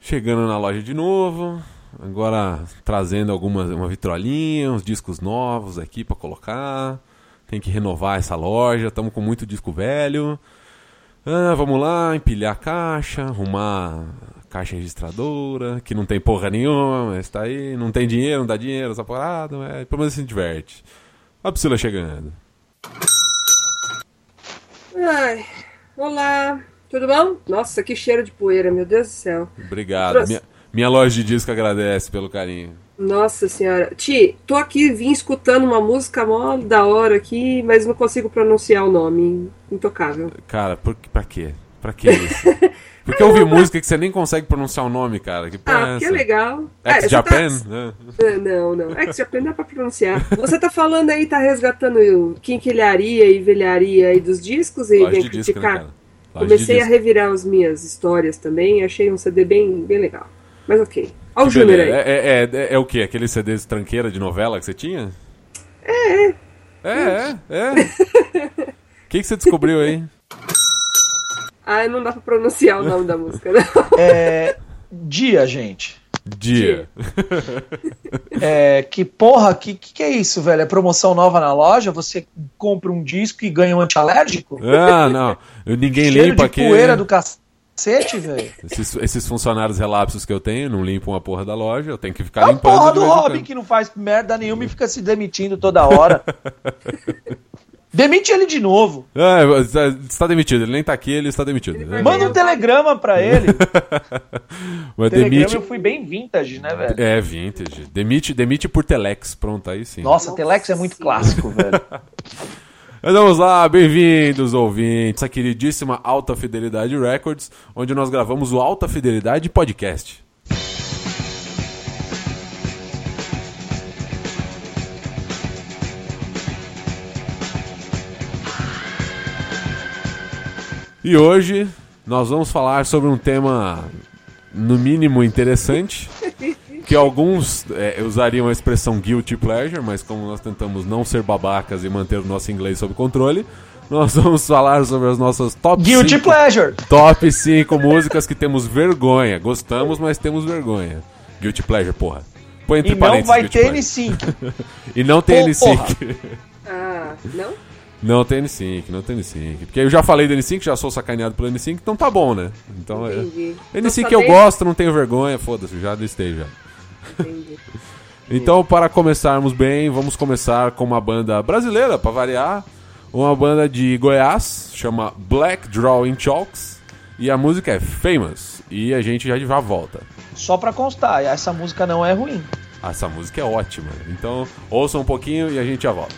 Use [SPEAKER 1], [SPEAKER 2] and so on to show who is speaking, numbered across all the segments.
[SPEAKER 1] Chegando na loja de novo, agora trazendo algumas uma vitrolinha, uns discos novos aqui para colocar. Tem que renovar essa loja, estamos com muito disco velho. Ah, vamos lá, empilhar a caixa, arrumar a caixa registradora, que não tem porra nenhuma, mas tá aí, não tem dinheiro, não dá dinheiro, essa parada, mas pelo menos se diverte. A Priscila chegando.
[SPEAKER 2] Ai, olá, tudo bom? Nossa, que cheiro de poeira, meu Deus do céu.
[SPEAKER 1] Obrigado.
[SPEAKER 2] Trouxe.
[SPEAKER 1] Minha, minha loja de disco agradece pelo carinho.
[SPEAKER 2] Nossa senhora. Ti, tô aqui, vim escutando uma música mó da hora aqui, mas não consigo pronunciar o nome. Intocável.
[SPEAKER 1] Cara, por, que- pra quê? Pra que isso? Porque ouvir música que você nem consegue pronunciar o nome, cara. Que porra
[SPEAKER 2] Ah,
[SPEAKER 1] é
[SPEAKER 2] que
[SPEAKER 1] essa?
[SPEAKER 2] legal. É, você
[SPEAKER 1] Ex-Japan?
[SPEAKER 2] tá-
[SPEAKER 1] né?
[SPEAKER 2] É, Não, não. É que Japan dá pra pronunciar. Você tá falando aí, tá resgatando quinquilharia e velharia aí dos discos e
[SPEAKER 1] Loja
[SPEAKER 2] vem
[SPEAKER 1] de disco, né,
[SPEAKER 2] criticar.
[SPEAKER 1] cara? Loja de
[SPEAKER 2] Comecei a
[SPEAKER 1] disco.
[SPEAKER 2] revirar as minhas histórias também, achei um CD bem, bem legal. Mas ok. Olha o Júnior aí.
[SPEAKER 1] É, é, é, é, é o quê? Aquele CD de tranqueira de novela que você tinha? É, é. É, é. O que, que você descobriu aí?
[SPEAKER 2] Ah, não dá pra pronunciar o nome da música, não.
[SPEAKER 3] É, dia, gente.
[SPEAKER 1] Dia.
[SPEAKER 3] É, que porra, que, que que é isso, velho? É promoção nova na loja? Você compra um disco e ganha um antialérgico?
[SPEAKER 1] Ah, não. Eu- Ninguém
[SPEAKER 3] Cheiro
[SPEAKER 1] limpa
[SPEAKER 3] de
[SPEAKER 1] aqui. né?
[SPEAKER 3] poeira
[SPEAKER 1] Tá
[SPEAKER 3] do cacete, velho.
[SPEAKER 1] Esses, esses funcionários relapsos que eu tenho não limpam a porra da loja. Eu tenho que
[SPEAKER 3] É
[SPEAKER 1] ficar
[SPEAKER 3] a
[SPEAKER 1] limpando.
[SPEAKER 3] porra
[SPEAKER 1] de
[SPEAKER 3] do
[SPEAKER 1] vez em
[SPEAKER 3] Robin
[SPEAKER 1] quando.
[SPEAKER 3] que não faz merda nenhuma e fica se demitindo toda hora. Demite ele de novo.
[SPEAKER 1] Ah, você está demitido. Ele nem tá aqui, ele está demitido.
[SPEAKER 2] vai-
[SPEAKER 3] Manda um telegrama pra ele.
[SPEAKER 1] Mas
[SPEAKER 3] Telegrama
[SPEAKER 1] demite.
[SPEAKER 3] eu fui bem vintage, né, velho?
[SPEAKER 1] É, vintage. Demite, demite por telex. Pronto, aí sim.
[SPEAKER 3] Nossa, Telex é muito clássico, velho.
[SPEAKER 1] Mas vamos lá, bem-vindos, ouvintes, à queridíssima Alta Fidelidade Records, onde nós gravamos o Alta Fidelidade Podcast. E hoje nós vamos falar sobre um tema, no mínimo, interessante. Que alguns é, usariam a expressão guilty pleasure, mas como nós tentamos não ser babacas e manter o nosso inglês sob controle, nós vamos falar sobre as nossas top
[SPEAKER 3] Guilty
[SPEAKER 1] cinco-
[SPEAKER 3] Pleasure.
[SPEAKER 1] Top 5 músicas que temos vergonha. Gostamos, mas temos vergonha. Guilty pleasure, porra. Põe entre
[SPEAKER 3] E não
[SPEAKER 1] parênteses.
[SPEAKER 3] vai
[SPEAKER 1] guilty
[SPEAKER 3] ter
[SPEAKER 1] pleasure.
[SPEAKER 3] N5.
[SPEAKER 1] E não tem
[SPEAKER 3] Pô,
[SPEAKER 1] N5.
[SPEAKER 2] Ah, não?
[SPEAKER 1] Não tem N5, não tem N5. Porque eu já falei do N5, já sou sacaneado pelo N5, então tá bom, né? Então é.
[SPEAKER 2] Entendi.
[SPEAKER 1] N5
[SPEAKER 2] Então,
[SPEAKER 1] eu
[SPEAKER 2] tá
[SPEAKER 1] gosto, não tenho vergonha, foda-se, já listei já.
[SPEAKER 2] bem- entendi.
[SPEAKER 1] Então, para começarmos bem, vamos começar com uma banda brasileira, para variar. Uma banda de Goiás, chama Black Drawing Chalks. E a música é Famous. E a gente já já volta.
[SPEAKER 3] Só pra constar, essa música não é ruim.
[SPEAKER 1] Ah, Essa música é ótima. Então, ouçam um pouquinho e a gente já volta.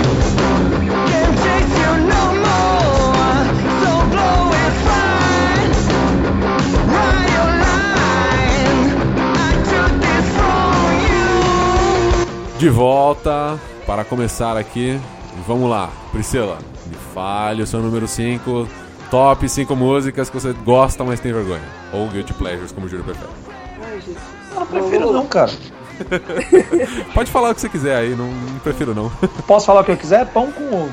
[SPEAKER 4] Can't chase you no more, so blow and find your line. I took this from you.
[SPEAKER 1] De volta para começar aqui. Vamos lá, Priscila, me fale o seu número 5. Top 5 músicas que você gosta, mas tem vergonha. Ou Guilty Pleasures, como o Júlio prefere.
[SPEAKER 2] Ai, Jesus.
[SPEAKER 3] Eu Ah, prefiro não, cara.
[SPEAKER 1] Pode falar o que você quiser aí, não, não prefiro não.
[SPEAKER 3] Posso falar o que eu quiser? Pão com ovo.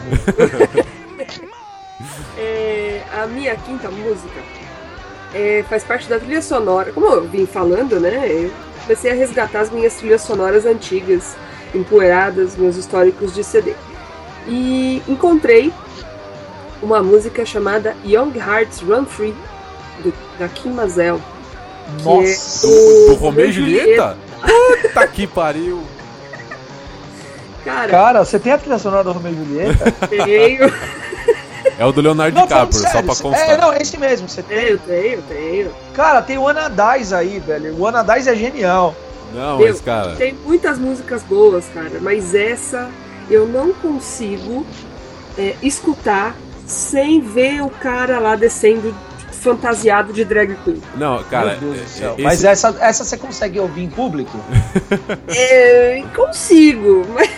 [SPEAKER 2] É, a minha quinta música é, faz parte da trilha sonora. Como eu vim falando, né? Eu comecei a resgatar as minhas trilhas sonoras antigas, empoeiradas, meus históricos de CD. E encontrei uma música chamada Young Hearts Run Free, do, da Kim Mazel.
[SPEAKER 3] Nossa.
[SPEAKER 1] Do, do
[SPEAKER 2] O
[SPEAKER 1] Romeu e Julieta? Puta que pariu!
[SPEAKER 2] Cara,
[SPEAKER 3] Cara, você tem a trilha sonora do Romeu e Julieta?
[SPEAKER 2] tenho,
[SPEAKER 1] É o do Leonardo
[SPEAKER 3] Não, falando
[SPEAKER 1] DiCaprio, só pra
[SPEAKER 3] sério, É,
[SPEAKER 1] constar.
[SPEAKER 3] não, é esse mesmo. Você tem.
[SPEAKER 2] tenho, tenho, tenho.
[SPEAKER 3] Cara, tem o Anadais aí, velho. O Anadais é genial.
[SPEAKER 1] não,
[SPEAKER 2] Meu,
[SPEAKER 1] mas cara.
[SPEAKER 2] Tem muitas músicas boas, cara, mas essa eu não consigo é, escutar sem ver o cara lá descendo fantasiado de drag queen.
[SPEAKER 1] Não, cara. é,
[SPEAKER 3] Meu Deus do céu.
[SPEAKER 1] esse-
[SPEAKER 3] Mas é essa, essa você consegue ouvir em público?
[SPEAKER 2] É, consigo, mas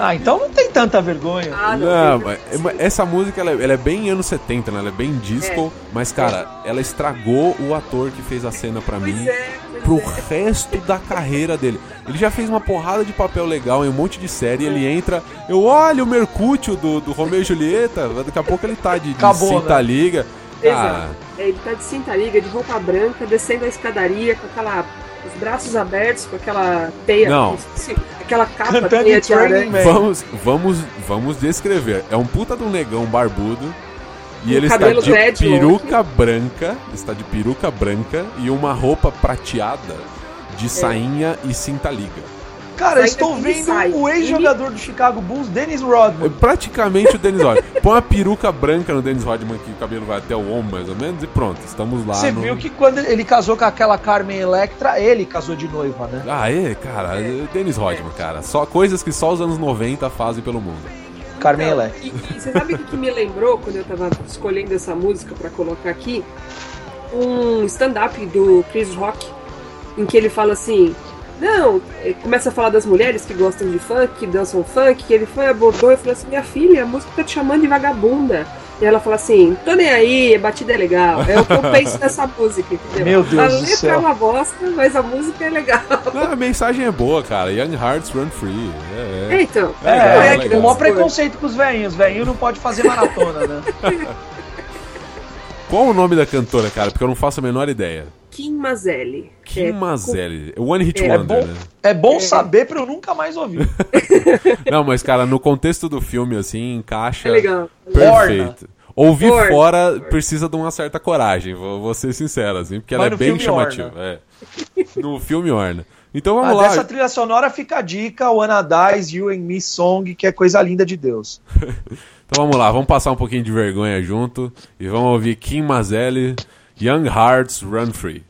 [SPEAKER 3] Ah, então não tem tanta vergonha.
[SPEAKER 2] Ah,
[SPEAKER 1] Não,
[SPEAKER 2] não.
[SPEAKER 1] mas- mas essa música ela, é- ela é bem anos 70, né? Ela é bem disco, mas, cara, ela estragou o ator que fez a cena pra
[SPEAKER 2] Pois
[SPEAKER 1] mim
[SPEAKER 2] é, pois
[SPEAKER 1] pro
[SPEAKER 2] é.
[SPEAKER 1] resto da carreira dele. Ele já fez uma porrada de papel legal em um monte de série, ele entra. Eu olho o Mercúcio do, do Romeu e Julieta, daqui a pouco ele tá de, de
[SPEAKER 3] Acabou,
[SPEAKER 1] cinta
[SPEAKER 3] né?
[SPEAKER 1] liga. Ah, Cara,
[SPEAKER 2] Exato. É, ele tá de cinta liga, de roupa branca, descendo a escadaria com aquela. Os braços abertos, com aquela teia.
[SPEAKER 1] Não.
[SPEAKER 2] assim, aquela capa
[SPEAKER 3] Cantando
[SPEAKER 2] teia
[SPEAKER 3] em
[SPEAKER 2] de
[SPEAKER 3] Training
[SPEAKER 2] aranha.
[SPEAKER 3] Man.
[SPEAKER 1] vamos, vamos, vamos descrever. É um puta de um negão barbudo. E
[SPEAKER 2] Um
[SPEAKER 1] ele está
[SPEAKER 2] cabelo
[SPEAKER 1] de
[SPEAKER 2] dreadlock.
[SPEAKER 1] peruca branca, está de peruca branca e uma roupa prateada
[SPEAKER 3] É.
[SPEAKER 1] de sainha e cinta liga.
[SPEAKER 3] Cara,
[SPEAKER 2] Sai
[SPEAKER 3] eu estou
[SPEAKER 2] daqui,
[SPEAKER 3] vendo
[SPEAKER 2] sai.
[SPEAKER 3] o ex-jogador do Chicago Bulls, Dennis
[SPEAKER 1] É
[SPEAKER 3] Rodman.
[SPEAKER 1] praticamente o Dennis Rodman. Põe uma peruca branca no Dennis Rodman que o cabelo vai até o ombro mais ou menos e pronto, estamos lá.
[SPEAKER 3] Você
[SPEAKER 1] no-
[SPEAKER 3] viu que quando ele casou com aquela Carmen Electra, ele casou de noiva, né?
[SPEAKER 1] Ah, é, cara, é o Dennis Rodman, cara. Só coisas que só os anos 90 fazem pelo mundo.
[SPEAKER 3] Carmen
[SPEAKER 2] Não,
[SPEAKER 3] Electra.
[SPEAKER 2] Então, E, e você sabe o que, que me lembrou quando eu tava escolhendo essa música pra colocar aqui? Um stand-up do Chris Rock, em que ele fala assim. Não, eh, começa a falar das mulheres que gostam de funk, que dançam funk, que ele foi, abordou e falou assim, minha filha, a música tá te chamando de vagabunda. E ela fala assim, tô nem aí, a batida é legal. É o que eu penso nessa música, entendeu?
[SPEAKER 3] Meu Deus
[SPEAKER 2] a
[SPEAKER 3] do
[SPEAKER 2] letra
[SPEAKER 3] céu.
[SPEAKER 2] é uma bosta, mas a música é legal.
[SPEAKER 1] Ah, a mensagem é boa, cara. Young Hearts Run Free. É, é.
[SPEAKER 2] Então,
[SPEAKER 1] É, legal,
[SPEAKER 3] É,
[SPEAKER 1] legal.
[SPEAKER 3] tem o maior
[SPEAKER 2] das coisas.
[SPEAKER 3] preconceito com os velhinhos. Velhinho não pode fazer maratona, né?
[SPEAKER 1] Qual o nome da cantora, cara? Porque eu não faço a menor ideia.
[SPEAKER 2] Kim Mazelli.
[SPEAKER 1] Kim
[SPEAKER 2] É,
[SPEAKER 1] Mazelli. One Hit
[SPEAKER 3] É
[SPEAKER 1] Wonder,
[SPEAKER 3] bom,
[SPEAKER 1] né?
[SPEAKER 3] é bom saber pra eu nunca mais ouvir.
[SPEAKER 1] Não, mas, cara, no contexto do filme, assim, encaixa.
[SPEAKER 2] É legal.
[SPEAKER 1] Perfeito. Ouvir
[SPEAKER 2] Orna.
[SPEAKER 1] fora precisa de uma certa coragem, vou, vou ser sincero, assim, porque ela
[SPEAKER 3] Mas
[SPEAKER 1] é
[SPEAKER 3] no
[SPEAKER 1] bem
[SPEAKER 3] filme
[SPEAKER 1] chamativa. é. No filme Orna. Então vamos
[SPEAKER 3] Ah,
[SPEAKER 1] lá.
[SPEAKER 3] dessa trilha sonora fica a dica, o Ana Dies, You and Me Song, que é coisa linda de Deus.
[SPEAKER 1] Então vamos lá, vamos passar um pouquinho de vergonha junto e vamos ouvir Kim Mazelli, Young Hearts Run Free.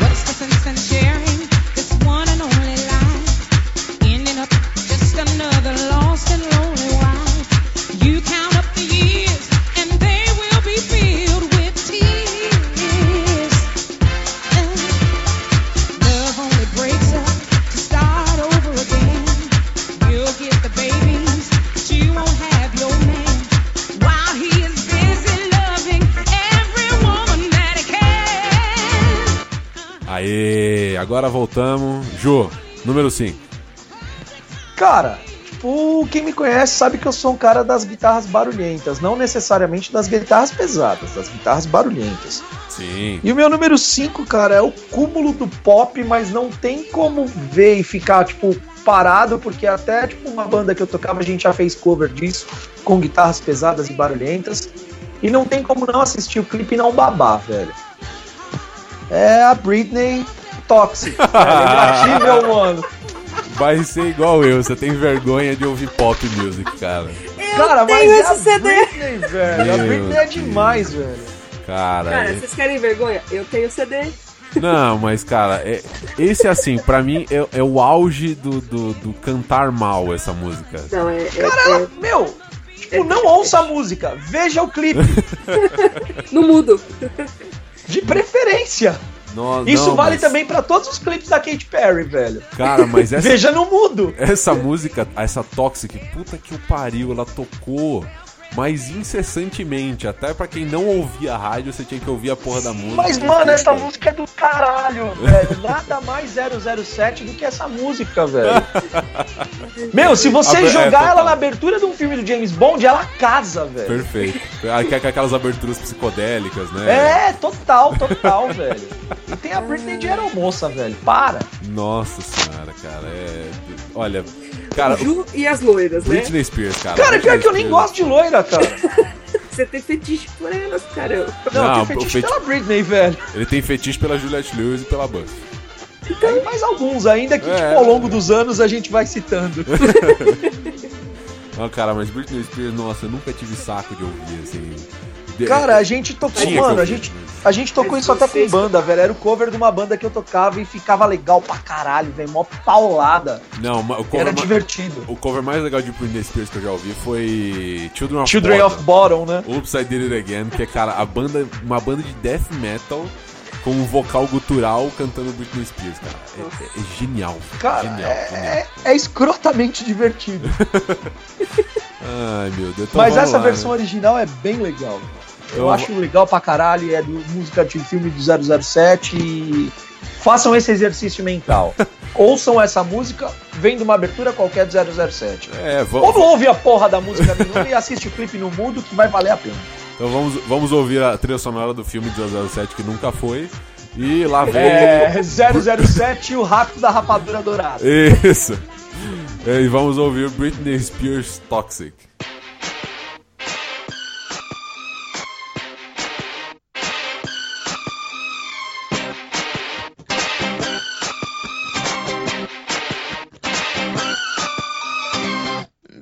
[SPEAKER 5] What's the sense in sharing this one and only life? Ending up just another lost and lonely wife. You count up the years, and they will be filled with tears. Love only breaks up to start over again. You'll get the babies, but you won't have your man. While he is busy loving every woman that he can.
[SPEAKER 1] Aê, agora voltamos. Ju, número 5.
[SPEAKER 3] Cara, o quem me conhece sabe que eu sou um cara das guitarras barulhentas, não necessariamente das guitarras pesadas, das guitarras barulhentas.
[SPEAKER 1] Sim.
[SPEAKER 3] E o meu número 5, cara, é o cúmulo do pop, mas não tem como ver e ficar, tipo, parado, porque até, tipo, uma banda que eu tocava, a gente já fez cover disso, com guitarras pesadas e barulhentas. E não tem como não assistir o clipe e não babar, velho. É a Britney Toxic. É imbatível, mano.
[SPEAKER 1] Vai ser igual eu, você tem vergonha de ouvir pop music, cara.
[SPEAKER 3] Cara, mas
[SPEAKER 2] tenho
[SPEAKER 3] é
[SPEAKER 2] esse
[SPEAKER 3] a
[SPEAKER 2] CD.
[SPEAKER 3] Britney, velho. A
[SPEAKER 1] Meu
[SPEAKER 3] Britney é
[SPEAKER 1] Deus.
[SPEAKER 3] demais, velho.
[SPEAKER 1] Cara,
[SPEAKER 2] Cara,
[SPEAKER 1] é-
[SPEAKER 2] vocês querem vergonha? Eu tenho CD.
[SPEAKER 1] Não, mas cara, é- esse assim, pra mim é, é o auge do, do, do cantar mal essa música.
[SPEAKER 2] Não, é. é-
[SPEAKER 3] Cara, ela, meu, tipo, não ouça a música, veja o clipe,
[SPEAKER 2] é- no mudo.
[SPEAKER 3] de preferência.
[SPEAKER 1] No-
[SPEAKER 3] Isso
[SPEAKER 1] não,
[SPEAKER 3] vale
[SPEAKER 1] mas-
[SPEAKER 3] também pra todos os clipes da Katy Perry, velho.
[SPEAKER 1] Cara, mas essa,
[SPEAKER 3] Veja no mudo.
[SPEAKER 1] essa música, essa Toxic, puta que o pariu, ela tocou, mas incessantemente. Até pra quem não ouvia a rádio, você tinha que ouvir a porra da música.
[SPEAKER 3] Mas, mano, essa música é do caralho, velho. Nada mais 007 do que essa música, velho. Meu, se
[SPEAKER 1] A-
[SPEAKER 3] você
[SPEAKER 1] é,
[SPEAKER 3] jogar
[SPEAKER 1] total.
[SPEAKER 3] ela na abertura de um filme do James Bond, ela casa, velho.
[SPEAKER 1] Perfeito. Aqu- Com aquelas aberturas psicodélicas, né?
[SPEAKER 3] É, total, total, velho. E tem a Britney de aeromoça, velho. Para.
[SPEAKER 1] Nossa senhora, cara. É... Olha, cara,
[SPEAKER 2] Ju e as loiras, né?
[SPEAKER 1] Britney Spears, cara.
[SPEAKER 3] Cara, pior
[SPEAKER 1] Britney
[SPEAKER 3] que eu nem
[SPEAKER 1] Spears.
[SPEAKER 3] gosto de loira, cara.
[SPEAKER 2] Você tem fetiche por elas, caramba.
[SPEAKER 3] Não,
[SPEAKER 1] Não,
[SPEAKER 3] não
[SPEAKER 1] o
[SPEAKER 3] tem fetiche
[SPEAKER 1] fetiche-
[SPEAKER 3] pela Britney, velho.
[SPEAKER 1] Ele tem fetiche pela Juliette Lewis e pela Buffy.
[SPEAKER 3] Tem mais alguns ainda que,
[SPEAKER 1] É.
[SPEAKER 3] tipo, ao longo dos anos a gente vai citando.
[SPEAKER 1] Ah, cara, mas Britney Spears, nossa, eu nunca tive saco de ouvir, assim. De-
[SPEAKER 3] Cara, a gente tocou,
[SPEAKER 1] Tinha que
[SPEAKER 3] mano, a
[SPEAKER 1] ouvir,
[SPEAKER 3] gente,
[SPEAKER 1] mas-
[SPEAKER 3] A gente tocou
[SPEAKER 2] Mas
[SPEAKER 3] isso até com
[SPEAKER 2] vocês
[SPEAKER 3] banda, velho. Era o cover de uma banda que eu tocava e ficava legal pra caralho, velho. Mó paulada.
[SPEAKER 1] Não, ma- o cover,
[SPEAKER 3] Era
[SPEAKER 1] ma-
[SPEAKER 3] divertido.
[SPEAKER 1] o cover mais legal de Britney Spears que eu já ouvi foi Children of
[SPEAKER 3] Children
[SPEAKER 1] Bodom.
[SPEAKER 3] of Bottom, né?
[SPEAKER 1] Oops, I Did It Again, que é, cara, a banda, uma banda de death metal com um vocal gutural cantando Britney Spears, cara. É, é- é genial.
[SPEAKER 3] Cara,
[SPEAKER 1] genial,
[SPEAKER 3] é,
[SPEAKER 1] genial.
[SPEAKER 3] é- é escrotamente divertido.
[SPEAKER 1] Ai, meu Deus. Então
[SPEAKER 3] Mas
[SPEAKER 1] vamos
[SPEAKER 3] essa
[SPEAKER 1] lá,
[SPEAKER 3] versão
[SPEAKER 1] né?
[SPEAKER 3] original é bem legal. Eu,
[SPEAKER 1] Eu
[SPEAKER 3] acho legal pra caralho, é do, música de filme do 007 e... Façam esse exercício mental. Ouçam essa música, vem de uma abertura qualquer do 007.
[SPEAKER 1] É,
[SPEAKER 3] Ou
[SPEAKER 1] vamos,
[SPEAKER 3] não ouve a porra da música nenhuma e assiste o clipe no mundo que vai valer a pena.
[SPEAKER 1] então vamos, vamos ouvir a trilha sonora do filme de 007 que nunca foi. E lá vem.
[SPEAKER 3] É 007 e o Rápido da Rapadura Dourada.
[SPEAKER 1] Isso. É, E vamos ouvir Britney Spears Toxic.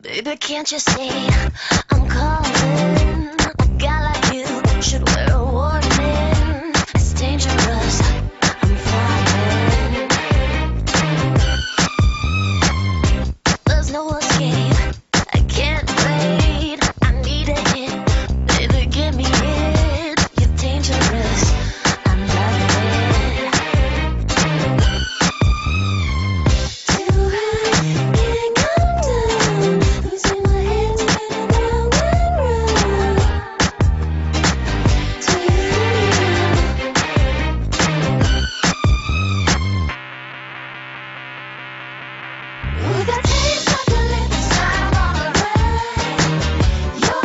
[SPEAKER 6] Baby, can't you see I'm calling? A guy like you should wear a warning. It's dangerous. I'm falling. There's no escape. I can't wait. I need a hit. Baby, give me it. You're dangerous. I'm loving it. Thank you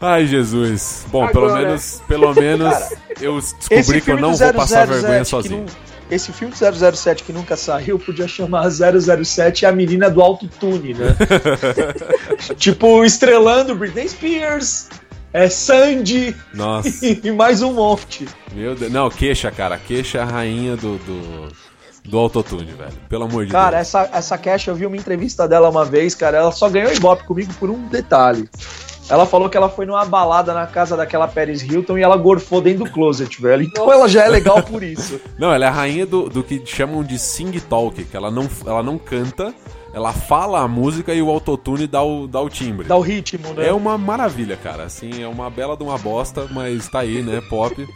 [SPEAKER 1] Ai, Jesus. Bom, pelo
[SPEAKER 2] Agora.
[SPEAKER 1] menos, pelo menos eu descobri que eu não vou passar vergonha sozinho.
[SPEAKER 3] Que não- esse filme do 007 que nunca saiu podia chamar 007 a menina do autotune, né? tipo, estrelando Britney Spears, é Sandy
[SPEAKER 1] Nossa.
[SPEAKER 3] e mais um monte.
[SPEAKER 1] Meu Deus. Não, queixa, cara. Queixa é a rainha do, do, do autotune, velho. Pelo amor de
[SPEAKER 3] Cara,
[SPEAKER 1] Deus.
[SPEAKER 3] essa, essa Cash, eu vi uma entrevista dela uma vez, cara, ela só ganhou Ibope comigo por um detalhe. Ela falou que ela foi numa balada na casa daquela Paris Hilton e ela gorfou dentro do closet, velho. Então ela já é legal por isso.
[SPEAKER 1] Não, ela é a rainha do, do que chamam de sing talk, que ela não, ela não canta, ela fala a música e o autotune dá o, dá o timbre.
[SPEAKER 3] Dá o ritmo, né?
[SPEAKER 1] É uma maravilha, cara. Assim, é uma bela de uma bosta, mas tá aí, né? Pop.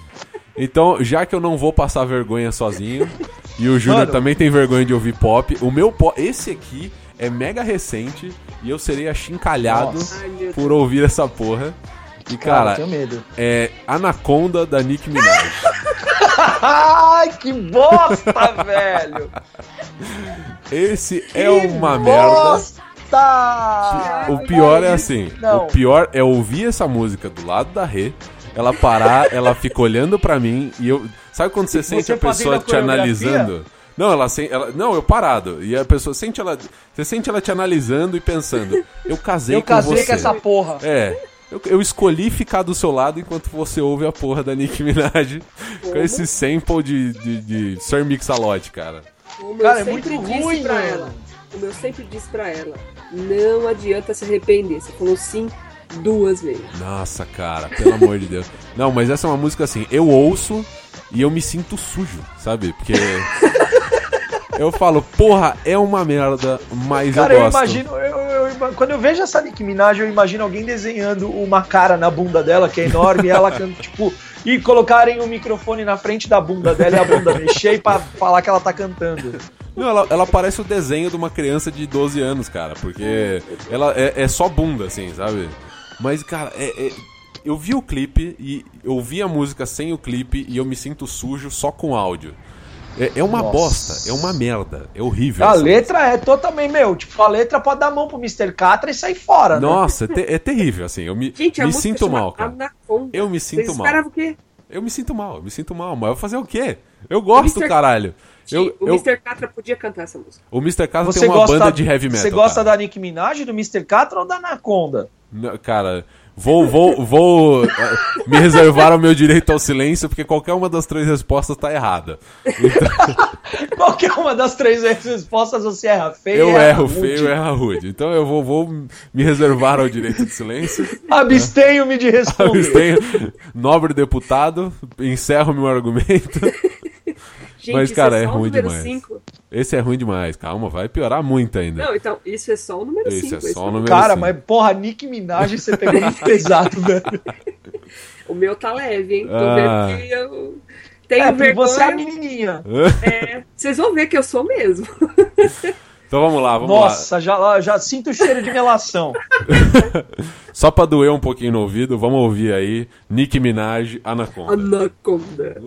[SPEAKER 1] Então, já que eu não vou passar vergonha sozinho, e o Júnior
[SPEAKER 3] Mano.
[SPEAKER 1] também tem vergonha de ouvir pop, o meu pop, esse aqui é mega recente e eu serei achincalhado
[SPEAKER 3] Nossa.
[SPEAKER 2] Ai, meu
[SPEAKER 1] por ouvir essa porra. E
[SPEAKER 3] Cara, um eu
[SPEAKER 1] cara,
[SPEAKER 3] tenho medo.
[SPEAKER 1] é Anaconda da Nick Minaj.
[SPEAKER 3] Ai, que bosta, velho!
[SPEAKER 1] Esse é
[SPEAKER 3] Que
[SPEAKER 1] uma merda.
[SPEAKER 3] bosta! Ah,
[SPEAKER 1] O pior é assim,
[SPEAKER 3] Não.
[SPEAKER 1] o pior é ouvir essa música do lado da Rê, ela parar, ela fica olhando pra mim e eu, sabe quando você sente a
[SPEAKER 3] fazendo
[SPEAKER 1] pessoa
[SPEAKER 3] a
[SPEAKER 1] te analisando? Não, ela, sen- ela não, eu parado. E a pessoa sente ela, você sente ela te analisando e pensando, eu casei
[SPEAKER 3] Eu
[SPEAKER 1] com
[SPEAKER 3] casei
[SPEAKER 1] você.
[SPEAKER 3] com essa porra.
[SPEAKER 1] É. Eu, eu escolhi ficar do seu lado enquanto você ouve a porra da Nicki Minaj com esse sample de, de, de Sir Mixalote, cara.
[SPEAKER 2] O meu
[SPEAKER 3] Cara, é
[SPEAKER 2] sempre
[SPEAKER 3] muito
[SPEAKER 2] disse
[SPEAKER 3] ruim,
[SPEAKER 2] pra
[SPEAKER 3] mano.
[SPEAKER 2] ela. O meu sempre disse pra ela. Não adianta se arrepender. Você falou sim duas vezes.
[SPEAKER 1] Nossa, cara, pelo amor de Deus. Não, mas essa é uma música assim, eu ouço e eu me sinto sujo, sabe? Porque. eu falo, porra, é uma merda, mas
[SPEAKER 3] Cara,
[SPEAKER 1] eu
[SPEAKER 3] eu
[SPEAKER 1] gosto.
[SPEAKER 3] imagino. eu- eu ima- quando eu vejo essa Nicki Minaj, eu imagino alguém desenhando uma cara na bunda dela, que é enorme, e ela canta, tipo. E colocarem o microfone na frente da bunda dela e a bunda mexer pra falar que ela tá cantando.
[SPEAKER 1] Não, ela, ela parece o desenho de uma criança de 12 anos, cara, porque ela é, é só bunda, assim, sabe? Mas, cara, é- é- eu vi o clipe e eu vi a música sem o clipe e eu me sinto sujo só com áudio. É, é uma
[SPEAKER 3] Nossa.
[SPEAKER 1] bosta, é uma merda, é horrível.
[SPEAKER 3] A
[SPEAKER 1] essa
[SPEAKER 3] letra é totalmente, meu, tipo, a letra pode dar a mão pro Mr. Catra e sair fora, né?
[SPEAKER 1] Nossa, é, te- é terrível, assim. Eu me,
[SPEAKER 2] Gente, a
[SPEAKER 1] me
[SPEAKER 2] música
[SPEAKER 1] sinto
[SPEAKER 2] chama
[SPEAKER 1] mal, cara.
[SPEAKER 2] Anaconda.
[SPEAKER 1] Eu me sinto
[SPEAKER 2] Vocês
[SPEAKER 1] mal.
[SPEAKER 2] esperavam o quê?
[SPEAKER 1] Eu me sinto mal, eu me sinto mal, mas eu vou fazer o quê? Eu gosto,
[SPEAKER 2] Mr.
[SPEAKER 1] caralho. Eu,
[SPEAKER 2] o
[SPEAKER 1] eu-
[SPEAKER 2] Mr. Catra podia cantar essa música.
[SPEAKER 1] o Mr. Casa
[SPEAKER 3] Você
[SPEAKER 1] tem uma
[SPEAKER 3] gosta,
[SPEAKER 1] banda de heavy metal.
[SPEAKER 3] Você gosta
[SPEAKER 1] cara.
[SPEAKER 3] da Nicki Minaj, do Mr. Catra ou da Anaconda?
[SPEAKER 1] Não, Cara, Vou, vou, vou eh, me reservar o meu direito ao silêncio, porque qualquer uma das três respostas tá errada.
[SPEAKER 3] Qualquer é uma das três respostas você erra feio.
[SPEAKER 1] Eu
[SPEAKER 3] erra
[SPEAKER 1] erro
[SPEAKER 3] rude.
[SPEAKER 1] feio, eu erro rude. Então eu vou, vou me reservar ao direito de silêncio.
[SPEAKER 3] Abstenho-me de responder.
[SPEAKER 1] Abstenho. Nobre deputado, encerro meu argumento.
[SPEAKER 2] Gente,
[SPEAKER 1] Mas,
[SPEAKER 2] isso
[SPEAKER 1] cara, é
[SPEAKER 2] só o
[SPEAKER 1] ruim
[SPEAKER 2] número
[SPEAKER 1] demais.
[SPEAKER 2] cinco.
[SPEAKER 1] Esse é ruim demais, calma, vai piorar muito ainda.
[SPEAKER 2] Não, então, isso é só o número 5.
[SPEAKER 1] Esse é só o número
[SPEAKER 3] Cara,
[SPEAKER 1] cinco.
[SPEAKER 3] mas porra, Nick Minaj você pegou muito pesado, velho.
[SPEAKER 2] O meu tá leve, hein? Tô
[SPEAKER 1] Ah.
[SPEAKER 2] vendo que eu tenho
[SPEAKER 3] É, porque
[SPEAKER 2] vergonha.
[SPEAKER 3] você é a menininha.
[SPEAKER 2] É, Vocês vão ver que eu sou mesmo.
[SPEAKER 1] Então vamos lá, vamos lá.
[SPEAKER 3] Nossa, já, já sinto o cheiro de relação.
[SPEAKER 1] Só pra doer um pouquinho no ouvido, vamos ouvir aí Nick Minaj, Anaconda.
[SPEAKER 2] Anaconda.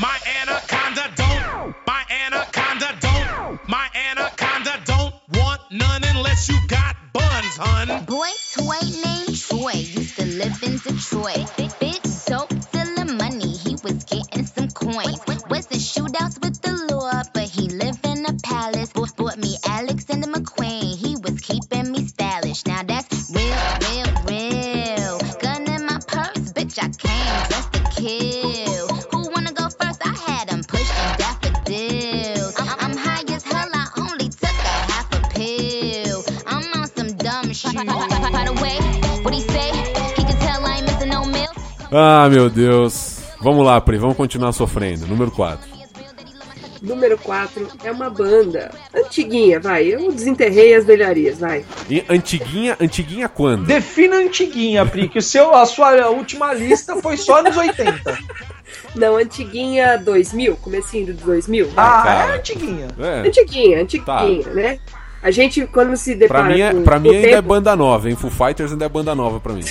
[SPEAKER 7] My anaconda don't, my anaconda don't, my anaconda don't want none unless you got buns, hun.
[SPEAKER 6] Boy toy named Troy used to live in Detroit. Bitch soaked stealing money, he was getting some coin. Was in shootouts with the law, but he lived in a palace. Bought, bought me Alexander McQueen, he was keeping me stylish. Now that's real, real, real. Gun in my purse, bitch, I came just to kill. Who wanna go first? I had him pushing daffodils. I'm, I'm high as hell, I only took a half a pill. I'm on some dumb shit. By the way, what he say? He can tell I ain't missing no meal.
[SPEAKER 1] Ah, meu Deus. Vamos lá, Pri, vamos continuar sofrendo. Número 4.
[SPEAKER 2] Número 4 é uma banda antiguinha, vai. Eu desenterrei as velharias, vai.
[SPEAKER 1] E antiguinha, antiguinha quando?
[SPEAKER 3] Defina a antiguinha, Pri, que o seu, a sua última lista foi só nos 80.
[SPEAKER 2] Não, antiguinha 2000, comecinho do 2000. vai.
[SPEAKER 3] Ah,
[SPEAKER 1] cara.
[SPEAKER 3] é antiguinha.
[SPEAKER 1] É.
[SPEAKER 2] Antiguinha, antiguinha, né? A gente, quando se depara
[SPEAKER 1] Pra mim, é,
[SPEAKER 2] com,
[SPEAKER 1] pra mim
[SPEAKER 2] com o
[SPEAKER 1] ainda é
[SPEAKER 2] tempo,
[SPEAKER 1] banda nova, hein? Foo Fighters ainda é banda nova pra mim.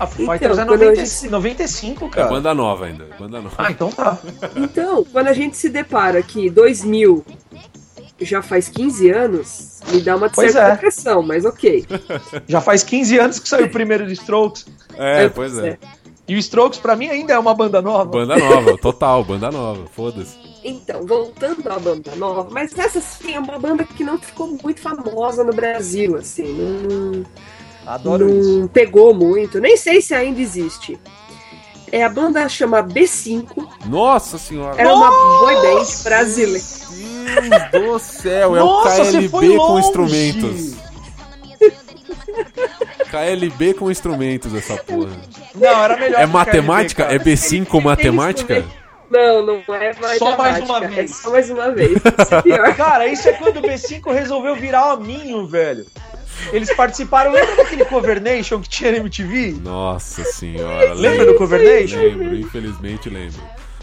[SPEAKER 3] A Foo
[SPEAKER 2] Então,
[SPEAKER 3] Fighters é
[SPEAKER 2] quando eu
[SPEAKER 3] 90, 95,
[SPEAKER 1] É
[SPEAKER 3] cara.
[SPEAKER 1] banda nova ainda. é Banda nova.
[SPEAKER 3] Ah, então tá.
[SPEAKER 2] Então, quando a gente se depara que 2000 já faz 15 anos, me dá uma
[SPEAKER 3] Pois
[SPEAKER 2] certa
[SPEAKER 3] é.
[SPEAKER 2] depressão, mas ok.
[SPEAKER 3] Já faz 15 anos que saiu o primeiro de Strokes.
[SPEAKER 1] É, pois é.
[SPEAKER 3] E o Strokes, pra mim, ainda é uma banda nova.
[SPEAKER 1] Banda nova, total, banda nova. Foda-se.
[SPEAKER 2] Então, voltando à banda nova, mas essa sim é uma banda que não ficou muito famosa no Brasil, assim, não,
[SPEAKER 3] Adoro
[SPEAKER 2] não
[SPEAKER 3] isso.
[SPEAKER 2] pegou muito, nem sei se ainda existe. É a banda chama B5,
[SPEAKER 1] Nossa senhora.
[SPEAKER 2] era uma boy band
[SPEAKER 3] Nossa!
[SPEAKER 2] brasileira.
[SPEAKER 1] Deus do céu, é
[SPEAKER 3] Nossa,
[SPEAKER 1] o
[SPEAKER 3] você
[SPEAKER 1] KLB
[SPEAKER 3] foi
[SPEAKER 1] com
[SPEAKER 3] longe!
[SPEAKER 1] instrumentos. KLB com instrumentos, essa porra.
[SPEAKER 3] Não, era melhor.
[SPEAKER 1] É
[SPEAKER 3] que o KLB,
[SPEAKER 1] matemática?
[SPEAKER 3] cara.
[SPEAKER 1] É B5 matemática?
[SPEAKER 2] Não, não é mais
[SPEAKER 3] Só mais
[SPEAKER 2] dramática,
[SPEAKER 3] uma vez.
[SPEAKER 2] É só mais uma vez. Isso é pior.
[SPEAKER 3] Cara, isso é quando o B5 resolveu virar aminho, velho. Eles participaram, lembra daquele Cover Nation que tinha na MTV?
[SPEAKER 1] Nossa senhora.
[SPEAKER 3] Lembra do Cover Nation?
[SPEAKER 1] Lembro, infelizmente lembro.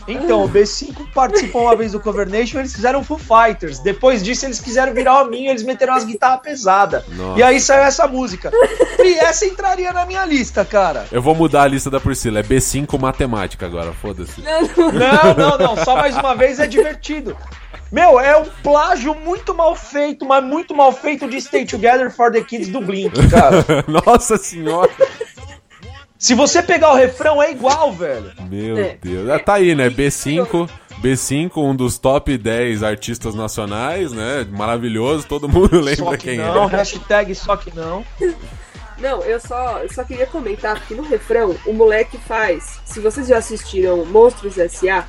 [SPEAKER 3] Então, o B5 participou uma vez do Cover Nation, eles fizeram Foo Fighters. Depois disso, eles quiseram virar o minho, eles meteram as guitarras pesadas.
[SPEAKER 1] Nossa.
[SPEAKER 3] E aí saiu essa música. E essa entraria na minha lista, cara.
[SPEAKER 1] Eu vou mudar a lista da Priscila, é B5 matemática agora, foda-se.
[SPEAKER 3] Não, não, não. Só mais uma vez é divertido. Meu, é um plágio muito mal feito, mas muito mal feito de Stay Together for the Kids do Blink, cara.
[SPEAKER 1] Nossa senhora.
[SPEAKER 3] Se você pegar o refrão, é igual, velho.
[SPEAKER 1] Meu
[SPEAKER 2] É.
[SPEAKER 1] Deus. Ah, tá aí, né? B5. B5, um dos top 10 artistas nacionais, né? Maravilhoso, todo mundo
[SPEAKER 3] Só
[SPEAKER 1] lembra
[SPEAKER 3] que
[SPEAKER 1] quem
[SPEAKER 3] não,
[SPEAKER 1] é.
[SPEAKER 3] hashtag só que não.
[SPEAKER 2] Não, eu só, eu só queria comentar que no refrão o moleque faz. Se vocês já assistiram Monstros S.A.,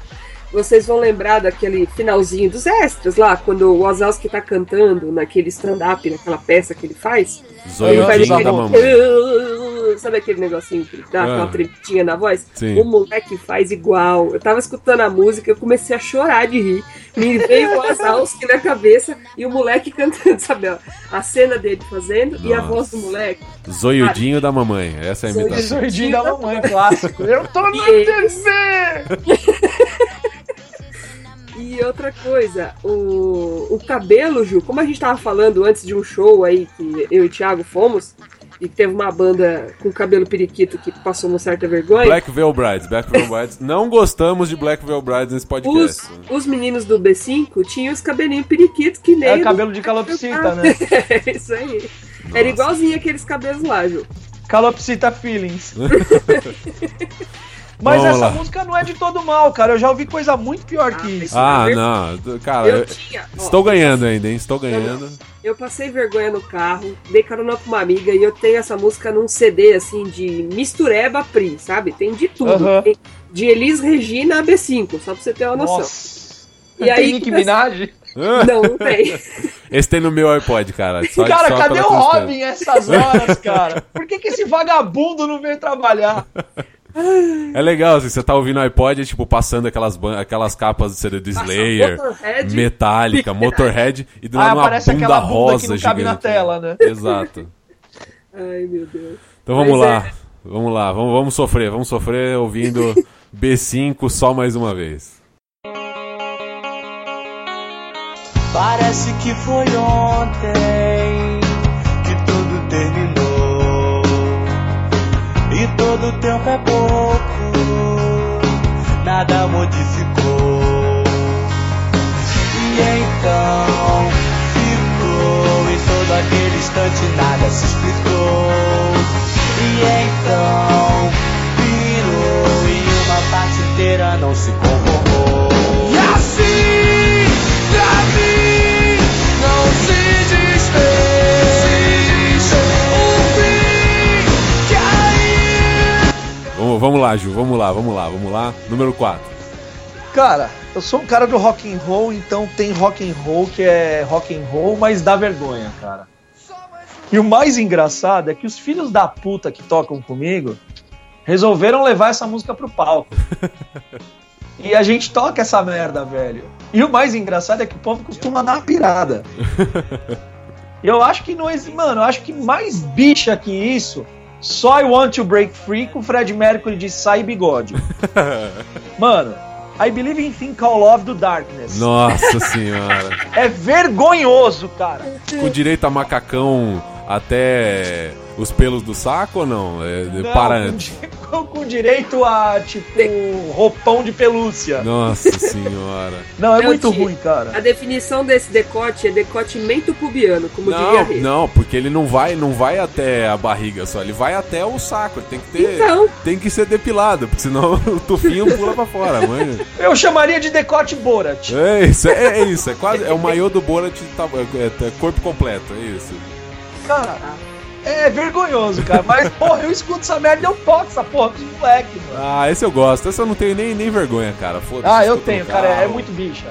[SPEAKER 2] vocês vão lembrar daquele finalzinho dos extras lá, quando o Wazowski tá cantando naquele stand-up, naquela peça que ele faz.
[SPEAKER 1] Zoiudinho
[SPEAKER 2] ele faz
[SPEAKER 3] da
[SPEAKER 1] mamãe.
[SPEAKER 2] Sabe aquele negocinho que
[SPEAKER 1] Ah.
[SPEAKER 2] dá aquela tremidinha na voz?
[SPEAKER 1] Sim.
[SPEAKER 2] O moleque faz igual. Eu tava escutando a música, eu comecei a chorar de rir. Me veio o Wazowski na cabeça e o moleque cantando, sabe? ó, A cena dele fazendo e a
[SPEAKER 1] Nossa.
[SPEAKER 2] voz do moleque.
[SPEAKER 1] Zoiudinho da mamãe, essa é a
[SPEAKER 2] Zoiudinho.
[SPEAKER 1] imitação.
[SPEAKER 3] Desordinho da mamãe, clássico. Eu tô na
[SPEAKER 2] E- é
[SPEAKER 3] TV!
[SPEAKER 2] E outra coisa, o, o cabelo, Ju, como a gente tava falando antes de um show aí que eu e o Thiago fomos, e teve uma banda com cabelo periquito que passou uma certa vergonha,
[SPEAKER 1] Black Veil Brides, Black Veil Brides. Não gostamos de Black Veil Brides nesse podcast.
[SPEAKER 2] os, os meninos do B5 tinham os cabelinhos periquitos que nem.
[SPEAKER 3] É cabelo de calopsita, né?
[SPEAKER 2] É isso aí. Era igualzinho aqueles cabelos lá, Ju.
[SPEAKER 3] Calopsita Feelings. Mas
[SPEAKER 1] Vamos
[SPEAKER 3] essa
[SPEAKER 1] lá.
[SPEAKER 3] música não é de todo mal, cara. Eu já ouvi coisa muito pior que isso.
[SPEAKER 1] Ah,
[SPEAKER 2] Super-
[SPEAKER 1] não. d- Cara,
[SPEAKER 2] Eu
[SPEAKER 1] eu-
[SPEAKER 2] tinha, ó.
[SPEAKER 1] estou ganhando ainda, hein? Estou ganhando.
[SPEAKER 2] Eu passei vergonha no carro, dei carona pra uma amiga e eu tenho essa música num CD, assim, de mistureba pri, sabe? Tem de tudo.
[SPEAKER 8] Aham.
[SPEAKER 2] Tem de Elis Regina a B5, só pra você ter uma noção.
[SPEAKER 8] Nossa.
[SPEAKER 2] E
[SPEAKER 8] Tem
[SPEAKER 2] aí-
[SPEAKER 8] Nicki Minaj?
[SPEAKER 1] Ah,
[SPEAKER 2] Não, não tem.
[SPEAKER 1] Esse tem no meu iPod, cara. Só,
[SPEAKER 3] cara,
[SPEAKER 1] só
[SPEAKER 3] cadê
[SPEAKER 1] pela
[SPEAKER 3] o
[SPEAKER 1] tristeza.
[SPEAKER 3] Robin essas horas, cara? Por que, que esse vagabundo não veio trabalhar?
[SPEAKER 1] É legal, assim, você tá ouvindo o iPod, é, tipo, passando aquelas, ban- aquelas capas do CD do Slayer,
[SPEAKER 2] Motorhead.
[SPEAKER 1] Metallica, Motorhead, e do
[SPEAKER 3] Ah,
[SPEAKER 1] lado uma
[SPEAKER 3] aparece
[SPEAKER 1] bunda
[SPEAKER 3] aquela bunda
[SPEAKER 1] rosa
[SPEAKER 3] que não cabe na
[SPEAKER 1] gigante.
[SPEAKER 3] tela, né?
[SPEAKER 1] Exato.
[SPEAKER 2] Ai, meu Deus.
[SPEAKER 1] Então vamos
[SPEAKER 2] Mas
[SPEAKER 1] lá,
[SPEAKER 2] é.
[SPEAKER 1] vamos lá, vamos, vamos sofrer, vamos sofrer ouvindo B5 só mais uma vez.
[SPEAKER 9] Parece que foi ontem que tudo terminou. E todo tempo é pouco, nada modificou. E então ficou, em todo aquele instante nada se explicou. E então virou, e uma parte inteira não se conformou.
[SPEAKER 7] E assim, Davi, não se desfez. O fim que ainda
[SPEAKER 1] Vamos, vamos lá, Ju, vamos lá, vamos lá, vamos lá. Número 4.
[SPEAKER 3] Cara, eu sou um cara do rock and roll, então tem rock and roll que é rock and roll, mas dá vergonha, cara. E o mais engraçado é que os filhos da puta que tocam comigo resolveram levar essa música pro palco. e a gente toca essa merda, velho. E o mais engraçado é que o povo costuma dar uma pirada. E eu acho que não existe, mano, eu acho que mais bicha que isso, só I Want to Break Free com o Fred Mercury de Sai Bigode. Mano, I Believe in Thing Call Love do Darkness.
[SPEAKER 1] Nossa senhora.
[SPEAKER 3] É vergonhoso, cara.
[SPEAKER 1] Com direito a macacão até os pelos do saco ou não? É,
[SPEAKER 3] Não,
[SPEAKER 1] para...
[SPEAKER 3] com di- com, com direito a, tipo, roupão de pelúcia.
[SPEAKER 1] Nossa senhora.
[SPEAKER 3] Não, é
[SPEAKER 2] Não,
[SPEAKER 3] muito
[SPEAKER 2] tio.
[SPEAKER 3] ruim, cara.
[SPEAKER 2] A definição desse decote é decotimento pubiano, como diria
[SPEAKER 1] Não,
[SPEAKER 2] Rê.
[SPEAKER 1] não, porque ele não vai, não vai até a barriga só, ele vai até o saco, ele tem que ter,
[SPEAKER 2] Então.
[SPEAKER 1] tem que ser depilado, porque senão o tufinho pula pra fora, mano.
[SPEAKER 3] Eu chamaria de decote Borat.
[SPEAKER 1] É isso, é, é isso, é quase, é o maiô do Borat, tá- é- é corpo completo, é isso.
[SPEAKER 3] Cara, é vergonhoso, cara. Mas, porra, eu escuto essa merda e eu toco essa porra dos moleque, mano.
[SPEAKER 1] Ah, esse eu gosto, esse eu não tenho nem, nem vergonha, cara, foda-se.
[SPEAKER 3] Ah, eu
[SPEAKER 1] escuta no
[SPEAKER 3] tenho, cara. É
[SPEAKER 1] carro.
[SPEAKER 3] muito bicha.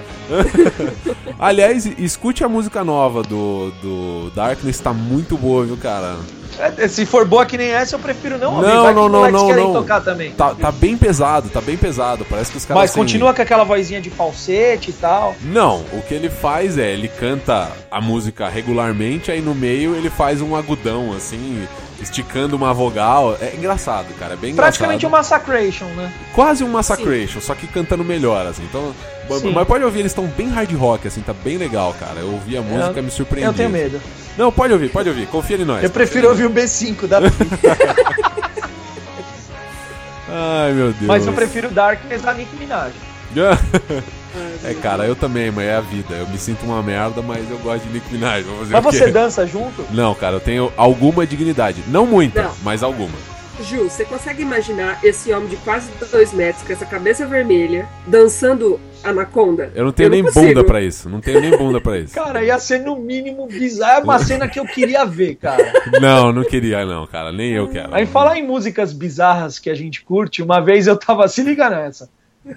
[SPEAKER 1] Aliás, escute a música nova do, do Darkness, tá muito boa, viu, cara?
[SPEAKER 3] É, Se for boa que nem essa, eu prefiro não ouvir.
[SPEAKER 1] Não,
[SPEAKER 3] Vai que
[SPEAKER 1] não,
[SPEAKER 3] os
[SPEAKER 1] não,
[SPEAKER 3] moleques
[SPEAKER 1] não,
[SPEAKER 3] querem
[SPEAKER 1] não.
[SPEAKER 3] tocar também.
[SPEAKER 1] Tá, tá bem pesado, tá bem pesado, parece que os caras...
[SPEAKER 3] Mas
[SPEAKER 1] assim,
[SPEAKER 3] continua com aquela vozinha de falsete e tal.
[SPEAKER 1] Não, o que ele faz é, ele canta a música regularmente, aí no meio ele faz um agudão, assim, esticando uma vogal. É engraçado, cara, é bem engraçado.
[SPEAKER 3] Praticamente uma massacration, né?
[SPEAKER 1] Quase um Massacration, só que cantando melhor, assim. Então, b-
[SPEAKER 3] Sim.
[SPEAKER 1] mas pode ouvir, eles estão bem hard rock, assim, tá bem legal, cara. Eu ouvi a música, me surpreendi.
[SPEAKER 3] Eu tenho medo.
[SPEAKER 1] Não, pode ouvir, pode ouvir, confia em nós.
[SPEAKER 3] Eu prefiro ouvir o B5 da
[SPEAKER 1] Ai, meu Deus.
[SPEAKER 3] Mas eu prefiro Darkness da Nicki Minaj.
[SPEAKER 1] é, cara, eu também, mas é a vida. Eu me sinto uma merda, mas eu gosto de Nicki Minaj. Vou fazer
[SPEAKER 3] Mas
[SPEAKER 1] o quê?
[SPEAKER 3] você dança junto?
[SPEAKER 1] Não, cara, eu tenho alguma dignidade. Não muita,
[SPEAKER 2] Não.
[SPEAKER 1] mas alguma.
[SPEAKER 2] Ju, você consegue imaginar esse homem de quase dois metros, com essa cabeça vermelha, dançando Anaconda?
[SPEAKER 1] Eu não tenho nem
[SPEAKER 2] consigo.
[SPEAKER 1] bunda pra isso. Não tenho nem bunda pra isso.
[SPEAKER 3] Cara, ia ser no mínimo bizarro. É uma cena que eu queria ver, cara.
[SPEAKER 1] não, não queria, não, cara. Nem eu quero.
[SPEAKER 3] Aí falar em músicas bizarras que a gente curte, uma vez eu tava. Se liga nessa.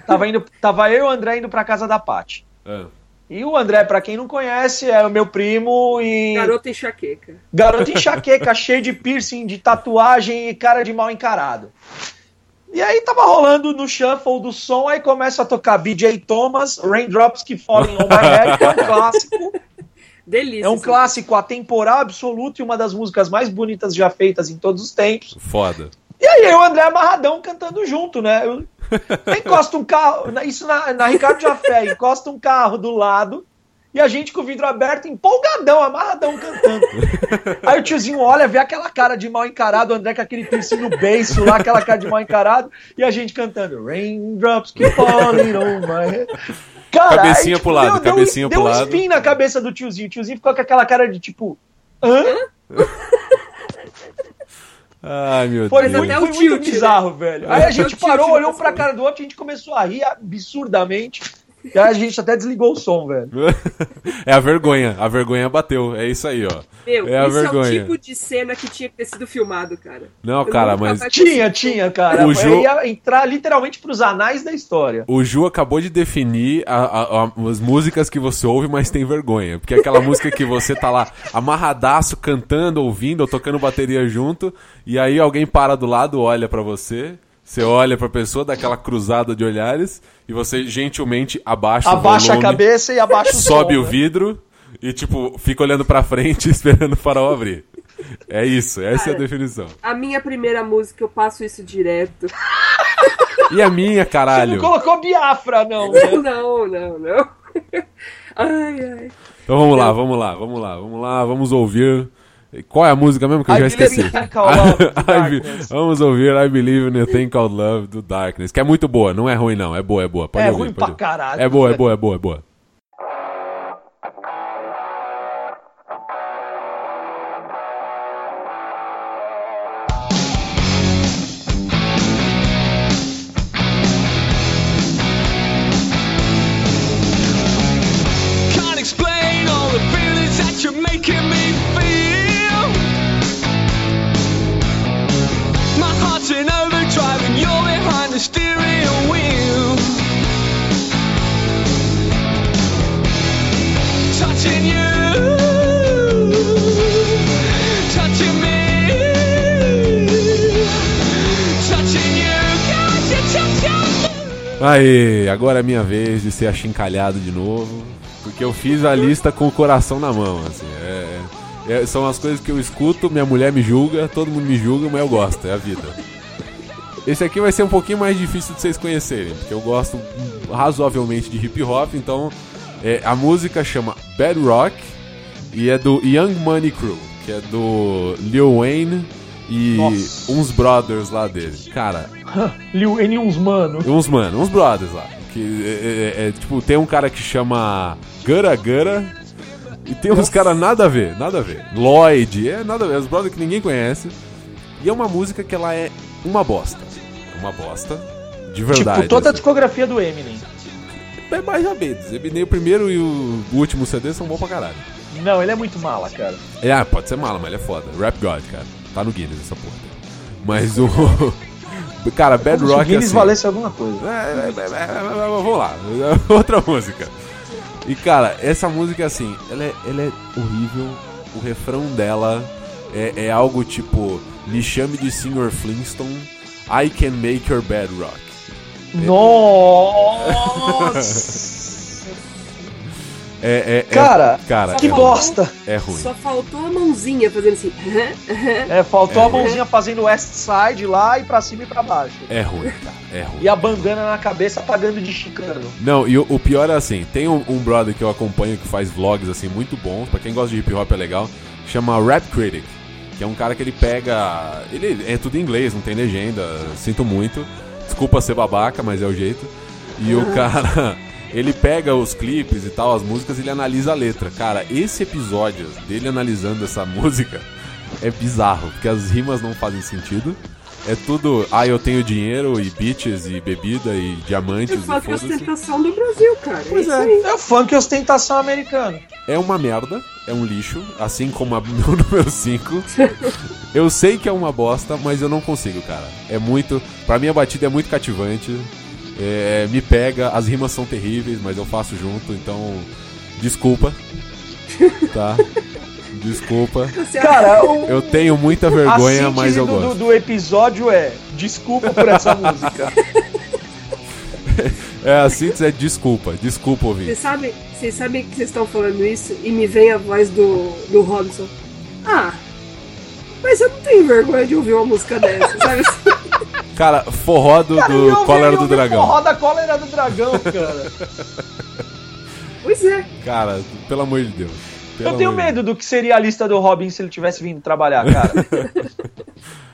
[SPEAKER 3] Tava, indo, tava eu e o André indo pra casa da Paty.
[SPEAKER 1] Ah.
[SPEAKER 3] E o André, pra quem não conhece, é o meu primo e.
[SPEAKER 2] Garota enxaqueca.
[SPEAKER 3] Garoto enxaqueca, cheio de piercing, de tatuagem e cara de mal encarado. E aí tava rolando no shuffle do som, aí começa a tocar BJ Thomas, Raindrops que Falling on My Head, que é um clássico.
[SPEAKER 2] Delícia.
[SPEAKER 3] É um
[SPEAKER 2] assim.
[SPEAKER 3] clássico atemporal absoluto e uma das músicas mais bonitas já feitas em todos os tempos.
[SPEAKER 1] Foda.
[SPEAKER 3] E aí eu e o André Amarradão cantando junto, né? Eu, eu encosto um carro, na- isso na, na Ricardo Jafé, encosta um carro do lado e a gente com o vidro aberto, empolgadão, amarradão cantando. Aí o tiozinho olha, vê aquela cara de mal encarado, o André com aquele piercing no beiço lá, aquela cara de mal encarado, e a gente cantando Raindrops keep falling on my head. Cara,
[SPEAKER 1] Cabecinha
[SPEAKER 3] aí,
[SPEAKER 1] pro lado,
[SPEAKER 3] deu- deu um-
[SPEAKER 1] cabecinha
[SPEAKER 3] deu
[SPEAKER 1] pro
[SPEAKER 3] um
[SPEAKER 1] lado.
[SPEAKER 3] espinho na cabeça do tiozinho, o tiozinho ficou com aquela cara de tipo, hã?
[SPEAKER 1] Ai, meu
[SPEAKER 3] Foi,
[SPEAKER 1] Deus.
[SPEAKER 3] muito,
[SPEAKER 2] até o
[SPEAKER 3] foi muito
[SPEAKER 2] tilt, né?
[SPEAKER 3] bizarro, velho. Aí a
[SPEAKER 2] Até o
[SPEAKER 3] gente
[SPEAKER 2] tilt né?
[SPEAKER 3] parou,
[SPEAKER 2] dessa
[SPEAKER 3] olhou pra
[SPEAKER 2] coisa.
[SPEAKER 3] cara do outro, a gente começou a rir absurdamente. E aí a gente até desligou o som, velho.
[SPEAKER 1] é a vergonha. A vergonha bateu. É isso aí, ó.
[SPEAKER 2] Meu,
[SPEAKER 1] é a
[SPEAKER 2] isso
[SPEAKER 1] vergonha.
[SPEAKER 2] é o tipo de cena que tinha que ter sido filmado, cara.
[SPEAKER 1] Não,
[SPEAKER 2] Eu
[SPEAKER 1] cara,
[SPEAKER 2] nunca
[SPEAKER 1] mas-
[SPEAKER 2] mais
[SPEAKER 3] Tinha, tinha, cara.
[SPEAKER 1] O
[SPEAKER 3] Foi-
[SPEAKER 1] Ju-
[SPEAKER 3] Ia entrar literalmente pros anais da história.
[SPEAKER 1] O Ju acabou de definir a- a- a- as músicas que você ouve, mas tem vergonha. Porque é aquela música que você tá lá amarradaço, cantando, ouvindo, ou tocando bateria junto, e aí alguém para do lado, olha pra você, você olha pra pessoa, dá aquela cruzada de olhares, e você gentilmente abaixa, o
[SPEAKER 3] Abaixa
[SPEAKER 1] volume,
[SPEAKER 3] a cabeça e abaixa o
[SPEAKER 1] sobe
[SPEAKER 3] som,
[SPEAKER 1] o
[SPEAKER 3] né?
[SPEAKER 1] vidro, e tipo, fica olhando pra frente, esperando o farol abrir. É isso, essa é a
[SPEAKER 2] Cara.
[SPEAKER 1] definição.
[SPEAKER 2] A minha primeira música, eu passo isso direto.
[SPEAKER 1] E a minha, caralho?
[SPEAKER 3] Não colocou Biafra, não. né?
[SPEAKER 2] Não, não, não. Ai, ai.
[SPEAKER 1] Então vamos lá, vamos lá, vamos lá, vamos lá, vamos ouvir. Qual é a música mesmo que eu
[SPEAKER 3] I
[SPEAKER 1] já esqueci?
[SPEAKER 3] Believe in Call Love,
[SPEAKER 1] I
[SPEAKER 3] do
[SPEAKER 1] be-
[SPEAKER 3] Darkness.
[SPEAKER 1] vamos ouvir I Believe in a Thing Called Love do Darkness, que é muito boa, não é ruim não, é boa, é boa. Pode
[SPEAKER 3] É
[SPEAKER 1] ouvir,
[SPEAKER 3] ruim
[SPEAKER 1] pode
[SPEAKER 3] pra
[SPEAKER 1] ouvir.
[SPEAKER 3] caralho,
[SPEAKER 1] É boa, é
[SPEAKER 3] velho.
[SPEAKER 1] boa, é boa, é boa.
[SPEAKER 9] Can't explain all the feelings that you're making me feel. My heart's in overdrive and you're behind the steering wheel. Touching you. Touching me. Touching you. God, you touch me.
[SPEAKER 1] Aí, agora é minha vez de ser achincalhado de novo, porque eu fiz a lista com o coração na mão, assim, é- é- são as coisas que eu escuto, minha mulher me julga, todo mundo me julga, mas eu gosto, é a vida. Esse aqui vai ser um pouquinho mais difícil de vocês conhecerem, porque eu gosto razoavelmente de hip hop, então é, a música chama Bad Rock e é do Young Money Crew, que é do Lil Wayne e
[SPEAKER 3] Nossa.
[SPEAKER 1] uns brothers lá dele. Cara,
[SPEAKER 3] Liu N uns mano.
[SPEAKER 1] e uns mano, uns brothers lá. Que é, é- é, tipo, tem um cara que chama Gura Gura. E tem uns caras nada a ver, nada a ver. Lloyd, é nada a ver. Os brothers que ninguém conhece. E é uma música que ela é uma bosta. É Uma bosta. De verdade.
[SPEAKER 3] Tipo, toda a
[SPEAKER 1] assim.
[SPEAKER 3] discografia do Eminem.
[SPEAKER 1] É mais ou menos. Eminem, o primeiro e o último CD são bons pra caralho.
[SPEAKER 3] Não, ele é muito mala, cara.
[SPEAKER 1] É, ah, pode ser mala, mas ele é foda. Rap God, cara. Tá no Guinness essa porra. Mas o. cara, Bad
[SPEAKER 3] Como se
[SPEAKER 1] Rock é
[SPEAKER 3] Guinness
[SPEAKER 1] assim.
[SPEAKER 3] valesse alguma coisa.
[SPEAKER 1] É, é, é, é, é, é, Vamos lá, outra música. E cara, essa música assim, ela é, ela é horrível. O refrão dela é, é algo tipo: Me chame de Sr. Flintstone, I can make your bed rock.
[SPEAKER 3] Nossa!
[SPEAKER 1] É, é, é-
[SPEAKER 3] Cara,
[SPEAKER 1] cara
[SPEAKER 3] que
[SPEAKER 1] é,
[SPEAKER 3] bosta!
[SPEAKER 1] é ruim.
[SPEAKER 2] Só faltou a mãozinha fazendo assim. aham, aham.
[SPEAKER 3] É, faltou
[SPEAKER 1] É.
[SPEAKER 3] a mãozinha fazendo West Side lá e pra cima e pra baixo.
[SPEAKER 1] É ruim, cara. É ruim.
[SPEAKER 3] E a bandana na cabeça pagando de chicano.
[SPEAKER 1] Não, e o, o pior é assim, tem um, um brother que eu acompanho que faz vlogs assim muito bons, pra quem gosta de hip hop é legal, chama Rap Critic, que é um cara que ele pega, ele é tudo em inglês, não tem legenda, sinto muito. Desculpa ser babaca, mas é o jeito. E o cara, ele pega os clipes e tal, as músicas, ele analisa a letra. Cara, esse episódio dele analisando essa música é bizarro, porque as rimas não fazem sentido. É tudo, ah, eu tenho dinheiro e bitches e bebida e diamantes
[SPEAKER 2] Eu
[SPEAKER 1] e
[SPEAKER 2] faço é a
[SPEAKER 1] foda-se.
[SPEAKER 2] ostentação do Brasil, cara.
[SPEAKER 1] Pois
[SPEAKER 2] é.
[SPEAKER 1] é.
[SPEAKER 2] Isso aí.
[SPEAKER 3] É o funk ostentação americano.
[SPEAKER 1] É uma merda, é um lixo, assim como a meu número 5. Eu sei que é uma bosta, mas eu não consigo, cara. É muito. Pra mim a batida é muito cativante. é, me pega, as rimas são terríveis, mas eu faço junto, então. Desculpa. Tá? Desculpa.
[SPEAKER 2] Você
[SPEAKER 3] Cara, o,
[SPEAKER 1] Eu tenho muita
[SPEAKER 3] a
[SPEAKER 1] vergonha,
[SPEAKER 3] síntese
[SPEAKER 1] mas eu
[SPEAKER 3] do,
[SPEAKER 1] gosto.
[SPEAKER 3] do episódio é desculpa por essa música.
[SPEAKER 1] É, a síntese é desculpa, desculpa, ouvir.
[SPEAKER 2] Vocês sabem, vocês sabem que vocês estão falando isso e me vem a voz do, do Robson. Ah, mas eu não tenho vergonha de ouvir uma música dessa, sabe? assim?
[SPEAKER 1] Cara, forró do,
[SPEAKER 3] Cara, eu
[SPEAKER 1] do
[SPEAKER 3] ouvi-
[SPEAKER 1] Cólera
[SPEAKER 3] eu
[SPEAKER 1] do
[SPEAKER 3] ouvi
[SPEAKER 1] Dragão.
[SPEAKER 3] Forró da cólera do dragão, cara.
[SPEAKER 2] Pois é.
[SPEAKER 1] Cara, pelo amor de Deus.
[SPEAKER 3] eu tenho medo do que seria a lista do Robin se ele tivesse vindo trabalhar, cara.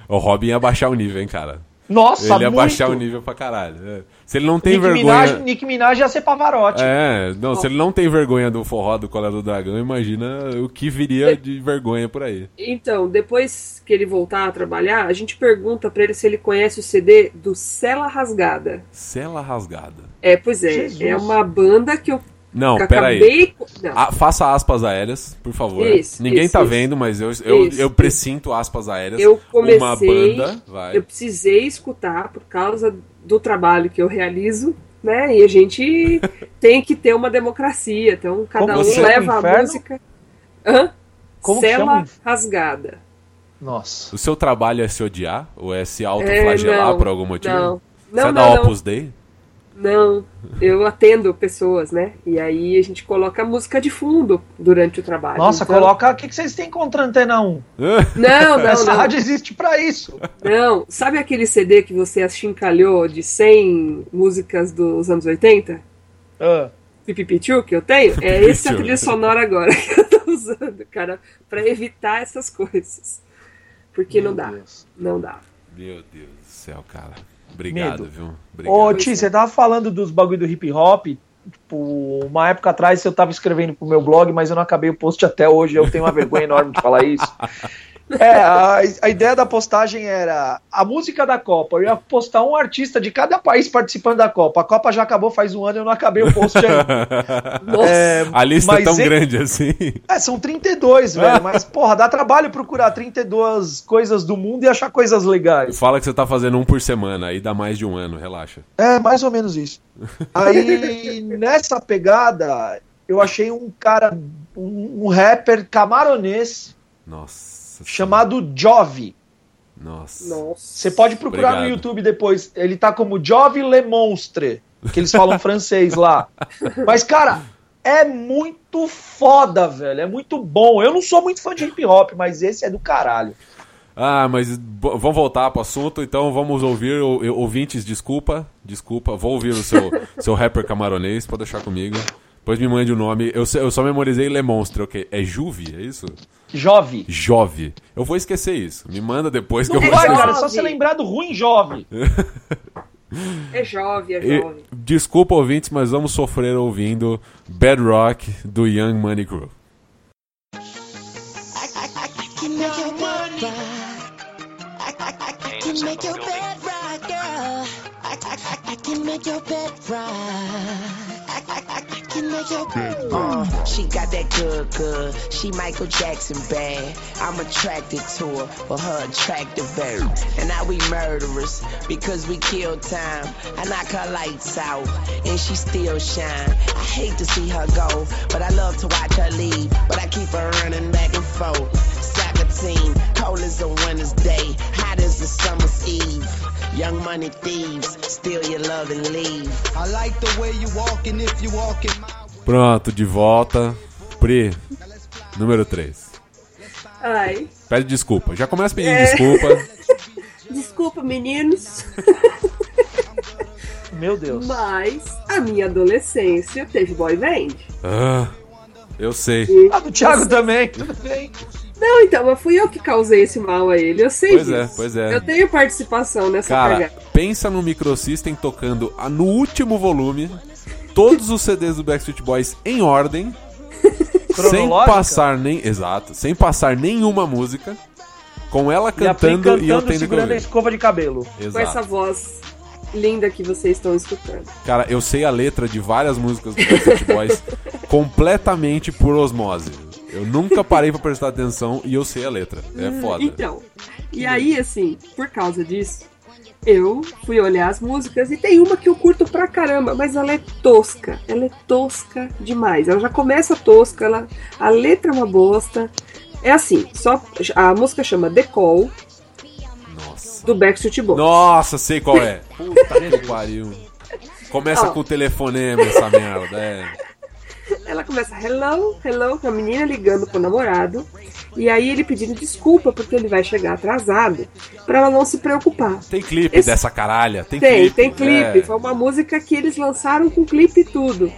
[SPEAKER 1] O Robin ia baixar o nível, hein, cara.
[SPEAKER 3] Nossa,
[SPEAKER 1] ele ia
[SPEAKER 3] muito.
[SPEAKER 1] baixar o nível pra caralho. é. Se ele não tem
[SPEAKER 3] Nicki
[SPEAKER 1] vergonha.
[SPEAKER 3] Minaj, Nicki Minaj ia ser Pavarotti.
[SPEAKER 1] É, não, se ele não tem vergonha do forró do Colégio do Dragão, imagina o que
[SPEAKER 2] É.
[SPEAKER 1] viria de vergonha por aí.
[SPEAKER 2] Então, depois que ele voltar a trabalhar, a gente pergunta pra ele se ele conhece o CD do Cela Rasgada.
[SPEAKER 1] Cela rasgada.
[SPEAKER 2] É, pois é.
[SPEAKER 3] Jesus.
[SPEAKER 2] É uma banda que eu
[SPEAKER 1] Não,
[SPEAKER 2] que
[SPEAKER 1] peraí.
[SPEAKER 2] acabei. Não.
[SPEAKER 1] Ah, faça aspas aéreas, por favor.
[SPEAKER 2] Isso,
[SPEAKER 1] Ninguém
[SPEAKER 2] isso,
[SPEAKER 1] tá
[SPEAKER 2] isso.
[SPEAKER 1] vendo, mas eu, eu,
[SPEAKER 2] Isso,
[SPEAKER 1] eu
[SPEAKER 2] isso.
[SPEAKER 1] precinto aspas aéreas.
[SPEAKER 2] Eu comecei.
[SPEAKER 1] Uma banda, vai.
[SPEAKER 2] Eu precisei escutar por causa do trabalho que eu realizo, né? E a gente tem que ter uma democracia. Então, cada
[SPEAKER 3] Como
[SPEAKER 2] um
[SPEAKER 1] você-
[SPEAKER 2] leva a
[SPEAKER 3] Inferno?
[SPEAKER 2] música. Hã?
[SPEAKER 3] Como chama
[SPEAKER 2] Cela
[SPEAKER 3] o-
[SPEAKER 2] rasgada.
[SPEAKER 3] Nossa.
[SPEAKER 1] O seu trabalho é se odiar? Ou é se
[SPEAKER 2] É,
[SPEAKER 1] autoflagelar
[SPEAKER 2] não,
[SPEAKER 1] por algum motivo?
[SPEAKER 2] Não.
[SPEAKER 1] Você é
[SPEAKER 2] Não,
[SPEAKER 1] da
[SPEAKER 2] não, não,
[SPEAKER 1] Opus Dei?
[SPEAKER 2] não. Eu atendo pessoas, né? E aí a gente coloca música de fundo durante o trabalho.
[SPEAKER 3] Nossa,
[SPEAKER 2] Então-
[SPEAKER 3] coloca. O que, que vocês têm contra a Antena 1?
[SPEAKER 2] Não, não,
[SPEAKER 3] Essa
[SPEAKER 2] não.
[SPEAKER 3] rádio existe pra isso.
[SPEAKER 2] Não, sabe aquele CD que você achincalhou de 100 músicas dos anos 80?
[SPEAKER 3] Ah,
[SPEAKER 2] Pipipichu que eu tenho? É esse a
[SPEAKER 1] Pipipichu.
[SPEAKER 2] trilha sonora agora que eu tô usando, cara, pra evitar essas coisas. Porque não dá,
[SPEAKER 3] Deus.
[SPEAKER 2] não dá.
[SPEAKER 1] Meu Deus do céu, cara. Obrigado,
[SPEAKER 3] Medo.
[SPEAKER 1] viu? Obrigado.
[SPEAKER 3] Ô, Ti, você tava falando dos bagulho do hip hop. Tipo, uma época atrás eu tava escrevendo pro meu blog, mas eu não acabei o post até hoje. Eu tenho uma vergonha enorme de falar isso. É, a, a ideia da postagem era a música da Copa. Eu ia postar um artista de cada país participando da Copa. A Copa já acabou faz um ano e eu não acabei o post ainda.
[SPEAKER 2] Nossa,
[SPEAKER 1] A lista é
[SPEAKER 3] mas
[SPEAKER 1] tão
[SPEAKER 3] ele-
[SPEAKER 1] grande assim.
[SPEAKER 3] É, são 32, velho. Mas, porra, dá trabalho procurar 32 coisas do mundo e achar coisas legais.
[SPEAKER 1] Fala que você tá fazendo um por semana, aí dá mais de um ano, relaxa.
[SPEAKER 3] É, mais ou menos isso. Aí, nessa pegada, eu achei um cara, um, um rapper camaronês
[SPEAKER 1] Nossa.
[SPEAKER 3] chamado Jove.
[SPEAKER 1] Nossa.
[SPEAKER 2] nossa.
[SPEAKER 3] Você pode procurar no
[SPEAKER 1] Obrigado.
[SPEAKER 3] YouTube depois. Ele tá como Jove Le Monstre, que eles falam francês lá. Mas, cara, é muito foda, velho. É muito bom. Eu não sou muito fã de hip hop, mas esse é do caralho.
[SPEAKER 1] Ah, mas bo- vamos voltar pro assunto, então vamos ouvir. o- eu- Ouvintes, desculpa, desculpa. Vou ouvir o seu, seu rapper camaronês, pode deixar comigo. Depois me mande o nome. Eu, se- eu só memorizei Le Monstre, ok? É Juve, é isso?
[SPEAKER 3] Jove.
[SPEAKER 1] Jove. Eu vou esquecer isso. Me manda depois que eu
[SPEAKER 3] Não
[SPEAKER 1] vou
[SPEAKER 3] vai,
[SPEAKER 1] esquecer.
[SPEAKER 3] cara. É só você lembrar do ruim Jove.
[SPEAKER 2] É jovem, é
[SPEAKER 1] E-
[SPEAKER 2] jovem.
[SPEAKER 1] desculpa, ouvintes, mas vamos sofrer ouvindo Bad Rock do Young Money Crew.
[SPEAKER 6] I, I, I can make your bed rock. I, I, I, I can make your bed rock, girl. I, I, I, I can make your bed rock. I, I, I, I can make your bed rock.
[SPEAKER 8] Uh, she got that good, good. She Michael Jackson bad. I'm attracted to her, but her attractive bad. And now we murderers because we kill time. I knock her lights out and she still shine. I hate to see her go, but I love to watch her leave. But I keep her running back and forth. Soccer team, cold as a winter's day, hot as a summer's eve. Young money thieves, steal your love and leave.
[SPEAKER 9] I like the way you walking if you walking my
[SPEAKER 1] Pronto, de volta. Pri, número 3.
[SPEAKER 2] Ai,
[SPEAKER 1] Pede desculpa. Já começa pedindo
[SPEAKER 3] É.
[SPEAKER 1] desculpa.
[SPEAKER 2] desculpa, meninos,
[SPEAKER 3] Meu Deus.
[SPEAKER 2] mas a minha adolescência teve boy band.
[SPEAKER 1] Ah, eu sei.
[SPEAKER 3] Ah, do Thiago também. Tudo bem.
[SPEAKER 2] Não, então, mas fui eu que causei esse mal a ele, eu sei
[SPEAKER 1] Pois
[SPEAKER 2] disso.
[SPEAKER 1] é, pois é.
[SPEAKER 2] Eu tenho participação nessa
[SPEAKER 1] Cara,
[SPEAKER 2] cagada.
[SPEAKER 1] pensa no Microsystem tocando a- no último volume todos os CDs do Backstreet Boys em ordem, sem
[SPEAKER 3] Cronológica?
[SPEAKER 1] passar nem, exato, sem passar nenhuma música, com ela
[SPEAKER 3] E a Pri
[SPEAKER 1] cantando e, eu
[SPEAKER 3] cantando,
[SPEAKER 1] tendo que
[SPEAKER 3] segurando a
[SPEAKER 1] ouvir.
[SPEAKER 3] escova de cabelo.
[SPEAKER 2] com essa
[SPEAKER 1] Exato.
[SPEAKER 2] voz linda que vocês estão escutando.
[SPEAKER 1] Cara, eu sei a letra de várias músicas do Backstreet Boys completamente por osmose. Eu nunca parei pra prestar atenção e eu sei a letra. É foda.
[SPEAKER 2] Então, e aí, assim, por causa disso, eu fui olhar as músicas e tem uma que eu curto pra caramba, mas ela é tosca. Ela é tosca demais. Ela já começa tosca, ela, a letra é uma bosta. É assim, só a música chama The Call
[SPEAKER 1] Nossa.
[SPEAKER 2] do Backstreet Boys.
[SPEAKER 1] Nossa, sei qual é. Puta que pariu. Começa
[SPEAKER 2] Ó.
[SPEAKER 1] com o telefonema essa merda, é.
[SPEAKER 2] Ela começa hello, hello, com a menina ligando pro namorado. E aí ele pedindo desculpa porque ele vai chegar atrasado, pra ela não se preocupar.
[SPEAKER 1] Tem clipe
[SPEAKER 2] Esse-
[SPEAKER 1] dessa caralha, tem,
[SPEAKER 2] Tem,
[SPEAKER 1] clipe.
[SPEAKER 2] tem clipe.
[SPEAKER 1] é.
[SPEAKER 2] Foi uma música que eles lançaram com clipe e tudo.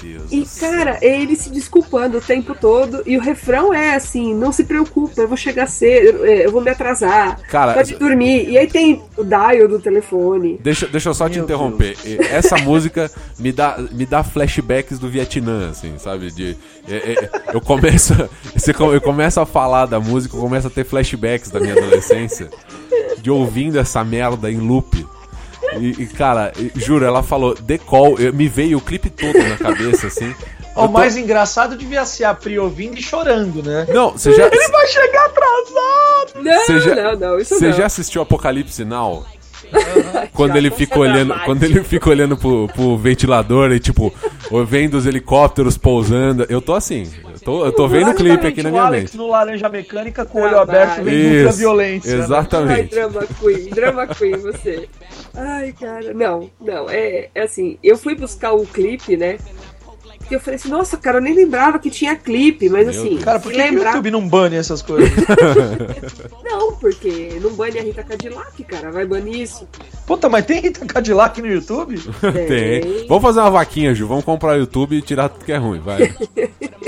[SPEAKER 1] Deus
[SPEAKER 2] E,
[SPEAKER 1] do céu.
[SPEAKER 2] cara, é ele se desculpando o tempo todo. E o refrão é assim: não se preocupa, eu vou chegar cedo, é, eu vou me atrasar,
[SPEAKER 1] Cara,
[SPEAKER 2] pode
[SPEAKER 1] essa-
[SPEAKER 2] dormir. E aí tem o dial do telefone.
[SPEAKER 1] Deixa, deixa eu só te
[SPEAKER 3] Meu
[SPEAKER 1] interromper. E- Essa música me dá, me dá flashbacks do Vietnã, assim, sabe? De, é- é- eu, começo, você come- eu começo a falar da música, eu começo a ter flashbacks da minha adolescência, de ouvindo essa merda em loop. E, e, cara, e, juro, ela falou, The Call, eu- me veio o clipe todo na cabeça, assim.
[SPEAKER 3] O
[SPEAKER 1] Eu tô-
[SPEAKER 3] mais engraçado devia ser a Pri ouvindo e chorando, né?
[SPEAKER 1] Não, você já,
[SPEAKER 3] Ele vai chegar atrasado!
[SPEAKER 2] Não,
[SPEAKER 1] Você já,
[SPEAKER 2] não, não, isso
[SPEAKER 1] você
[SPEAKER 2] não.
[SPEAKER 1] já assistiu Apocalipse Now? quando ele fica olhando, quando ele fica olhando pro, pro ventilador e tipo, ou vendo os helicópteros pousando. Eu tô assim, eu tô, eu tô vendo o clipe aqui na
[SPEAKER 3] o
[SPEAKER 1] minha
[SPEAKER 3] Alex
[SPEAKER 1] mente.
[SPEAKER 3] no Laranja Mecânica com o olho
[SPEAKER 2] Caralho.
[SPEAKER 3] aberto vendo a violência. né?
[SPEAKER 2] Ai,
[SPEAKER 1] exatamente.
[SPEAKER 2] drama queen, drama queen você. Ai, cara, não, não, é, é assim, eu fui buscar o clipe, né? E eu falei assim, nossa, cara, eu nem lembrava que tinha clipe, mas assim,
[SPEAKER 1] Deus.
[SPEAKER 3] Cara, por
[SPEAKER 2] se
[SPEAKER 3] que, que o
[SPEAKER 2] lembrar...
[SPEAKER 3] YouTube não bane essas coisas?
[SPEAKER 2] Não, porque não bane a Rita Cadillac, cara, vai banir isso.
[SPEAKER 3] Puta, mas tem Rita Cadillac no YouTube?
[SPEAKER 1] Tem. Vamos fazer uma vaquinha, Ju. Vamos comprar o YouTube e tirar tudo que é ruim, vai.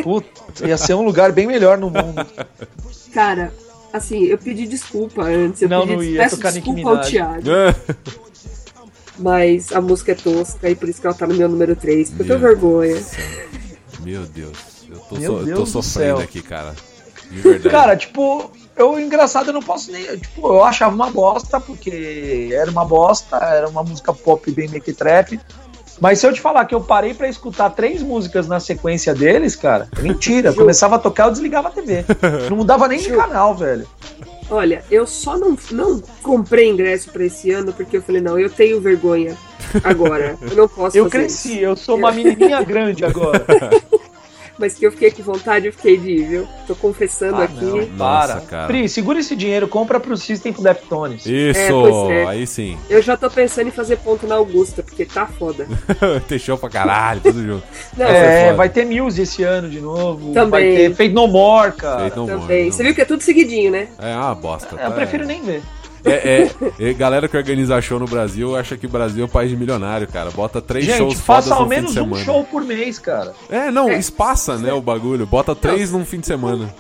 [SPEAKER 3] Puta, ia ser um lugar bem melhor no mundo.
[SPEAKER 2] Cara, assim, eu pedi desculpa antes, eu
[SPEAKER 3] Não,
[SPEAKER 2] pedi
[SPEAKER 3] não ia
[SPEAKER 2] peço
[SPEAKER 3] tocar Nicki
[SPEAKER 2] desculpa ao
[SPEAKER 3] Minaj.
[SPEAKER 2] Thiago, mas a música é tosca e por isso que ela tá no meu número 3, porque eu tenho
[SPEAKER 1] Meu
[SPEAKER 2] vergonha.
[SPEAKER 1] Deus do céu. Meu Deus. Eu tô,
[SPEAKER 3] Meu
[SPEAKER 1] so- eu tô
[SPEAKER 3] Deus do
[SPEAKER 1] sofrendo
[SPEAKER 3] céu.
[SPEAKER 1] aqui, cara. De verdade.
[SPEAKER 3] Cara, tipo, eu engraçado, eu não posso nem. Tipo, eu achava uma bosta, porque era uma bosta, era uma música pop bem make trap. Mas se eu te falar que eu parei pra escutar três músicas na sequência deles, cara, é mentira. começava a tocar, eu desligava a TV. Não mudava nem de canal, velho.
[SPEAKER 2] Olha, eu só não, não comprei ingresso pra esse ano porque eu falei, não, eu tenho vergonha agora. Eu não posso
[SPEAKER 3] Eu
[SPEAKER 2] fazer
[SPEAKER 3] cresci,
[SPEAKER 2] isso.
[SPEAKER 3] eu sou uma menininha grande agora.
[SPEAKER 2] Mas que eu fiquei com vontade, eu fiquei de ir, viu? Tô confessando
[SPEAKER 3] Ah,
[SPEAKER 2] aqui.
[SPEAKER 3] não,
[SPEAKER 1] Nossa,
[SPEAKER 3] para.
[SPEAKER 1] cara.
[SPEAKER 3] Pri, segura esse dinheiro, compra pro System pro Deftones.
[SPEAKER 2] É,
[SPEAKER 1] Isso!
[SPEAKER 2] pois é.
[SPEAKER 1] Aí sim.
[SPEAKER 2] Eu já tô pensando em fazer ponto na Augusta, porque tá foda.
[SPEAKER 1] Deixou pra caralho, tudo junto.
[SPEAKER 2] Não,
[SPEAKER 1] é
[SPEAKER 3] É,
[SPEAKER 1] foda.
[SPEAKER 3] vai ter Muse esse ano de novo. Vai
[SPEAKER 2] Também.
[SPEAKER 3] ter Feito No More, cara.
[SPEAKER 1] Feito no More,
[SPEAKER 2] também.
[SPEAKER 1] não.
[SPEAKER 2] Você viu que é tudo seguidinho, né?
[SPEAKER 1] É uma bosta.
[SPEAKER 3] É, Eu
[SPEAKER 1] tá?
[SPEAKER 3] prefiro nem ver.
[SPEAKER 1] É, é, é, galera que organiza show no Brasil acha que o Brasil é o país de milionário, cara. Bota três
[SPEAKER 3] Gente,
[SPEAKER 1] shows
[SPEAKER 3] faça
[SPEAKER 1] fodas
[SPEAKER 3] ao
[SPEAKER 1] num fim
[SPEAKER 3] menos
[SPEAKER 1] de
[SPEAKER 3] um
[SPEAKER 1] semana.
[SPEAKER 3] show por mês, cara.
[SPEAKER 1] É, não,
[SPEAKER 2] É.
[SPEAKER 1] espaça, né, o bagulho. Bota três num fim de semana.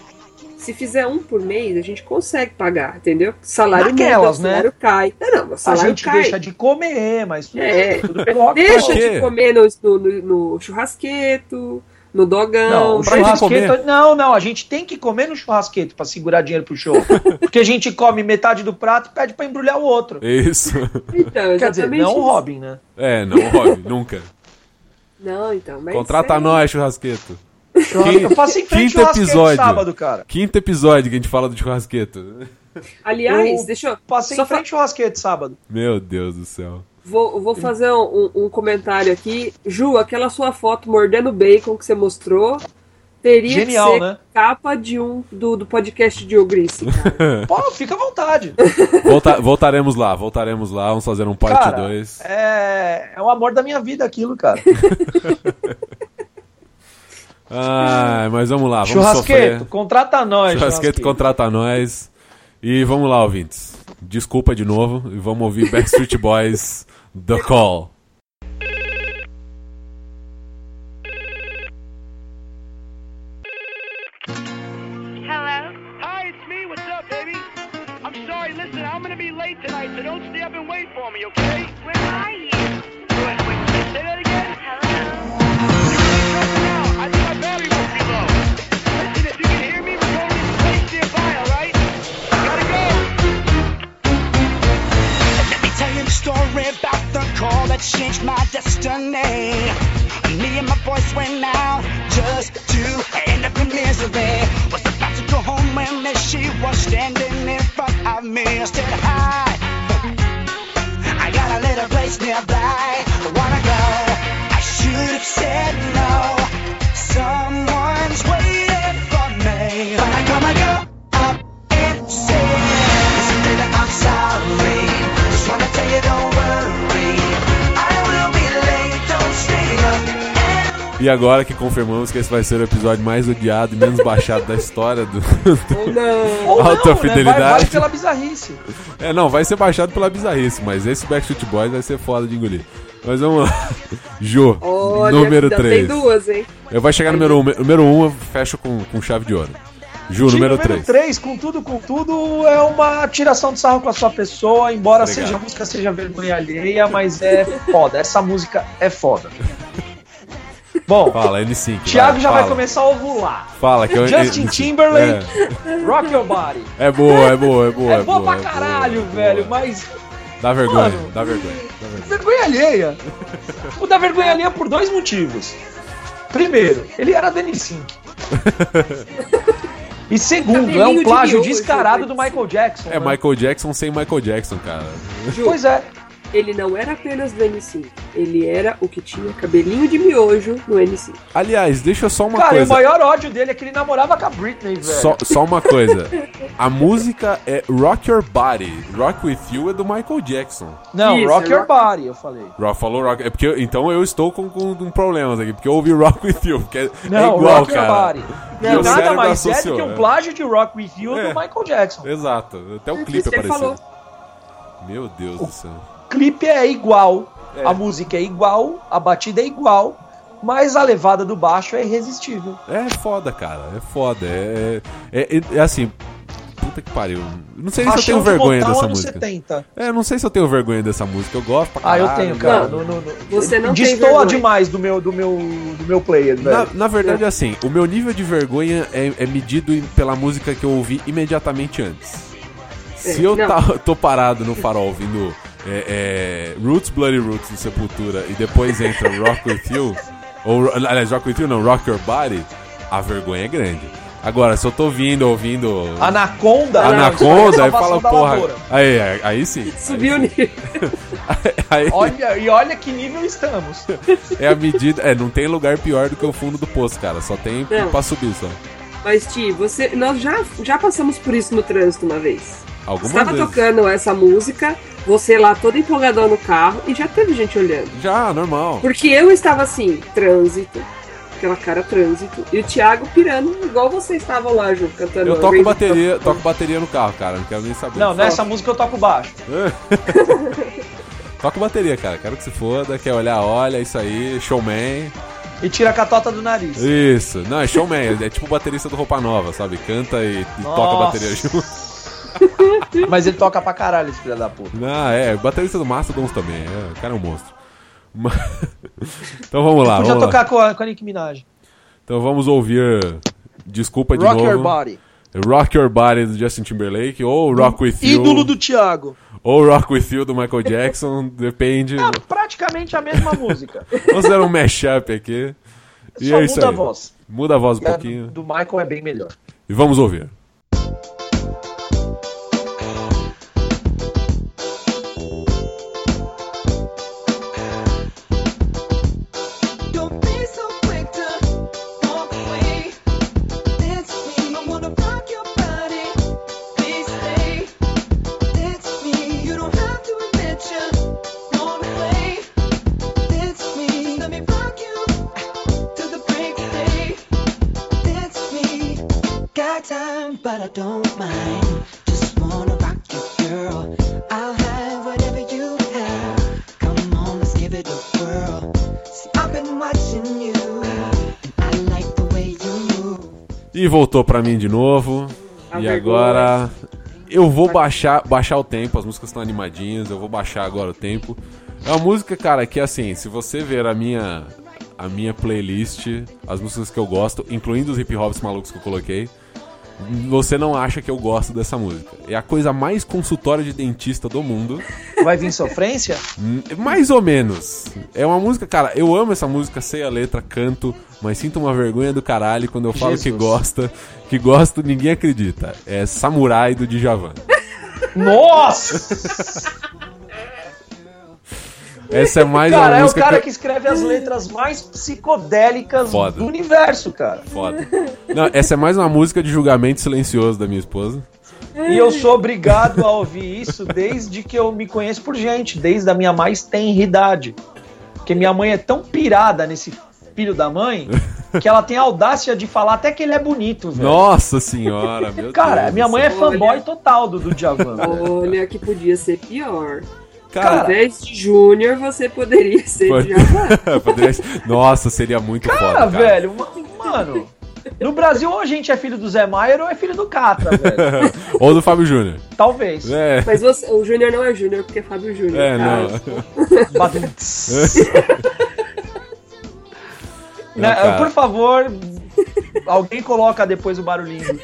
[SPEAKER 2] Se fizer um por mês, a gente consegue pagar, entendeu? Salário muda, o
[SPEAKER 3] Naquelas, né?
[SPEAKER 2] salário cai. Não, não, o
[SPEAKER 3] A
[SPEAKER 2] salário
[SPEAKER 3] gente
[SPEAKER 2] cai.
[SPEAKER 3] deixa de comer, mas tudo,
[SPEAKER 2] É.
[SPEAKER 3] tudo bem. Logo,
[SPEAKER 2] Deixa
[SPEAKER 1] Por quê?
[SPEAKER 2] de comer no, no, no- no churrasqueto, no
[SPEAKER 3] Não,
[SPEAKER 2] dogão.
[SPEAKER 3] o
[SPEAKER 1] pra gente
[SPEAKER 3] churrasqueto. Não, não, a gente tem que comer no churrasqueto pra segurar dinheiro pro show. Porque a gente come metade do prato e pede pra embrulhar o outro.
[SPEAKER 1] Isso.
[SPEAKER 2] Então,
[SPEAKER 3] Quer dizer,
[SPEAKER 2] exatamente
[SPEAKER 3] não o
[SPEAKER 2] isso.
[SPEAKER 3] Robin, né?
[SPEAKER 1] É, não, Rob, nunca.
[SPEAKER 2] Não, então, mas.
[SPEAKER 1] Contrata
[SPEAKER 2] é-
[SPEAKER 1] nós, churrasqueto.
[SPEAKER 3] Eu faço em frente
[SPEAKER 1] quinto
[SPEAKER 3] ao churrasqueto
[SPEAKER 1] episódio.
[SPEAKER 3] sábado, cara.
[SPEAKER 1] Quinto episódio que a gente fala do churrasqueto.
[SPEAKER 2] Aliás,
[SPEAKER 3] Eu
[SPEAKER 2] deixa eu.
[SPEAKER 3] Passei
[SPEAKER 2] só
[SPEAKER 3] em frente ao churrasqueto sábado.
[SPEAKER 1] Meu Deus do céu.
[SPEAKER 2] fa- vou, vou fazer um, um comentário aqui. Ju, aquela sua foto mordendo bacon que você mostrou teria que
[SPEAKER 3] Genial,
[SPEAKER 2] ser
[SPEAKER 3] né?
[SPEAKER 2] capa de um do, do podcast de Ogrice.
[SPEAKER 1] É.
[SPEAKER 3] Pô, fica à vontade.
[SPEAKER 1] Volta- voltaremos lá, voltaremos lá. Vamos fazer um parte
[SPEAKER 3] Cara,
[SPEAKER 1] 2.
[SPEAKER 3] é, é o amor da minha vida aquilo, cara.
[SPEAKER 1] Ai, mas vamos lá, vamos
[SPEAKER 3] churrasqueto,
[SPEAKER 1] sofrer.
[SPEAKER 3] contrata nós.
[SPEAKER 1] Churrasqueto contrata é nós. E vamos lá, ouvintes. Desculpa de novo e vamos ouvir Backstreet Boys The Call.
[SPEAKER 10] Hello? Hi, it's me. What's up, baby? I'm sorry. Listen, I'm gonna be late tonight, so don't stay up and wait for me, okay? Where are you? Wait, wait, say that again. Hello? Now, I think my battery must be low. Listen, if you can hear me, we're going to place nearby, all right? Gotta go.
[SPEAKER 9] Let me tell you the story about the call that changed my destiny. Me and my boys went out just to end up in misery. Was about to go home when there she was standing in front of me. I said, Hi, I got a little place nearby. Wanna go? I should have said no. Someone's waiting for me. But I gotta go up and say, Listen, baby, I'm sorry. Just wanna tell you, don't worry. I will be late. Don't stay up. And
[SPEAKER 1] E agora que confirmamos que esse vai ser o episódio mais odiado e menos baixado da história do. do-
[SPEAKER 2] Ou não.
[SPEAKER 3] Ou
[SPEAKER 1] Alta
[SPEAKER 3] não,
[SPEAKER 1] fidelidade.
[SPEAKER 3] Né? Vai, vale pela bizarrice.
[SPEAKER 1] É, não, vai ser baixado pela bizarrice, mas esse Backstreet Boys vai ser foda de engolir. Mas vamos lá. Jô,
[SPEAKER 2] Olha,
[SPEAKER 1] número
[SPEAKER 2] ainda tem
[SPEAKER 1] 3.
[SPEAKER 2] duas, hein?
[SPEAKER 1] Eu vai chegar número 1, um, número um, eu fecho com, com chave de ouro. Ju,
[SPEAKER 3] Time
[SPEAKER 1] número 3.
[SPEAKER 3] com tudo, com tudo, é uma tiração de sarro com a sua pessoa, embora
[SPEAKER 1] Obrigado.
[SPEAKER 3] seja música, seja vergonha alheia, mas é foda. Essa música é foda. Bom,
[SPEAKER 1] Fala, N5. vai,
[SPEAKER 3] Thiago já
[SPEAKER 1] fala.
[SPEAKER 3] vai começar a ovular.
[SPEAKER 1] Fala, que eu,
[SPEAKER 3] Justin
[SPEAKER 1] é-
[SPEAKER 3] Timberlake, Rock Your Body.
[SPEAKER 1] É, é boa, é boa, é boa.
[SPEAKER 3] É boa pra
[SPEAKER 1] é
[SPEAKER 3] caralho,
[SPEAKER 1] é boa.
[SPEAKER 3] velho, mas
[SPEAKER 1] Dá vergonha,
[SPEAKER 3] Mano.
[SPEAKER 1] dá vergonha, dá vergonha.
[SPEAKER 3] vergonha alheia. O da vergonha alheia por dois motivos. Primeiro, ele era da N5. E segundo, é
[SPEAKER 2] Cabelinho
[SPEAKER 3] um
[SPEAKER 2] de
[SPEAKER 3] plágio
[SPEAKER 2] miolo,
[SPEAKER 3] descarado do
[SPEAKER 2] Gilberto.
[SPEAKER 3] Michael Jackson.
[SPEAKER 1] É
[SPEAKER 3] né?
[SPEAKER 1] Michael Jackson sem Michael Jackson, cara.
[SPEAKER 3] Pois é.
[SPEAKER 2] Ele não era apenas do N5. Ele era o que tinha cabelinho de miojo no N5.
[SPEAKER 1] Aliás, deixa eu só uma
[SPEAKER 3] Cara, e o
[SPEAKER 1] coisa.
[SPEAKER 3] maior ódio dele é que ele namorava com a Britney, velho.
[SPEAKER 1] Só, só uma coisa. A música é Rock Your Body. Rock With You é do Michael Jackson.
[SPEAKER 3] Não,
[SPEAKER 2] Isso,
[SPEAKER 3] Rock Your
[SPEAKER 2] rock-
[SPEAKER 3] Body, eu falei.
[SPEAKER 1] Ro- Falou Rock. É porque, eu- então eu estou com, com, com problemas aqui, porque eu ouvi Rock With You. Porque é,
[SPEAKER 3] Não,
[SPEAKER 1] é igual,
[SPEAKER 3] Rock
[SPEAKER 1] cara.
[SPEAKER 3] Your Body.
[SPEAKER 1] Meu
[SPEAKER 3] Não, nada
[SPEAKER 1] cérebro
[SPEAKER 3] mais é do que
[SPEAKER 1] associou,
[SPEAKER 3] um plágio de Rock With You
[SPEAKER 1] É.
[SPEAKER 3] do Michael Jackson.
[SPEAKER 1] Exato. Até o
[SPEAKER 2] Isso
[SPEAKER 1] clipe
[SPEAKER 2] que ele
[SPEAKER 1] apareceu. Meu Deus do céu.
[SPEAKER 3] O clipe é igual, a música é igual, a batida é igual, mas a levada do baixo é irresistível.
[SPEAKER 1] É foda, cara. É foda. É, é, é- é assim. Puta que pariu. Não sei nem se eu tenho
[SPEAKER 3] Achando de
[SPEAKER 1] vergonha
[SPEAKER 3] botar o
[SPEAKER 1] dessa
[SPEAKER 3] ano
[SPEAKER 1] música.
[SPEAKER 3] 70.
[SPEAKER 1] É, não sei se eu tenho vergonha dessa música. Eu gosto pra
[SPEAKER 3] Ah,
[SPEAKER 1] caralho.
[SPEAKER 3] eu tenho, cara.
[SPEAKER 2] não.
[SPEAKER 3] No, no, no-
[SPEAKER 2] Você não tem
[SPEAKER 3] Destoa
[SPEAKER 2] vergonha.
[SPEAKER 3] demais do meu, do meu, do meu player,
[SPEAKER 1] Na,
[SPEAKER 3] velho.
[SPEAKER 1] na verdade, assim, o meu nível de vergonha é, é medido em- pela música que eu ouvi imediatamente antes. Se
[SPEAKER 2] É,
[SPEAKER 1] eu
[SPEAKER 2] não.
[SPEAKER 1] tá- tô parado no farol ouvindo é, é, Roots, Bloody Roots do Sepultura e depois entra Rock With You, ou, ro- aliás, Rock With You não, Rock Your Body, a vergonha é grande. Agora, se eu tô ouvindo, ouvindo
[SPEAKER 3] Ah,
[SPEAKER 1] Tá,
[SPEAKER 3] Anaconda.
[SPEAKER 1] Anaconda, aí fala,
[SPEAKER 3] Salvação da
[SPEAKER 1] porra,
[SPEAKER 3] Lavoura.
[SPEAKER 1] aí, aí, aí sim. aí
[SPEAKER 2] Subiu o
[SPEAKER 1] sim.
[SPEAKER 2] nível.
[SPEAKER 1] Aí-
[SPEAKER 3] Olha, e olha que nível estamos.
[SPEAKER 1] é a medida, é, não tem lugar pior do que o fundo do poço, cara, só tem
[SPEAKER 2] Não.
[SPEAKER 1] pra subir só.
[SPEAKER 2] Mas, Ti, você, nós já, já passamos por isso no trânsito uma vez.
[SPEAKER 1] Algumas
[SPEAKER 2] Estava
[SPEAKER 1] vezes.
[SPEAKER 2] tocando essa música, você lá todo empolgadão no carro e já teve gente olhando.
[SPEAKER 1] Já, normal.
[SPEAKER 2] Porque eu estava assim, trânsito, aquela cara trânsito, e o Thiago pirando, igual vocês estavam lá, Ju, cantando.
[SPEAKER 1] Eu toco
[SPEAKER 2] Raise-
[SPEAKER 1] bateria, toco bateria no carro, cara. Não quero nem saber.
[SPEAKER 3] Não, é nessa música eu toco baixo.
[SPEAKER 1] Toco bateria, cara. Quero que se foda. Quer olhar, olha, é isso aí, showman.
[SPEAKER 3] E tira a catota do nariz.
[SPEAKER 1] Isso. Não, é showman. é tipo o baterista do Roupa Nova, sabe? Canta e, e toca
[SPEAKER 3] Nossa.
[SPEAKER 1] bateria junto.
[SPEAKER 3] Mas ele toca pra caralho, esse filho da puta.
[SPEAKER 1] Ah, é. Baterista do Mastodons também. É, o cara é um monstro. Mas- Então vamos lá,
[SPEAKER 3] Podia
[SPEAKER 1] vamos lá.
[SPEAKER 3] tocar com a, com a Nicki Minaj.
[SPEAKER 1] Então vamos ouvir. Desculpa de
[SPEAKER 3] Rock
[SPEAKER 1] novo.
[SPEAKER 3] Your Body.
[SPEAKER 1] Rock Your Body do Justin Timberlake ou Rock With You.
[SPEAKER 3] Ídolo do Thiago.
[SPEAKER 1] Ou Rock With You do Michael Jackson. depende.
[SPEAKER 3] É praticamente a mesma música.
[SPEAKER 1] Vamos fazer um mashup aqui. E
[SPEAKER 3] Só
[SPEAKER 1] é isso
[SPEAKER 3] muda
[SPEAKER 1] aí.
[SPEAKER 3] a voz.
[SPEAKER 1] Muda a voz um
[SPEAKER 3] E a
[SPEAKER 1] pouquinho.
[SPEAKER 3] do Michael é bem melhor.
[SPEAKER 1] E vamos ouvir.
[SPEAKER 5] Don't be so quick to walk away. Dance with me, I wanna rock your body. Please stay. Dance with me, you don't have to admit you wanna play. Dance with me, just let me rock you to the break of day. Dance with me, got time, but I don't mind. Just wanna rock you, girl. I'll have whatever you have. Come on, let's give it a whirl. See, I've been watching you, and I like the way you move.
[SPEAKER 1] E voltou pra mim de novo.
[SPEAKER 2] A
[SPEAKER 1] e
[SPEAKER 2] vergonha.
[SPEAKER 1] agora eu vou baixar, baixar o tempo. As músicas estão animadinhas, eu vou baixar agora o tempo. É uma música, cara, que assim, se você ver a minha a minha playlist, as músicas que eu gosto, incluindo os hip hops malucos que eu coloquei, você não acha que eu gosto dessa música. É a coisa mais consultória de dentista do mundo.
[SPEAKER 3] Vai vir sofrência?
[SPEAKER 1] Hum, Mais ou menos. É uma música, cara, eu amo essa música, sei a letra, canto, mas sinto uma vergonha do caralho quando eu falo que
[SPEAKER 3] Jesus.
[SPEAKER 1] gosta. Que gosto, ninguém acredita. É Samurai do Djavan.
[SPEAKER 3] Nossa!
[SPEAKER 1] Essa é mais
[SPEAKER 3] cara,
[SPEAKER 1] uma
[SPEAKER 3] é o
[SPEAKER 1] música
[SPEAKER 3] cara que...
[SPEAKER 1] que...
[SPEAKER 3] escreve as letras mais psicodélicas
[SPEAKER 1] Foda.
[SPEAKER 3] do universo, cara.
[SPEAKER 1] Foda. Não, essa é mais uma música de julgamento silencioso da minha esposa.
[SPEAKER 3] E eu sou obrigado a ouvir isso desde que eu me conheço por gente, desde a minha mais tenra idade. Porque minha mãe é tão pirada nesse filho da mãe que ela tem a audácia de falar até que ele é bonito, velho.
[SPEAKER 1] Nossa senhora, meu
[SPEAKER 3] Cara, é
[SPEAKER 1] Deus
[SPEAKER 3] minha
[SPEAKER 1] do
[SPEAKER 3] mãe
[SPEAKER 1] céu.
[SPEAKER 3] é fanboy total do, do Djavan. velho.
[SPEAKER 2] Olha que podia ser pior.
[SPEAKER 1] Cara,
[SPEAKER 2] Ao invés de Júnior, você poderia ser
[SPEAKER 1] Pode-
[SPEAKER 2] Djavan.
[SPEAKER 1] poderia ser- Nossa, seria muito foda,
[SPEAKER 3] Cara,
[SPEAKER 1] cara.
[SPEAKER 3] velho, ma- mano. No Brasil, ou a gente é filho do Zé Maier ou é filho do Catra, velho.
[SPEAKER 1] Ou do Fábio Júnior.
[SPEAKER 3] Talvez.
[SPEAKER 1] É,
[SPEAKER 2] Mas você- o Júnior não é Júnior, porque é Fábio Ah, Júnior.
[SPEAKER 1] é,
[SPEAKER 2] cara.
[SPEAKER 1] não.
[SPEAKER 3] Batendo-
[SPEAKER 1] Não,
[SPEAKER 3] Né,
[SPEAKER 1] cara.
[SPEAKER 3] Por favor, alguém coloca depois o barulhinho.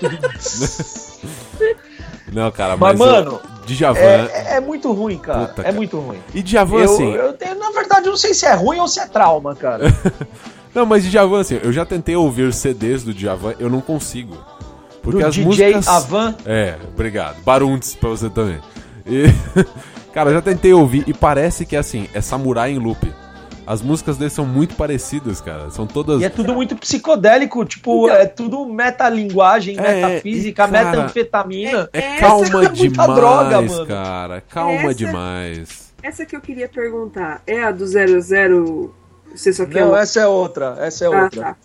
[SPEAKER 1] Não, cara, mas.
[SPEAKER 3] Mas, mano,
[SPEAKER 1] o Djavan.
[SPEAKER 3] É, é- é muito ruim, cara.
[SPEAKER 1] Puta,
[SPEAKER 3] é
[SPEAKER 1] cara.
[SPEAKER 3] muito ruim.
[SPEAKER 1] E Djavan,
[SPEAKER 3] Eu,
[SPEAKER 1] assim.
[SPEAKER 3] eu tenho, na verdade, eu não sei se é ruim ou se é trauma, cara.
[SPEAKER 1] Não, mas Djavan, assim, eu já tentei ouvir CDs do Djavan, eu não consigo. Porque
[SPEAKER 3] Do
[SPEAKER 1] as
[SPEAKER 3] DJ
[SPEAKER 1] músicas.
[SPEAKER 3] Avan.
[SPEAKER 1] É, obrigado. Baruntes pra você também. E, cara, eu já tentei ouvir e parece que assim, é samurai em loop. As músicas dele são muito parecidas, cara. São todas.
[SPEAKER 3] E é tudo muito psicodélico, tipo, é tudo metalinguagem,
[SPEAKER 1] É,
[SPEAKER 3] metafísica,
[SPEAKER 1] e, cara,
[SPEAKER 3] metanfetamina.
[SPEAKER 1] É
[SPEAKER 2] Essa
[SPEAKER 1] calma
[SPEAKER 3] é muita
[SPEAKER 1] demais,
[SPEAKER 3] droga, mano. é
[SPEAKER 1] cara. Calma
[SPEAKER 2] Essa-
[SPEAKER 1] demais.
[SPEAKER 2] Essa que eu queria perguntar é a do 00. Você só quer
[SPEAKER 3] Não,
[SPEAKER 2] um-
[SPEAKER 3] essa é outra, essa é
[SPEAKER 2] Ah,
[SPEAKER 3] outra.
[SPEAKER 2] tá.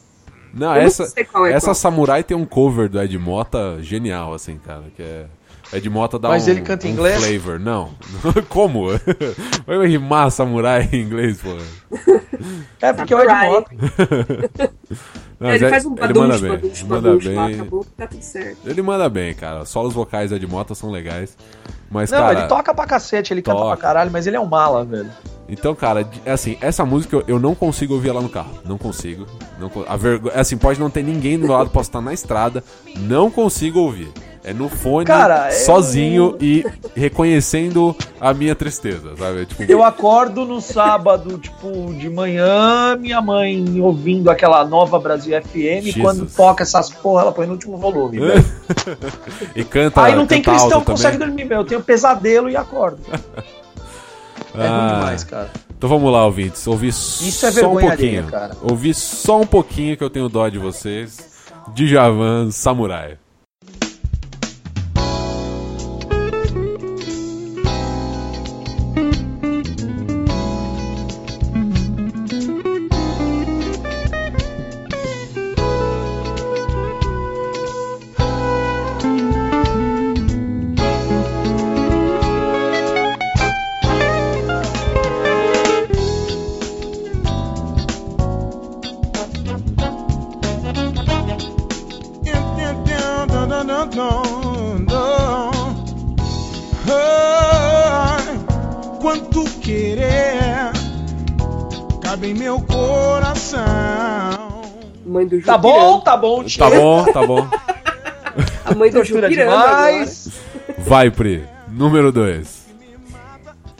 [SPEAKER 1] Não,
[SPEAKER 2] Eu não
[SPEAKER 1] essa,
[SPEAKER 2] sei qual é
[SPEAKER 1] essa
[SPEAKER 2] qual.
[SPEAKER 1] samurai tem um cover do Ed Mota genial, assim, cara. Que é. Ed Mota dá
[SPEAKER 3] Mas
[SPEAKER 1] um,
[SPEAKER 3] ele canta em
[SPEAKER 1] um
[SPEAKER 3] inglês?
[SPEAKER 1] flavor. Não. Como? Vai rimar samurai em inglês, pô.
[SPEAKER 3] É porque é o
[SPEAKER 2] Samurai.
[SPEAKER 3] Edmota.
[SPEAKER 1] Não,
[SPEAKER 2] É, ele
[SPEAKER 1] mas
[SPEAKER 2] faz um
[SPEAKER 1] ele manda
[SPEAKER 2] badunch,
[SPEAKER 1] bem.
[SPEAKER 2] badunch,
[SPEAKER 1] manda
[SPEAKER 2] badunch lá,
[SPEAKER 1] bem.
[SPEAKER 2] acabou, tá tudo certo.
[SPEAKER 1] Ele manda bem, cara. Só os vocais do Ed Mota são legais. Mas,
[SPEAKER 3] Não,
[SPEAKER 1] cara.
[SPEAKER 3] ele toca pra cacete, ele canta
[SPEAKER 1] toca.
[SPEAKER 3] pra caralho, mas ele é um mala, velho.
[SPEAKER 1] Então, cara, de- assim, essa música eu, eu não consigo ouvir ela no carro. Não consigo. Não, con- a vergo- Assim, pode não ter ninguém do meu lado, posso estar na estrada. Não consigo ouvir. É no fone,
[SPEAKER 3] Cara, um- eu-
[SPEAKER 1] sozinho e reconhecendo a minha tristeza, sabe? Tipo,
[SPEAKER 3] Eu acordo no sábado, tipo, de manhã, minha mãe ouvindo aquela nova Brasil FM,
[SPEAKER 1] Jesus.
[SPEAKER 3] quando toca essas porra, ela põe no último volume, velho.
[SPEAKER 1] e canta.
[SPEAKER 3] Aí não tem
[SPEAKER 1] canta
[SPEAKER 3] cristão
[SPEAKER 1] alto
[SPEAKER 3] que consegue
[SPEAKER 1] também.
[SPEAKER 3] dormir, meu. Eu tenho pesadelo e acordo. É ruim
[SPEAKER 1] Ah,
[SPEAKER 3] demais, cara.
[SPEAKER 1] Então vamos lá, ouvintes. Ouvi
[SPEAKER 3] Isso
[SPEAKER 1] só
[SPEAKER 3] é vergonha
[SPEAKER 1] um pouquinho.
[SPEAKER 3] alheia, cara.
[SPEAKER 1] Ouvi só um pouquinho que eu tenho dó de vocês. Djavan Samurai.
[SPEAKER 7] Ai, Quanto querer cabe em meu coração.
[SPEAKER 2] Mãe do Jupiranga.
[SPEAKER 3] Tá bom, tá bom, tio.
[SPEAKER 1] Tá bom, tá bom.
[SPEAKER 2] A mãe do
[SPEAKER 3] Tortura
[SPEAKER 2] Jupiranga agora.
[SPEAKER 3] demais.
[SPEAKER 1] Vai, Pri. Número 2.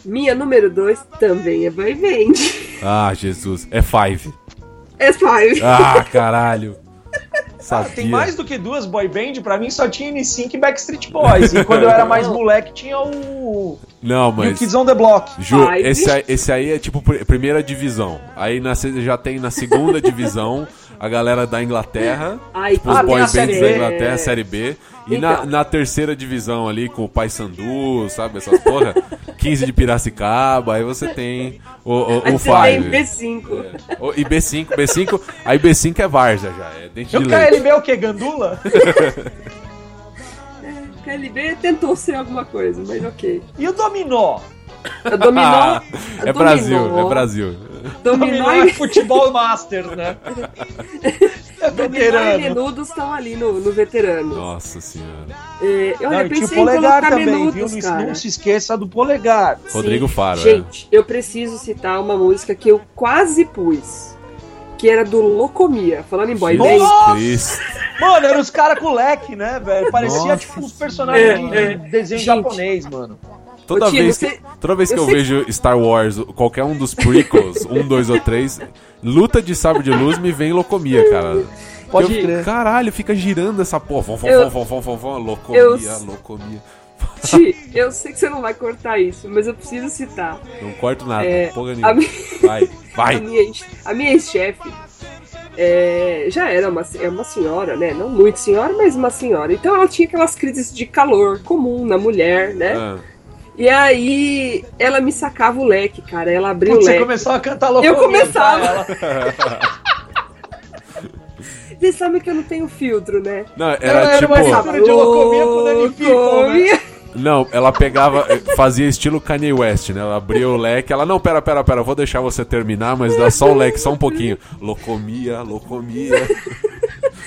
[SPEAKER 2] Minha número 2 também é Boy Band.
[SPEAKER 1] Ah, Jesus. É Five.
[SPEAKER 2] É Five.
[SPEAKER 1] Ah, caralho. Sabia.
[SPEAKER 3] Tem mais do que duas boy band, pra mim só tinha N5 e Backstreet Boys. E quando eu era mais moleque tinha o.
[SPEAKER 1] Não,
[SPEAKER 3] E o
[SPEAKER 1] mas...
[SPEAKER 3] Kids on the Block.
[SPEAKER 1] Ju,
[SPEAKER 2] Five.
[SPEAKER 1] esse aí, esse aí é tipo pr- primeira divisão. Aí na se- já tem na segunda divisão a galera da Inglaterra,
[SPEAKER 2] Ai, é
[SPEAKER 1] tipo, os
[SPEAKER 3] Ah, tem
[SPEAKER 1] boy
[SPEAKER 3] a
[SPEAKER 1] bands da
[SPEAKER 3] Série B.
[SPEAKER 1] Inglaterra, Série B. E na,
[SPEAKER 2] Então.
[SPEAKER 1] na terceira divisão ali com o Paysandu, sabe? Essas porra. 15 de Piracicaba. Aí você tem o, o, o
[SPEAKER 2] Aí você tem
[SPEAKER 1] Five. É.
[SPEAKER 2] B5.
[SPEAKER 1] O- E B5, B5. Aí B5 é Varza já. É dente
[SPEAKER 3] E
[SPEAKER 1] de
[SPEAKER 3] o
[SPEAKER 1] leite.
[SPEAKER 3] KLB é o quê? Gandula?
[SPEAKER 2] KLB tentou ser alguma coisa, mas ok.
[SPEAKER 3] E o Dominó?
[SPEAKER 2] A Dominó.
[SPEAKER 1] Ah,
[SPEAKER 2] a
[SPEAKER 1] é
[SPEAKER 2] Dominó-
[SPEAKER 1] Brasil, é Brasil.
[SPEAKER 2] Dominó
[SPEAKER 3] Dominó é
[SPEAKER 2] e,
[SPEAKER 3] futebol master, né? É
[SPEAKER 2] Dominó e
[SPEAKER 3] veterano.
[SPEAKER 2] Menudos estão ali no, no veterano.
[SPEAKER 1] Nossa senhora.
[SPEAKER 2] É, olha,
[SPEAKER 3] Não, e tinha o
[SPEAKER 2] pensei em
[SPEAKER 3] polegar
[SPEAKER 2] colocar
[SPEAKER 3] também, viu?
[SPEAKER 2] Menudos,
[SPEAKER 3] Não,
[SPEAKER 2] cara.
[SPEAKER 3] não se esqueça do polegar.
[SPEAKER 2] Sim.
[SPEAKER 1] Rodrigo Faro, é.
[SPEAKER 2] Gente, eu preciso citar uma música que eu quase pus. Que era do Locomia, falando em boy
[SPEAKER 1] Jesus
[SPEAKER 2] band.
[SPEAKER 3] Nossa!
[SPEAKER 1] Cristo.
[SPEAKER 3] Mano, eram os caras com leque, né, velho? Parecia
[SPEAKER 1] Nossa
[SPEAKER 3] tipo uns personagens
[SPEAKER 2] É, é.
[SPEAKER 3] de desenho
[SPEAKER 2] Gente.
[SPEAKER 3] japonês, mano.
[SPEAKER 1] Toda
[SPEAKER 2] Ô, Tio,
[SPEAKER 1] vez,
[SPEAKER 2] você-
[SPEAKER 1] que, toda vez que
[SPEAKER 2] eu
[SPEAKER 1] eu
[SPEAKER 2] sei-
[SPEAKER 1] vejo Star Wars, qualquer um dos prequels, um, dois ou três, luta de sabre de luz me vem locomia, cara.
[SPEAKER 3] Pode
[SPEAKER 1] eu,
[SPEAKER 3] crer.
[SPEAKER 1] Caralho, fica girando essa porra. Vão, vão,
[SPEAKER 2] Eu-
[SPEAKER 1] vão, vão, vão, vão, vão, locomia,
[SPEAKER 2] Eu-
[SPEAKER 1] locomia.
[SPEAKER 2] Ti, eu sei que você não vai cortar isso, mas eu preciso citar.
[SPEAKER 1] Não corto nada,
[SPEAKER 2] É,
[SPEAKER 1] porra
[SPEAKER 2] a
[SPEAKER 1] nenhuma.
[SPEAKER 2] minha-
[SPEAKER 1] Vai,
[SPEAKER 2] A
[SPEAKER 1] vai.
[SPEAKER 2] minha, ex- a minha ex-chefe é, já era uma, é uma senhora, né? Não muito senhora, mas uma senhora. Então ela tinha aquelas crises de calor comum na mulher, né?
[SPEAKER 1] Ah,
[SPEAKER 2] E aí ela me sacava o leque, cara. Ela abriu
[SPEAKER 3] Quando
[SPEAKER 2] o
[SPEAKER 3] você
[SPEAKER 2] leque.
[SPEAKER 3] começou a cantar louco.
[SPEAKER 2] Eu começava. Vocês sabem que eu não tenho filtro, né?
[SPEAKER 1] Não,
[SPEAKER 3] Ela
[SPEAKER 1] era
[SPEAKER 3] era
[SPEAKER 1] tipo.
[SPEAKER 3] mais rápida. Mistura de locomia com
[SPEAKER 2] Ô,
[SPEAKER 3] Danny People, né?
[SPEAKER 2] comia.
[SPEAKER 1] Não, ela pegava, eh, fazia estilo Kanye West, né? Ela abria o leque, ela, não, pera, pera, pera, eu vou deixar você terminar, mas dá só o leque, só um pouquinho. Locomia, locomia.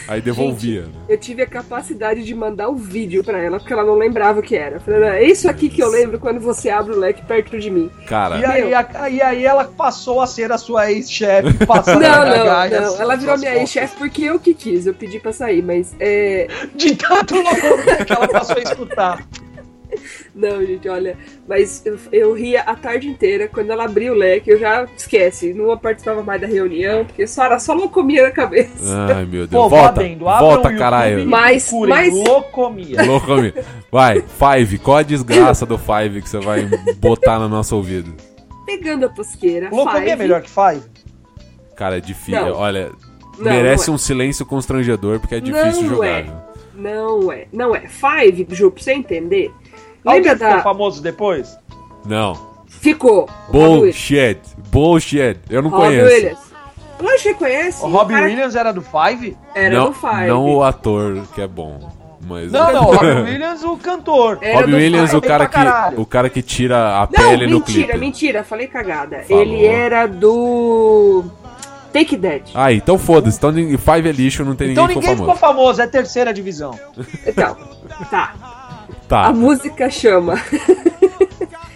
[SPEAKER 1] Aí devolvia. né?
[SPEAKER 2] Eu tive a capacidade de mandar o vídeo pra ela, porque ela não lembrava o que era. Eu Falei, "Não, é isso aqui que eu lembro quando você abre o leque perto de mim.
[SPEAKER 1] Cara,
[SPEAKER 3] E aí, a- e aí ela passou a ser a sua ex-chefe. passando assim,
[SPEAKER 2] Não,
[SPEAKER 3] a cagar
[SPEAKER 2] não, não.
[SPEAKER 3] as-
[SPEAKER 2] Ela virou
[SPEAKER 3] as
[SPEAKER 2] minha
[SPEAKER 3] fotos.
[SPEAKER 2] ex-chefe porque eu que quis, eu pedi pra sair, mas é.
[SPEAKER 3] De tanto louco que ela passou a escutar.
[SPEAKER 2] Não, gente, olha. Mas eu, eu ria a tarde inteira. Quando ela abria o leque, eu já esquece. Não participava mais da reunião, porque só era só loucomia na
[SPEAKER 3] É.
[SPEAKER 2] cabeça.
[SPEAKER 1] ai meu Deus,
[SPEAKER 3] Pô, vá
[SPEAKER 1] volta,
[SPEAKER 3] vendo, abra o
[SPEAKER 1] volta
[SPEAKER 3] YouTube
[SPEAKER 1] caralho.
[SPEAKER 3] e
[SPEAKER 2] Mas-
[SPEAKER 3] procurem
[SPEAKER 2] mas-
[SPEAKER 3] Locomia.
[SPEAKER 1] Locomia. Vai, Five, qual a desgraça do Five que você vai botar no nosso ouvido?
[SPEAKER 2] Pegando a posqueira.
[SPEAKER 3] Locomia é
[SPEAKER 2] Five.
[SPEAKER 3] melhor que Five?
[SPEAKER 1] Cara, é difícil,
[SPEAKER 2] Não.
[SPEAKER 1] olha,
[SPEAKER 2] Não,
[SPEAKER 1] merece
[SPEAKER 2] não é.
[SPEAKER 1] um silêncio constrangedor porque é difícil
[SPEAKER 2] Não
[SPEAKER 1] jogar.
[SPEAKER 2] é.
[SPEAKER 1] viu?
[SPEAKER 2] Não é. Não é. Five, Ju, pra você entender.
[SPEAKER 3] Alguém
[SPEAKER 2] Lembra
[SPEAKER 3] ficou
[SPEAKER 2] da.
[SPEAKER 3] famoso depois?
[SPEAKER 1] Não.
[SPEAKER 2] Ficou. Robin Williams.
[SPEAKER 1] Bullshit. Bullshit. Eu não
[SPEAKER 2] Robin
[SPEAKER 1] conheço.
[SPEAKER 2] Williams. Lógico que conhece.
[SPEAKER 3] O Robbie
[SPEAKER 2] o cara
[SPEAKER 3] Williams era do Five?
[SPEAKER 2] Era
[SPEAKER 1] não,
[SPEAKER 2] do Five.
[SPEAKER 1] não o ator que é bom, mas
[SPEAKER 3] Não, não, o Robbie Williams, o cantor.
[SPEAKER 2] É. Era
[SPEAKER 1] Robbie
[SPEAKER 2] do
[SPEAKER 1] Williams,
[SPEAKER 2] Five
[SPEAKER 1] o cara
[SPEAKER 3] pra caralho.
[SPEAKER 1] que o cara que tira a
[SPEAKER 2] Não,
[SPEAKER 1] pele no
[SPEAKER 2] mentira,
[SPEAKER 1] clipe.
[SPEAKER 2] mentira, falei cagada.
[SPEAKER 1] Falou.
[SPEAKER 2] Ele era do. Take That.
[SPEAKER 1] Ah, então foda-se. Então ninguém- Five é lixo, não tem
[SPEAKER 3] Então
[SPEAKER 1] ninguém que
[SPEAKER 3] ninguém
[SPEAKER 1] for
[SPEAKER 3] ficou
[SPEAKER 1] famoso.
[SPEAKER 3] famoso, é terceira divisão.
[SPEAKER 2] Então, tá.
[SPEAKER 1] Tá.
[SPEAKER 2] A música chama.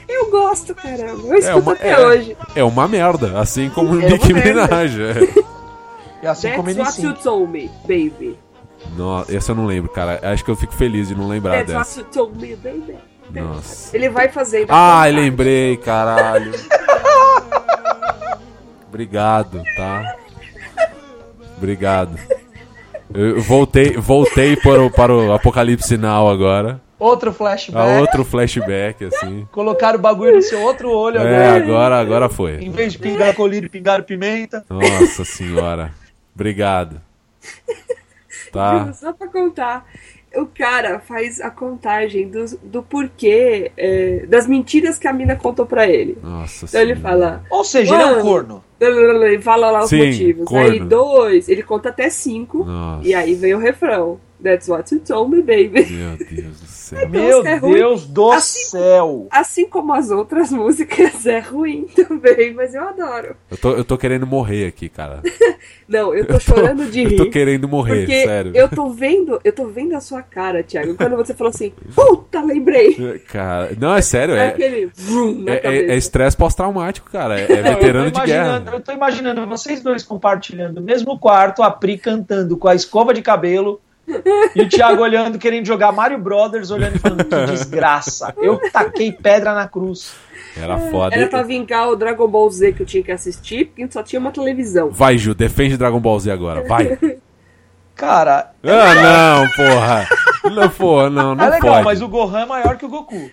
[SPEAKER 2] eu gosto, caramba. Eu
[SPEAKER 1] É
[SPEAKER 2] escuto
[SPEAKER 1] uma,
[SPEAKER 2] até
[SPEAKER 1] é,
[SPEAKER 2] hoje.
[SPEAKER 1] é uma merda, assim como
[SPEAKER 2] É uma
[SPEAKER 1] Nicki
[SPEAKER 2] merda.
[SPEAKER 1] Minaj. é.
[SPEAKER 3] E assim como
[SPEAKER 2] That's
[SPEAKER 3] ele
[SPEAKER 2] what you
[SPEAKER 3] sim.
[SPEAKER 2] told me, baby.
[SPEAKER 1] Nossa, essa eu não lembro, cara. Acho que eu fico feliz de não lembrar
[SPEAKER 2] That's
[SPEAKER 1] dessa.
[SPEAKER 2] what you told me, baby.
[SPEAKER 1] Ah, Nossa.
[SPEAKER 2] Ele vai fazendo.
[SPEAKER 1] Ah, lembrei, caralho. Obrigado, tá? Obrigado. Eu voltei, voltei para o, para o Apocalipse Sinal agora.
[SPEAKER 3] Outro
[SPEAKER 1] A
[SPEAKER 2] É.
[SPEAKER 3] flashback.
[SPEAKER 1] outro flashback, assim.
[SPEAKER 3] Colocaram o bagulho no seu outro olho
[SPEAKER 1] É,
[SPEAKER 3] agora.
[SPEAKER 1] agora, agora
[SPEAKER 3] Em
[SPEAKER 1] foi.
[SPEAKER 3] vez de pingar colírio, pingaram pimenta.
[SPEAKER 1] Nossa senhora. Obrigado. Tá?
[SPEAKER 2] Só pra contar. O cara faz a contagem do, do porquê, é, das mentiras que a mina contou pra ele.
[SPEAKER 1] Nossa
[SPEAKER 2] Então
[SPEAKER 1] senhora.
[SPEAKER 2] ele fala.
[SPEAKER 3] Ou seja, ele é um
[SPEAKER 2] Mano.
[SPEAKER 3] corno.
[SPEAKER 2] Ele fala lá os
[SPEAKER 1] Sim,
[SPEAKER 2] motivos. Aí
[SPEAKER 1] corno.
[SPEAKER 2] dois, ele conta até cinco.
[SPEAKER 1] Nossa.
[SPEAKER 2] "Uh, E aí vem o refrão. That's what you told me, baby.
[SPEAKER 1] Meu Deus do céu.
[SPEAKER 3] Meu
[SPEAKER 2] música é ruim.
[SPEAKER 3] Deus do
[SPEAKER 2] Assim-
[SPEAKER 3] céu.
[SPEAKER 2] Assim como as outras músicas, é ruim também, mas eu adoro.
[SPEAKER 1] Eu tô, eu tô querendo morrer aqui, cara.
[SPEAKER 2] Não, eu tô chorando de
[SPEAKER 1] Eu tô
[SPEAKER 2] rir.
[SPEAKER 1] querendo morrer,
[SPEAKER 2] Porque
[SPEAKER 1] sério.
[SPEAKER 2] eu tô vendo, eu tô vendo a sua cara, Thiago. Quando você falou assim, puta, lembrei.
[SPEAKER 1] Cara, não, é sério,
[SPEAKER 2] É
[SPEAKER 1] é,
[SPEAKER 2] aquele vroom na
[SPEAKER 1] é, é- é
[SPEAKER 2] cabeça.
[SPEAKER 1] estresse pós-traumático, cara. É, é
[SPEAKER 3] Não,
[SPEAKER 1] veterano
[SPEAKER 3] eu tô
[SPEAKER 1] de
[SPEAKER 3] imaginando-
[SPEAKER 1] guerra.
[SPEAKER 3] Eu tô imaginando vocês dois compartilhando o mesmo quarto, a Pri cantando com a escova de cabelo e o Thiago olhando, querendo jogar Mario Brothers, olhando e falando, que desgraça. Eu taquei pedra na cruz.
[SPEAKER 1] Era foda.
[SPEAKER 2] Era pra vingar o Dragon Ball Z que eu tinha que assistir, porque só tinha uma televisão.
[SPEAKER 1] Vai, Ju, defende Dragon Ball Z agora, vai.
[SPEAKER 3] Cara,
[SPEAKER 1] ah, não, porra. Não, porra, não, não
[SPEAKER 3] é legal,
[SPEAKER 1] pode.
[SPEAKER 3] mas o Gohan é maior que o Goku.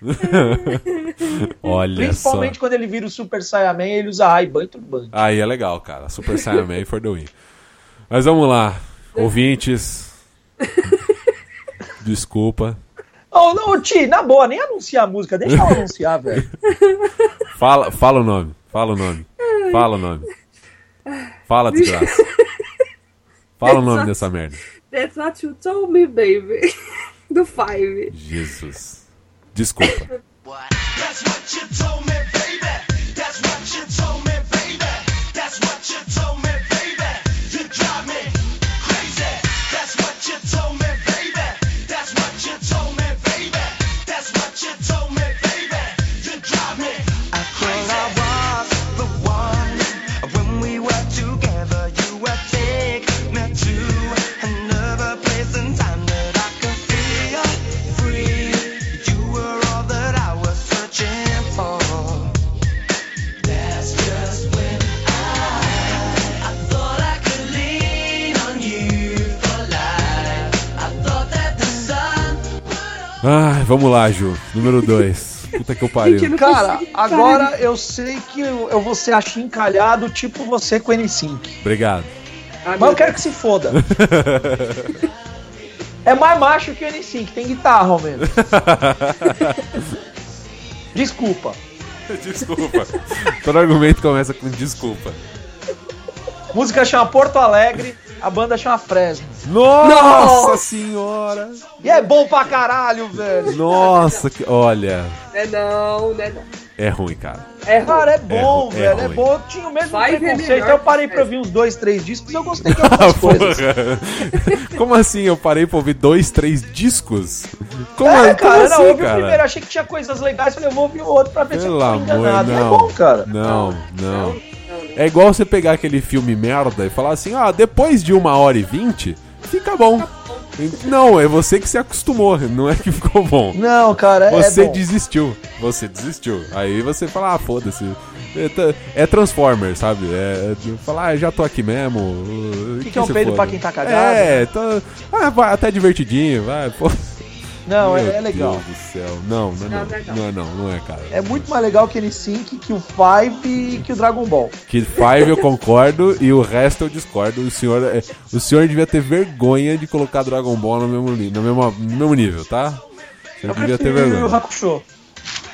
[SPEAKER 1] Olha é só.
[SPEAKER 3] Principalmente quando ele vira o Super Saiyaman, ele usa Ray-Ban e turbante.
[SPEAKER 1] Aí é legal, cara. Super Saiyan Man for the win. Mas vamos lá, ouvintes. Desculpa.
[SPEAKER 3] Ô, não, Ti, na boa, nem anuncia a música, deixa eu anunciar, velho.
[SPEAKER 1] Fala, fala o nome, fala o nome. Fala o nome. Fala, desgraça. Fala o nome dessa merda.
[SPEAKER 2] That's what you told me, baby. Do Five.
[SPEAKER 1] Jesus. Desculpa.
[SPEAKER 7] That's what you told me, baby. That's what you told me, baby. That's what you told me, baby. You drive me crazy. That's what you told me, baby. That's what you told me, baby. That's what you told me, baby. You drive me
[SPEAKER 4] Well, I was the one when we were together. You would take me to another place and time that I could feel free. You were all that I was searching for. That's just when I I thought I could lean on you for life. I thought that the sun would.
[SPEAKER 1] Ai, vamos lá, Ju. Número 2. Puta que eu
[SPEAKER 2] Gente, eu
[SPEAKER 1] pariu.
[SPEAKER 2] não
[SPEAKER 3] Cara,
[SPEAKER 2] consigo parar.
[SPEAKER 3] agora eu sei que eu, eu vou ser achincalhado, tipo você com o N5.
[SPEAKER 1] Obrigado.
[SPEAKER 2] Ah,
[SPEAKER 3] Mas
[SPEAKER 2] meu
[SPEAKER 3] eu quero que se foda. é mais macho que o N5, tem guitarra ao menos. Desculpa.
[SPEAKER 1] Desculpa. Todo argumento começa com desculpa.
[SPEAKER 3] Música chama Porto Alegre, A banda chama Fresno.
[SPEAKER 1] Nossa
[SPEAKER 2] Nossa!
[SPEAKER 1] senhora!
[SPEAKER 3] E é bom pra caralho, velho.
[SPEAKER 1] Nossa, que, olha,
[SPEAKER 2] É não, né? não.
[SPEAKER 1] é ruim, cara.
[SPEAKER 2] É ruim.
[SPEAKER 3] Cara, é bom,
[SPEAKER 1] É ru- é
[SPEAKER 3] velho. É,
[SPEAKER 1] ruim.
[SPEAKER 3] bom. Eu tinha o mesmo
[SPEAKER 2] Vai ver
[SPEAKER 3] preconceito.
[SPEAKER 2] é melhor
[SPEAKER 3] Aí eu parei
[SPEAKER 2] que
[SPEAKER 3] pra ouvir uns dois, três discos e eu gostei de algumas coisas.
[SPEAKER 1] Porra. Como assim? Eu parei pra ouvir dois, três discos? Como,
[SPEAKER 3] É,
[SPEAKER 1] como
[SPEAKER 3] cara, eu não,
[SPEAKER 1] assim,
[SPEAKER 3] ouvi o primeiro, achei que tinha coisas legais, falei, eu vou ouvir o outro pra ver se eu
[SPEAKER 1] Pelo
[SPEAKER 3] tô
[SPEAKER 1] amor,
[SPEAKER 3] enganado. E
[SPEAKER 1] não.
[SPEAKER 3] é bom, cara.
[SPEAKER 1] Não, não. É igual você pegar aquele filme merda e falar assim, ó, depois de uma hora e vinte, fica bom. Não, é você que se acostumou, não é que ficou bom.
[SPEAKER 3] Não, cara, é,
[SPEAKER 1] Você
[SPEAKER 3] é bom.
[SPEAKER 1] desistiu, você desistiu. Aí você fala, ah, foda-se. É tra- É Transformers, sabe? É de falar, ah, já tô aqui mesmo. uh,
[SPEAKER 3] que é um
[SPEAKER 1] se
[SPEAKER 3] peido
[SPEAKER 1] foda.
[SPEAKER 3] pra quem tá cagado?
[SPEAKER 1] É, tô... ah, vai, até divertidinho, vai. Pô.
[SPEAKER 3] Não,
[SPEAKER 1] Meu
[SPEAKER 3] é, é legal.
[SPEAKER 1] Deus do céu. Não, não, não.
[SPEAKER 2] Não, não é não.
[SPEAKER 1] Não é não, não é, cara.
[SPEAKER 3] É muito mais legal que o Sync, que o Five e que o Dragon Ball.
[SPEAKER 1] Que Five eu concordo e o resto eu discordo. O senhor, é, o senhor devia ter vergonha de colocar Dragon Ball no mesmo, ni- no mesmo, no mesmo nível, tá? O senhor devia ter
[SPEAKER 3] o
[SPEAKER 1] vergonha.
[SPEAKER 3] Hakusho.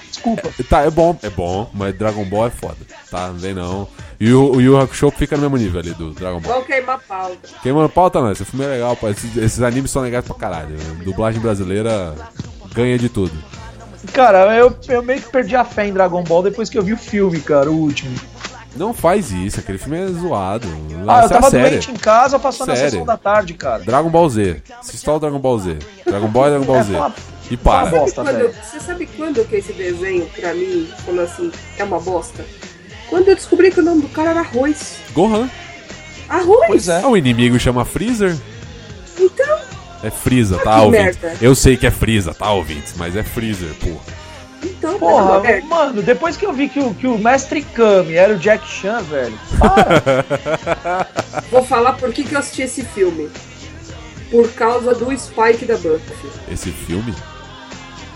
[SPEAKER 3] Desculpa.
[SPEAKER 1] Tá, é bom, é bom, mas Dragon Ball é foda, tá? Não vem não. E o, o Yu Hakusho fica no mesmo nível ali do Dragon Ball.
[SPEAKER 2] Vamos queimar pauta.
[SPEAKER 1] Queimando pauta não, esse filme é legal, pô. Esses, esses animes são legais pra caralho. né? Dublagem brasileira ganha de tudo.
[SPEAKER 3] Cara, eu, eu meio que perdi a fé em Dragon Ball depois que eu vi o filme, cara, o último.
[SPEAKER 1] Não faz isso, aquele filme é zoado.
[SPEAKER 3] Ah,
[SPEAKER 1] Essa
[SPEAKER 3] eu
[SPEAKER 1] é a
[SPEAKER 3] tava
[SPEAKER 1] série.
[SPEAKER 3] doente em casa, passou na
[SPEAKER 1] Sério?
[SPEAKER 3] sessão da tarde, cara.
[SPEAKER 1] Dragon Ball Z. Assista o Dragon Ball Z. Dragon Ball é Dragon Ball
[SPEAKER 3] É
[SPEAKER 1] Z.
[SPEAKER 3] uma-
[SPEAKER 1] E para.
[SPEAKER 3] uma bosta. Tá
[SPEAKER 2] Quando-
[SPEAKER 3] velho.
[SPEAKER 2] você sabe quando que esse desenho, pra mim, quando assim, é uma bosta? Quando eu descobri que o nome do cara era Arroz.
[SPEAKER 1] Gohan. Ah,
[SPEAKER 2] Arroz?
[SPEAKER 3] Pois é.
[SPEAKER 1] O inimigo chama Freezer.
[SPEAKER 2] Então,
[SPEAKER 1] É Freeza,
[SPEAKER 2] Ah,
[SPEAKER 1] tá,
[SPEAKER 2] que
[SPEAKER 1] ouvintes?
[SPEAKER 2] merda.
[SPEAKER 1] Eu sei que é Freeza, tá, ouvintes? Mas é Freezer, porra.
[SPEAKER 2] então, tá
[SPEAKER 3] Porra,
[SPEAKER 2] uma merda.
[SPEAKER 3] mano, depois que eu vi que o, que o Mestre Kami era o Jack Chan, velho, para.
[SPEAKER 2] É, vou falar por que, que eu assisti esse filme. Por causa do Spike da Buffy.
[SPEAKER 1] Esse filme?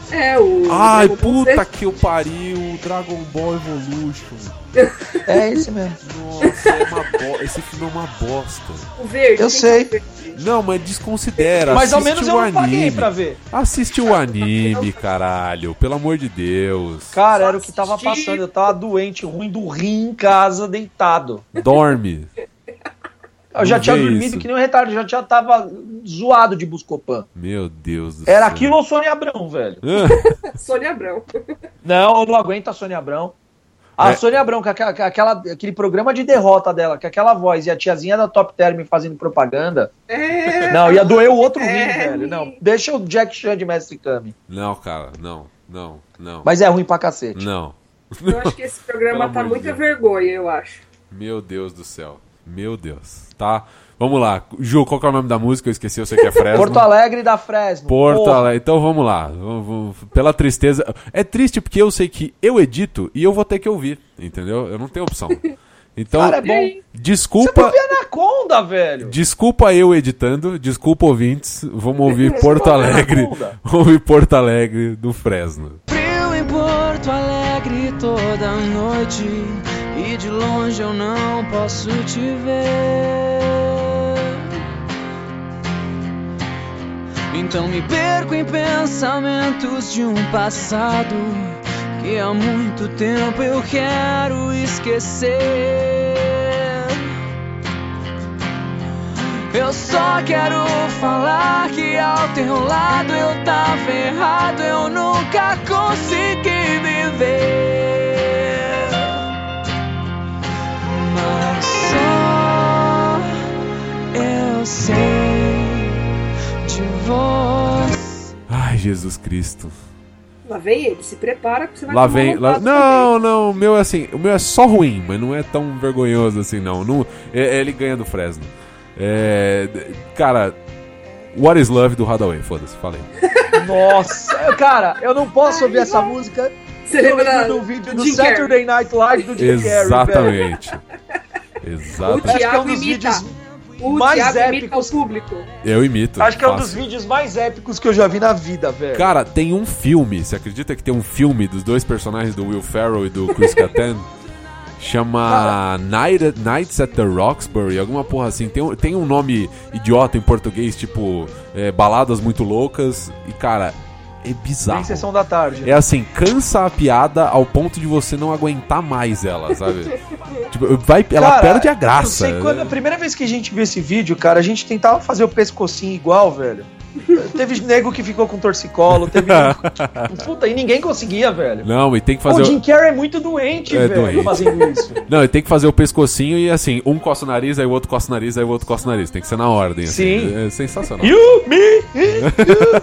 [SPEAKER 2] É, o.
[SPEAKER 1] Ai,
[SPEAKER 2] Dragon Ball
[SPEAKER 1] puta
[SPEAKER 2] Z.
[SPEAKER 1] que eu pariu. Dragon Ball Evolution.
[SPEAKER 3] é esse mesmo.
[SPEAKER 1] Nossa, é uma bo... esse filme é uma bosta.
[SPEAKER 2] O verde. é tem
[SPEAKER 3] Eu sei.
[SPEAKER 2] que ser verde.
[SPEAKER 1] Não, mas desconsidera.
[SPEAKER 3] Mas ao
[SPEAKER 1] assiste
[SPEAKER 3] menos
[SPEAKER 1] o
[SPEAKER 3] eu não paguei
[SPEAKER 1] anime.
[SPEAKER 3] pra ver.
[SPEAKER 1] Assiste o anime, caralho. Pelo amor de Deus.
[SPEAKER 3] Cara, era o que tava passando. Eu tava doente, ruim do rim em casa, deitado.
[SPEAKER 1] Dorme.
[SPEAKER 3] Eu já
[SPEAKER 1] Não
[SPEAKER 3] tinha
[SPEAKER 1] vê
[SPEAKER 3] dormido
[SPEAKER 1] isso.
[SPEAKER 3] que nem um retardo, já tinha, tava zoado de Buscopan.
[SPEAKER 1] Meu Deus do
[SPEAKER 3] Era
[SPEAKER 1] céu.
[SPEAKER 3] aquilo ou Sônia Abrão, velho?
[SPEAKER 2] Sônia Abrão.
[SPEAKER 3] Não, eu não aguento a Sônia Abrão. A
[SPEAKER 1] É.
[SPEAKER 3] Sônia Abrão, com aquela, com aquela- aquele programa de derrota dela, com aquela voz e a tiazinha da Top Term fazendo propaganda.
[SPEAKER 2] É.
[SPEAKER 3] Não, ia doer o outro rim,
[SPEAKER 2] É.
[SPEAKER 3] velho. Não, deixa o Jack Chan de Mestre Kami.
[SPEAKER 1] Não, cara, não, não, não.
[SPEAKER 3] Mas é ruim pra cacete.
[SPEAKER 1] Não.
[SPEAKER 2] Eu acho que esse programa
[SPEAKER 1] Pelo
[SPEAKER 2] tá
[SPEAKER 1] amor de Deus.
[SPEAKER 2] muita vergonha, eu acho.
[SPEAKER 1] Meu Deus do céu. Meu Deus. Tá? Vamos lá. Ju, qual que é o nome da música? Eu esqueci, eu sei que é Fresno.
[SPEAKER 3] Porto Alegre da Fresno.
[SPEAKER 1] Porto
[SPEAKER 3] porra.
[SPEAKER 1] Alegre. Então vamos lá. Vamos- vamos- Pela tristeza. É triste porque eu sei que eu edito e eu vou ter que ouvir. Entendeu? Eu não tenho opção. Então,
[SPEAKER 3] Cara, é bom. Você
[SPEAKER 1] desculpa.
[SPEAKER 3] foi Anaconda, velho.
[SPEAKER 1] Desculpa eu editando, desculpa ouvintes, vamos ouvir Porto Alegre,
[SPEAKER 3] Anaconda.
[SPEAKER 1] vamos ouvir Porto Alegre do Fresno.
[SPEAKER 11] Frio em Porto Alegre toda noite e de longe eu não posso te ver. Então me perco em pensamentos de um passado que há muito tempo eu quero esquecer. Eu só quero falar que ao teu lado eu tava errado, eu nunca consegui viver. Mas só eu sei de você.
[SPEAKER 1] Ai, Jesus Cristo.
[SPEAKER 2] Lá vem ele, se prepara porque você vai
[SPEAKER 1] Lá
[SPEAKER 2] tomar
[SPEAKER 1] vem.
[SPEAKER 2] um
[SPEAKER 1] lá-
[SPEAKER 2] passo
[SPEAKER 1] Não, não, o meu é assim. O meu é só ruim, mas não é tão vergonhoso assim, não. não é- é- ele ganha do Fresno. É, d- Cara, What is Love do Hadaway, foda-se, falei.
[SPEAKER 3] Nossa, cara, eu não posso ouvir essa música.
[SPEAKER 2] também. Você
[SPEAKER 3] Você lembra
[SPEAKER 2] lembra
[SPEAKER 3] do um vídeo do
[SPEAKER 2] Jim
[SPEAKER 3] Saturday Night Live do Jim Carrey, velho?
[SPEAKER 1] Exatamente.
[SPEAKER 2] O
[SPEAKER 3] Acho
[SPEAKER 1] Exatamente.
[SPEAKER 3] que é um
[SPEAKER 2] Thiago
[SPEAKER 3] dos
[SPEAKER 2] imita.
[SPEAKER 3] vídeos
[SPEAKER 2] O
[SPEAKER 3] mais
[SPEAKER 2] Thiago imita o
[SPEAKER 3] épicos.
[SPEAKER 2] público.
[SPEAKER 1] Eu imito.
[SPEAKER 3] Acho que é um dos
[SPEAKER 1] fácil.
[SPEAKER 3] vídeos mais épicos que eu já vi na vida, velho.
[SPEAKER 1] Cara, tem um filme. Você acredita que tem um filme dos dois personagens do Will Ferrell e do Chris Kattan? Chama Night at- Nights at the Roxbury, alguma porra assim. Tem, um- tem um nome idiota em português, tipo é, Baladas Muito Loucas. E, cara, é
[SPEAKER 3] Tem
[SPEAKER 1] bizarro.
[SPEAKER 3] sessão da tarde.
[SPEAKER 1] É assim, cansa a piada ao ponto de você não aguentar mais ela, sabe? tipo, vai, ela
[SPEAKER 3] Cara,
[SPEAKER 1] perde a graça. né?
[SPEAKER 3] Eu sei quando a primeira vez que a gente viu esse vídeo, cara, a gente tentava fazer o pescocinho igual, velho. teve nego que ficou com torcicolo, teve. Puta, e ninguém conseguia, velho.
[SPEAKER 1] Não, e tem que
[SPEAKER 3] o
[SPEAKER 1] fazer.
[SPEAKER 3] Jim
[SPEAKER 1] O...
[SPEAKER 3] Carrey é muito doente,
[SPEAKER 1] É
[SPEAKER 3] velho,
[SPEAKER 1] doente.
[SPEAKER 3] fazendo isso.
[SPEAKER 1] Não, e tem que fazer o pescocinho e assim, um coça o nariz, aí o outro coça o nariz, aí o outro coça o nariz. Tem que ser na ordem. assim.
[SPEAKER 3] Sim.
[SPEAKER 1] É, é sensacional.
[SPEAKER 3] You, me, you,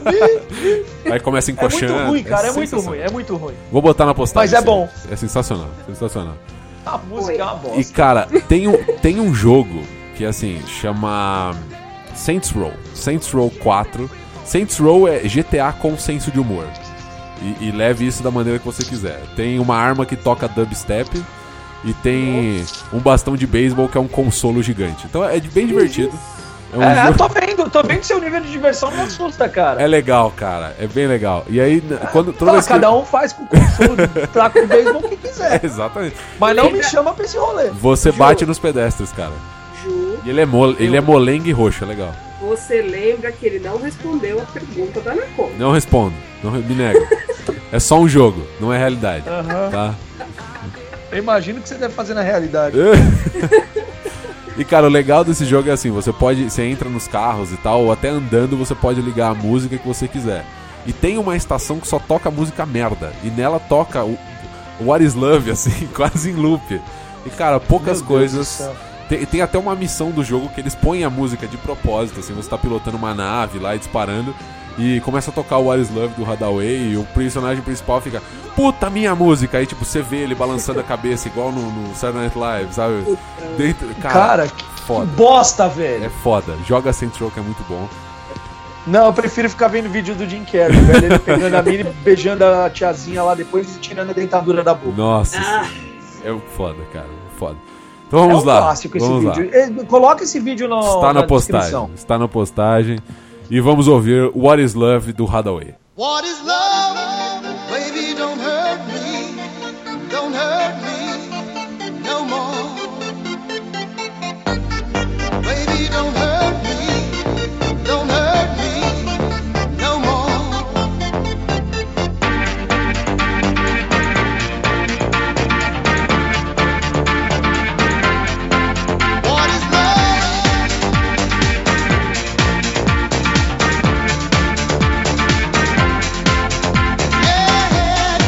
[SPEAKER 3] me.
[SPEAKER 1] Aí começa
[SPEAKER 3] É muito
[SPEAKER 1] encoxando.
[SPEAKER 3] ruim, cara, é, muito
[SPEAKER 1] sensacional.
[SPEAKER 3] ruim, é muito ruim.
[SPEAKER 1] Vou botar na postagem.
[SPEAKER 3] Mas é
[SPEAKER 1] isso aí. É sensacional, sensacional.
[SPEAKER 3] A música é uma bosta.
[SPEAKER 1] E cara, tem um, tem um jogo que assim chama Saints Row, Saints Row 4. Saints Row é GTA com senso de humor. E, e leve isso da maneira que você quiser. Tem uma arma que toca dubstep e tem um bastão de beisebol que é um consolo gigante. Então é de- bem divertido. É, um
[SPEAKER 3] É,
[SPEAKER 1] jogo-
[SPEAKER 3] tô vendo, tô vendo que seu nível de diversão me assusta, cara.
[SPEAKER 1] é legal, cara. É bem legal. E aí, n- quando toda
[SPEAKER 3] Fala,
[SPEAKER 1] vez que...
[SPEAKER 3] cada um faz com o console, tá com o beisebol que quiser.
[SPEAKER 1] Exatamente.
[SPEAKER 3] Mas não me chama pra esse rolê.
[SPEAKER 1] Você bate nos pedestres, cara.
[SPEAKER 2] Ju,
[SPEAKER 1] E ele é, mol... ele é molengue roxo, é legal.
[SPEAKER 2] você lembra que ele não respondeu a pergunta da Anaconda.
[SPEAKER 1] Não respondo, não re- me nego. é só um jogo, não é realidade.
[SPEAKER 3] Aham.
[SPEAKER 1] Tá?
[SPEAKER 3] Eu imagino o que você deve fazer na realidade.
[SPEAKER 1] E cara, o legal desse jogo é assim, você pode, você entra nos carros e tal, ou até andando você pode ligar a música que você quiser. E tem uma estação que só toca música merda, e nela toca o o What is Love assim, quase em loop. E cara, poucas
[SPEAKER 3] Meu Deus do
[SPEAKER 1] coisas.
[SPEAKER 3] céu.
[SPEAKER 1] Tem, tem até uma missão do jogo que eles põem a música de propósito, assim, você tá pilotando uma nave lá e disparando. E começa a tocar o What is Love do Hadaway e o personagem principal fica Puta minha música! Aí tipo, você vê ele balançando a cabeça igual no, no Saturday Night Live, sabe? Dentro,
[SPEAKER 3] Cara, que
[SPEAKER 1] foda.
[SPEAKER 3] bosta, velho.
[SPEAKER 1] É foda. Joga Saints Row que é muito bom.
[SPEAKER 3] Não, eu prefiro ficar vendo vídeo do Jim Carrey, velho. Ele pegando a mina e beijando a tiazinha lá depois e tirando a dentadura da boca.
[SPEAKER 1] Nossa. É foda, cara. Foda. Então vamos
[SPEAKER 3] Ah. é um
[SPEAKER 1] lá.
[SPEAKER 3] clássico esse
[SPEAKER 1] vamos
[SPEAKER 3] vídeo. Eh, Coloca esse vídeo no,
[SPEAKER 1] lá. Está na
[SPEAKER 3] descrição.
[SPEAKER 1] postagem. Está na postagem. E vamos ouvir What is Love do Hadaway.
[SPEAKER 7] What is love? Baby, don't hurt me. Don't hurt me no more. Baby, don't hurt me. Don't hurt me no more. What is love? Yeah.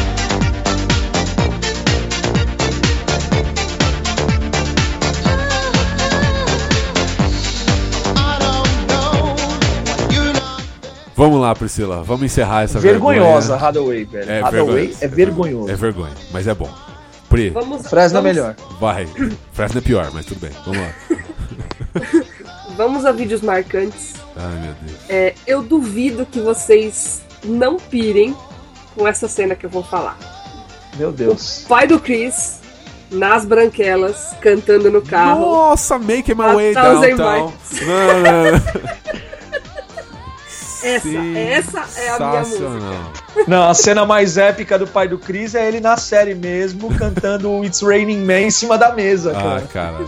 [SPEAKER 7] I don't know what you're not.
[SPEAKER 1] Vamos lá, Priscila. Vamos encerrar essa
[SPEAKER 3] Vergonhosa,
[SPEAKER 1] vergonha.
[SPEAKER 3] Hathaway, velho.
[SPEAKER 1] É
[SPEAKER 3] Hathaway
[SPEAKER 1] vergonha.
[SPEAKER 3] é vergonhoso.
[SPEAKER 1] É vergonha, mas é bom. Pri,
[SPEAKER 2] Vamos,
[SPEAKER 3] Fresno é
[SPEAKER 2] vamos-
[SPEAKER 3] melhor.
[SPEAKER 1] vai. Fresno é pior, mas tudo bem. Vamos lá.
[SPEAKER 2] Vamos a vídeos marcantes.
[SPEAKER 1] Ai, meu Deus.
[SPEAKER 2] É, eu duvido que vocês não pirem com essa cena que eu vou falar.
[SPEAKER 3] Meu Deus.
[SPEAKER 2] Pai do Chris, nas branquelas, cantando no carro.
[SPEAKER 1] Nossa, make my
[SPEAKER 2] A
[SPEAKER 1] way
[SPEAKER 2] thousand
[SPEAKER 1] downtown.
[SPEAKER 2] miles.
[SPEAKER 1] Não, não, não.
[SPEAKER 2] Essa- essa é a minha música.
[SPEAKER 1] Sensacional.
[SPEAKER 3] Não, a cena mais épica do pai do Chris é ele na série mesmo, cantando o It's Raining Man em cima da mesa,
[SPEAKER 1] Ah,
[SPEAKER 3] cara.
[SPEAKER 1] cara.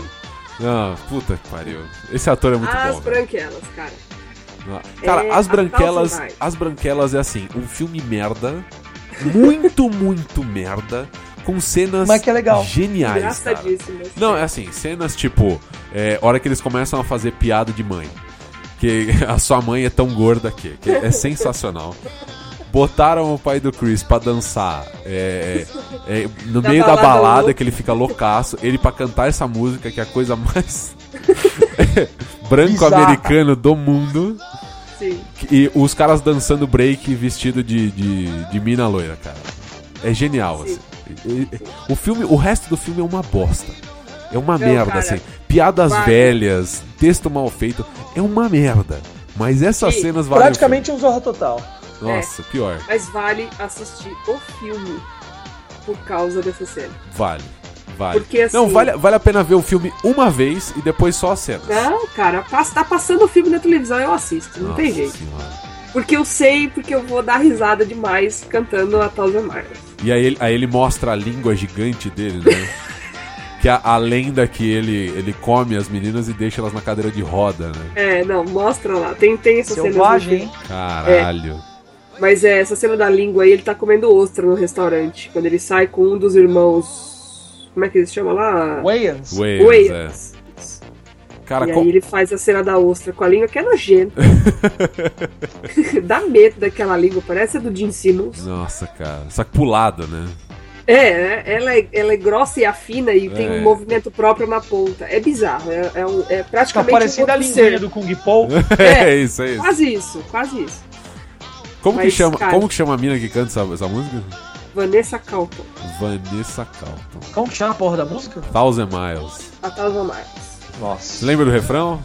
[SPEAKER 1] Não, puta que pariu. Esse ator é muito
[SPEAKER 2] as
[SPEAKER 1] bom. velho.
[SPEAKER 2] branquelas, cara.
[SPEAKER 1] Cara,
[SPEAKER 2] É,
[SPEAKER 1] as
[SPEAKER 2] A
[SPEAKER 1] branquelas,
[SPEAKER 2] Thousand Miles.
[SPEAKER 1] as branquelas é assim, um filme merda, muito muito merda, com cenas
[SPEAKER 3] Mas que é legal.
[SPEAKER 1] geniais, cara.
[SPEAKER 2] Engraçadíssimas.
[SPEAKER 1] Ah, Não, é assim, cenas tipo, é, hora que eles começam a fazer piada de mãe. Que a sua mãe é tão gorda que, que é sensacional. Botaram o pai do Chris pra dançar é, é, é, no
[SPEAKER 2] Na
[SPEAKER 1] meio da
[SPEAKER 2] balada
[SPEAKER 1] balada,
[SPEAKER 2] louca.
[SPEAKER 1] que ele fica loucaço. Ele pra cantar essa música, que é a coisa mais branco-americano do mundo. é-
[SPEAKER 2] Sim.
[SPEAKER 1] E os caras dançando break vestido de, de, de mina loira, cara. É genial,
[SPEAKER 2] Sim.
[SPEAKER 1] assim. E- e- O filme, o resto do filme é uma bosta. É uma
[SPEAKER 2] Não,
[SPEAKER 1] merda,
[SPEAKER 2] cara.
[SPEAKER 1] assim. Piadas
[SPEAKER 2] Vale.
[SPEAKER 1] velhas, texto mal feito. É uma merda. Mas essas
[SPEAKER 2] E
[SPEAKER 1] cenas valem. o
[SPEAKER 3] Praticamente um Zorra Total.
[SPEAKER 2] é.
[SPEAKER 1] filme. Nossa, pior.
[SPEAKER 2] Mas vale assistir o filme por causa dessa cena.
[SPEAKER 1] Vale. Vale.
[SPEAKER 2] Porque, assim-
[SPEAKER 1] Não, vale, vale a pena ver o filme uma vez e depois só as cenas.
[SPEAKER 2] Não, cara, passa- tá passando o filme na televisão, eu assisto. Não
[SPEAKER 1] Nossa
[SPEAKER 2] tem jeito.
[SPEAKER 1] Senhora.
[SPEAKER 2] Porque eu sei, porque eu vou dar risada demais cantando a Thousand Miles.
[SPEAKER 1] E aí ele, aí ele mostra a língua gigante dele, né? que a, a lenda que ele, ele come as meninas e deixa elas na cadeira de roda, né?
[SPEAKER 2] É, não, mostra lá. Tem, tem essa cena.
[SPEAKER 3] Selvagem, hein?
[SPEAKER 1] Caralho.
[SPEAKER 2] Mas é, essa cena da língua aí, ele tá comendo ostra no restaurante. Quando ele sai com um dos irmãos. Como é que ele se chama lá?
[SPEAKER 3] Wayans.
[SPEAKER 1] Wales,
[SPEAKER 2] Wales.
[SPEAKER 1] é. Cara,
[SPEAKER 2] e
[SPEAKER 1] co-
[SPEAKER 2] aí ele faz a cena da ostra com a língua que é nojenta. Dá medo daquela língua, parece a do Jim Simmons.
[SPEAKER 1] Nossa, cara. Só que pulado, né?
[SPEAKER 2] É, né? ela é, ela é grossa e afina e tem
[SPEAKER 1] É.
[SPEAKER 2] um movimento próprio na ponta. É bizarro, é, é um- é
[SPEAKER 3] Tá
[SPEAKER 2] praticamente
[SPEAKER 3] parecendo
[SPEAKER 2] um
[SPEAKER 3] a
[SPEAKER 2] outro
[SPEAKER 3] linguinha
[SPEAKER 2] ser.
[SPEAKER 3] do Kung Paul.
[SPEAKER 1] É,
[SPEAKER 2] É.
[SPEAKER 1] isso, é isso.
[SPEAKER 2] Quase isso, quase isso.
[SPEAKER 1] Como que,
[SPEAKER 2] Mas,
[SPEAKER 1] chama,
[SPEAKER 2] cara-
[SPEAKER 1] como que chama a mina que canta essa, essa música?
[SPEAKER 2] Vanessa Calton,
[SPEAKER 1] Vanessa Calton.
[SPEAKER 3] Como que chama a porra da música?
[SPEAKER 1] Thousand Miles.
[SPEAKER 2] a Thousand Miles.
[SPEAKER 1] Você
[SPEAKER 3] Nossa.
[SPEAKER 1] lembra do refrão?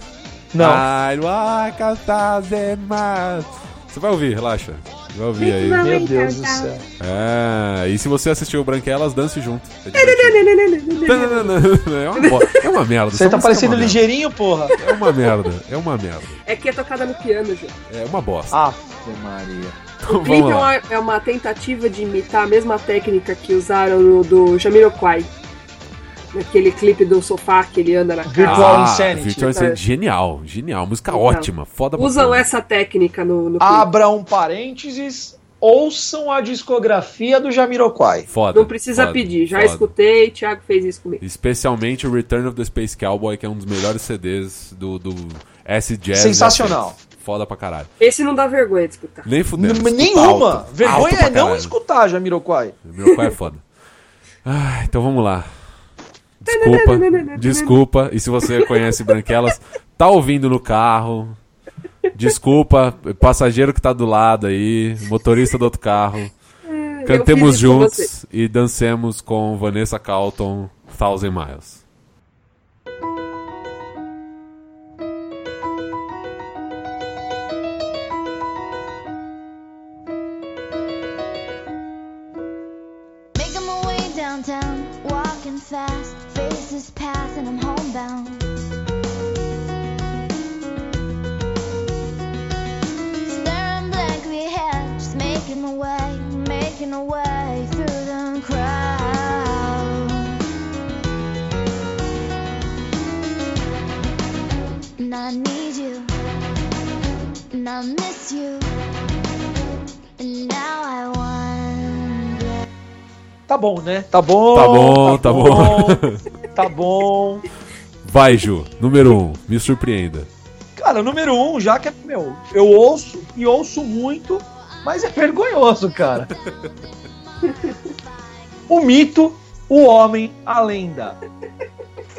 [SPEAKER 3] Não.
[SPEAKER 1] I like a thousand miles. Você vai ouvir, relaxa. Vai ouvir aí.
[SPEAKER 3] Meu Deus do céu.
[SPEAKER 1] É, e se você assistiu o Branquelas, dance junto. É divertido. é, uma bo- é uma merda.
[SPEAKER 3] Você
[SPEAKER 1] essa
[SPEAKER 3] tá
[SPEAKER 1] música
[SPEAKER 3] parecendo
[SPEAKER 1] é uma merda.
[SPEAKER 3] ligeirinho, porra.
[SPEAKER 1] É uma merda, é uma merda.
[SPEAKER 2] É que é tocada no piano, gente.
[SPEAKER 1] É uma
[SPEAKER 3] Ah,
[SPEAKER 1] bosta.
[SPEAKER 3] Ave Maria.
[SPEAKER 1] Então,
[SPEAKER 2] O clipe
[SPEAKER 1] vamos
[SPEAKER 2] é
[SPEAKER 1] lá.
[SPEAKER 2] uma, é uma tentativa de imitar a mesma técnica que usaram no do Jamiroquai. Naquele clipe do sofá que ele anda na casa.
[SPEAKER 3] Virtual Insanity.
[SPEAKER 1] Ah, Virtual Insanity. Genial, genial. Música
[SPEAKER 2] Então,
[SPEAKER 1] ótima, foda pra
[SPEAKER 2] tá. Usam
[SPEAKER 1] caramba. Ah,
[SPEAKER 2] essa técnica no, no clipe.
[SPEAKER 3] Abra um parênteses, ouçam a discografia do Jamiroquai.
[SPEAKER 1] Foda.
[SPEAKER 2] Não precisa
[SPEAKER 1] foda,
[SPEAKER 2] pedir, já
[SPEAKER 1] foda.
[SPEAKER 2] escutei, Thiago fez isso comigo.
[SPEAKER 1] Especialmente o Return of the Space Cowboy, que é um dos melhores CDs do, do S Jazz.
[SPEAKER 3] Sensacional.
[SPEAKER 1] já fez. Foda pra caralho.
[SPEAKER 2] Esse não dá vergonha de escutar.
[SPEAKER 1] Nem fudendo.
[SPEAKER 3] N-
[SPEAKER 1] escuta
[SPEAKER 3] Nenhuma.
[SPEAKER 1] alto. Alto
[SPEAKER 3] Vergonha
[SPEAKER 1] pra
[SPEAKER 3] é não
[SPEAKER 1] caralho.
[SPEAKER 3] escutar Jamiroquai.
[SPEAKER 1] Meu pai é foda. Ah, então vamos lá. Desculpa, desculpa. E se você conhece Branquelas, tá ouvindo no carro. Desculpa, passageiro que tá do lado aí, motorista do outro carro. Cantemos
[SPEAKER 2] fiz isso com
[SPEAKER 1] juntos
[SPEAKER 2] você.
[SPEAKER 1] e dancemos com Vanessa Calton, Thousand Miles.
[SPEAKER 6] Making my way downtown, walking fast, faces pass and I'm homebound. Staring blankly ahead, just making my way, making my way through the crowd. And I need you, and I miss you, and now I wonder.
[SPEAKER 3] Tá bom, né? Tá bom.
[SPEAKER 1] Tá bom, tá bom.
[SPEAKER 3] Tá bom.
[SPEAKER 1] Vai, Ju, número 1, um, me surpreenda.
[SPEAKER 3] Cara, número um, já que é meu. Eu ouço e ouço muito, mas é vergonhoso, cara. o mito, o homem, a lenda.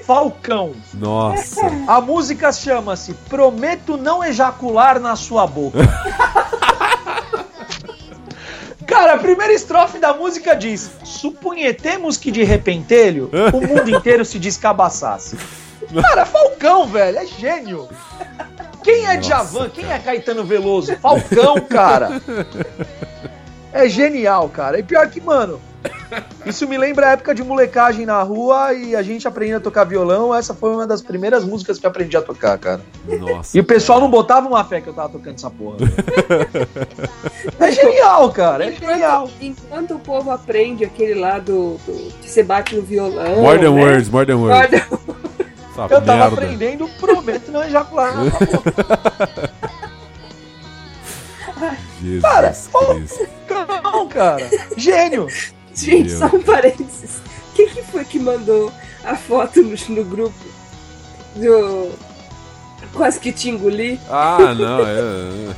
[SPEAKER 3] Falcão.
[SPEAKER 1] Nossa,
[SPEAKER 3] A música chama-se Prometo Não Ejacular na Sua Boca. Cara, a primeira estrofe da música diz: Supunhetemos que de repentelho o mundo inteiro se descabaçasse. Cara, Falcão, velho, é gênio. Quem é
[SPEAKER 1] Nossa,
[SPEAKER 3] Djavan? Quem
[SPEAKER 1] cara.
[SPEAKER 3] é Caetano Veloso? Falcão, cara. É genial, cara. E pior que, mano, isso me lembra a época de molecagem na rua e a gente aprendendo a tocar violão. Essa foi uma das primeiras músicas que eu aprendi a tocar, cara.
[SPEAKER 1] nossa.
[SPEAKER 3] E o pessoal não botava uma fé que eu tava tocando essa porra. velho. é genial, cara. É genial.
[SPEAKER 2] Enquanto, enquanto o povo aprende aquele lá do, do- que você bate no violão.
[SPEAKER 1] More than
[SPEAKER 2] né?
[SPEAKER 1] words, more than words.
[SPEAKER 2] Olha,
[SPEAKER 1] Essa
[SPEAKER 3] Eu tava
[SPEAKER 1] merda.
[SPEAKER 3] aprendendo, prometo não ejacular. na sua boca.
[SPEAKER 1] Jesus
[SPEAKER 3] Cara,
[SPEAKER 1] Cristo.
[SPEAKER 3] Não, cara. Gênio.
[SPEAKER 2] gente,
[SPEAKER 1] Meu
[SPEAKER 2] só um parênteses. Quem que foi que mandou a foto no, no grupo do.
[SPEAKER 1] É.
[SPEAKER 2] Quase que te engoli?
[SPEAKER 1] Ah, não, é. é.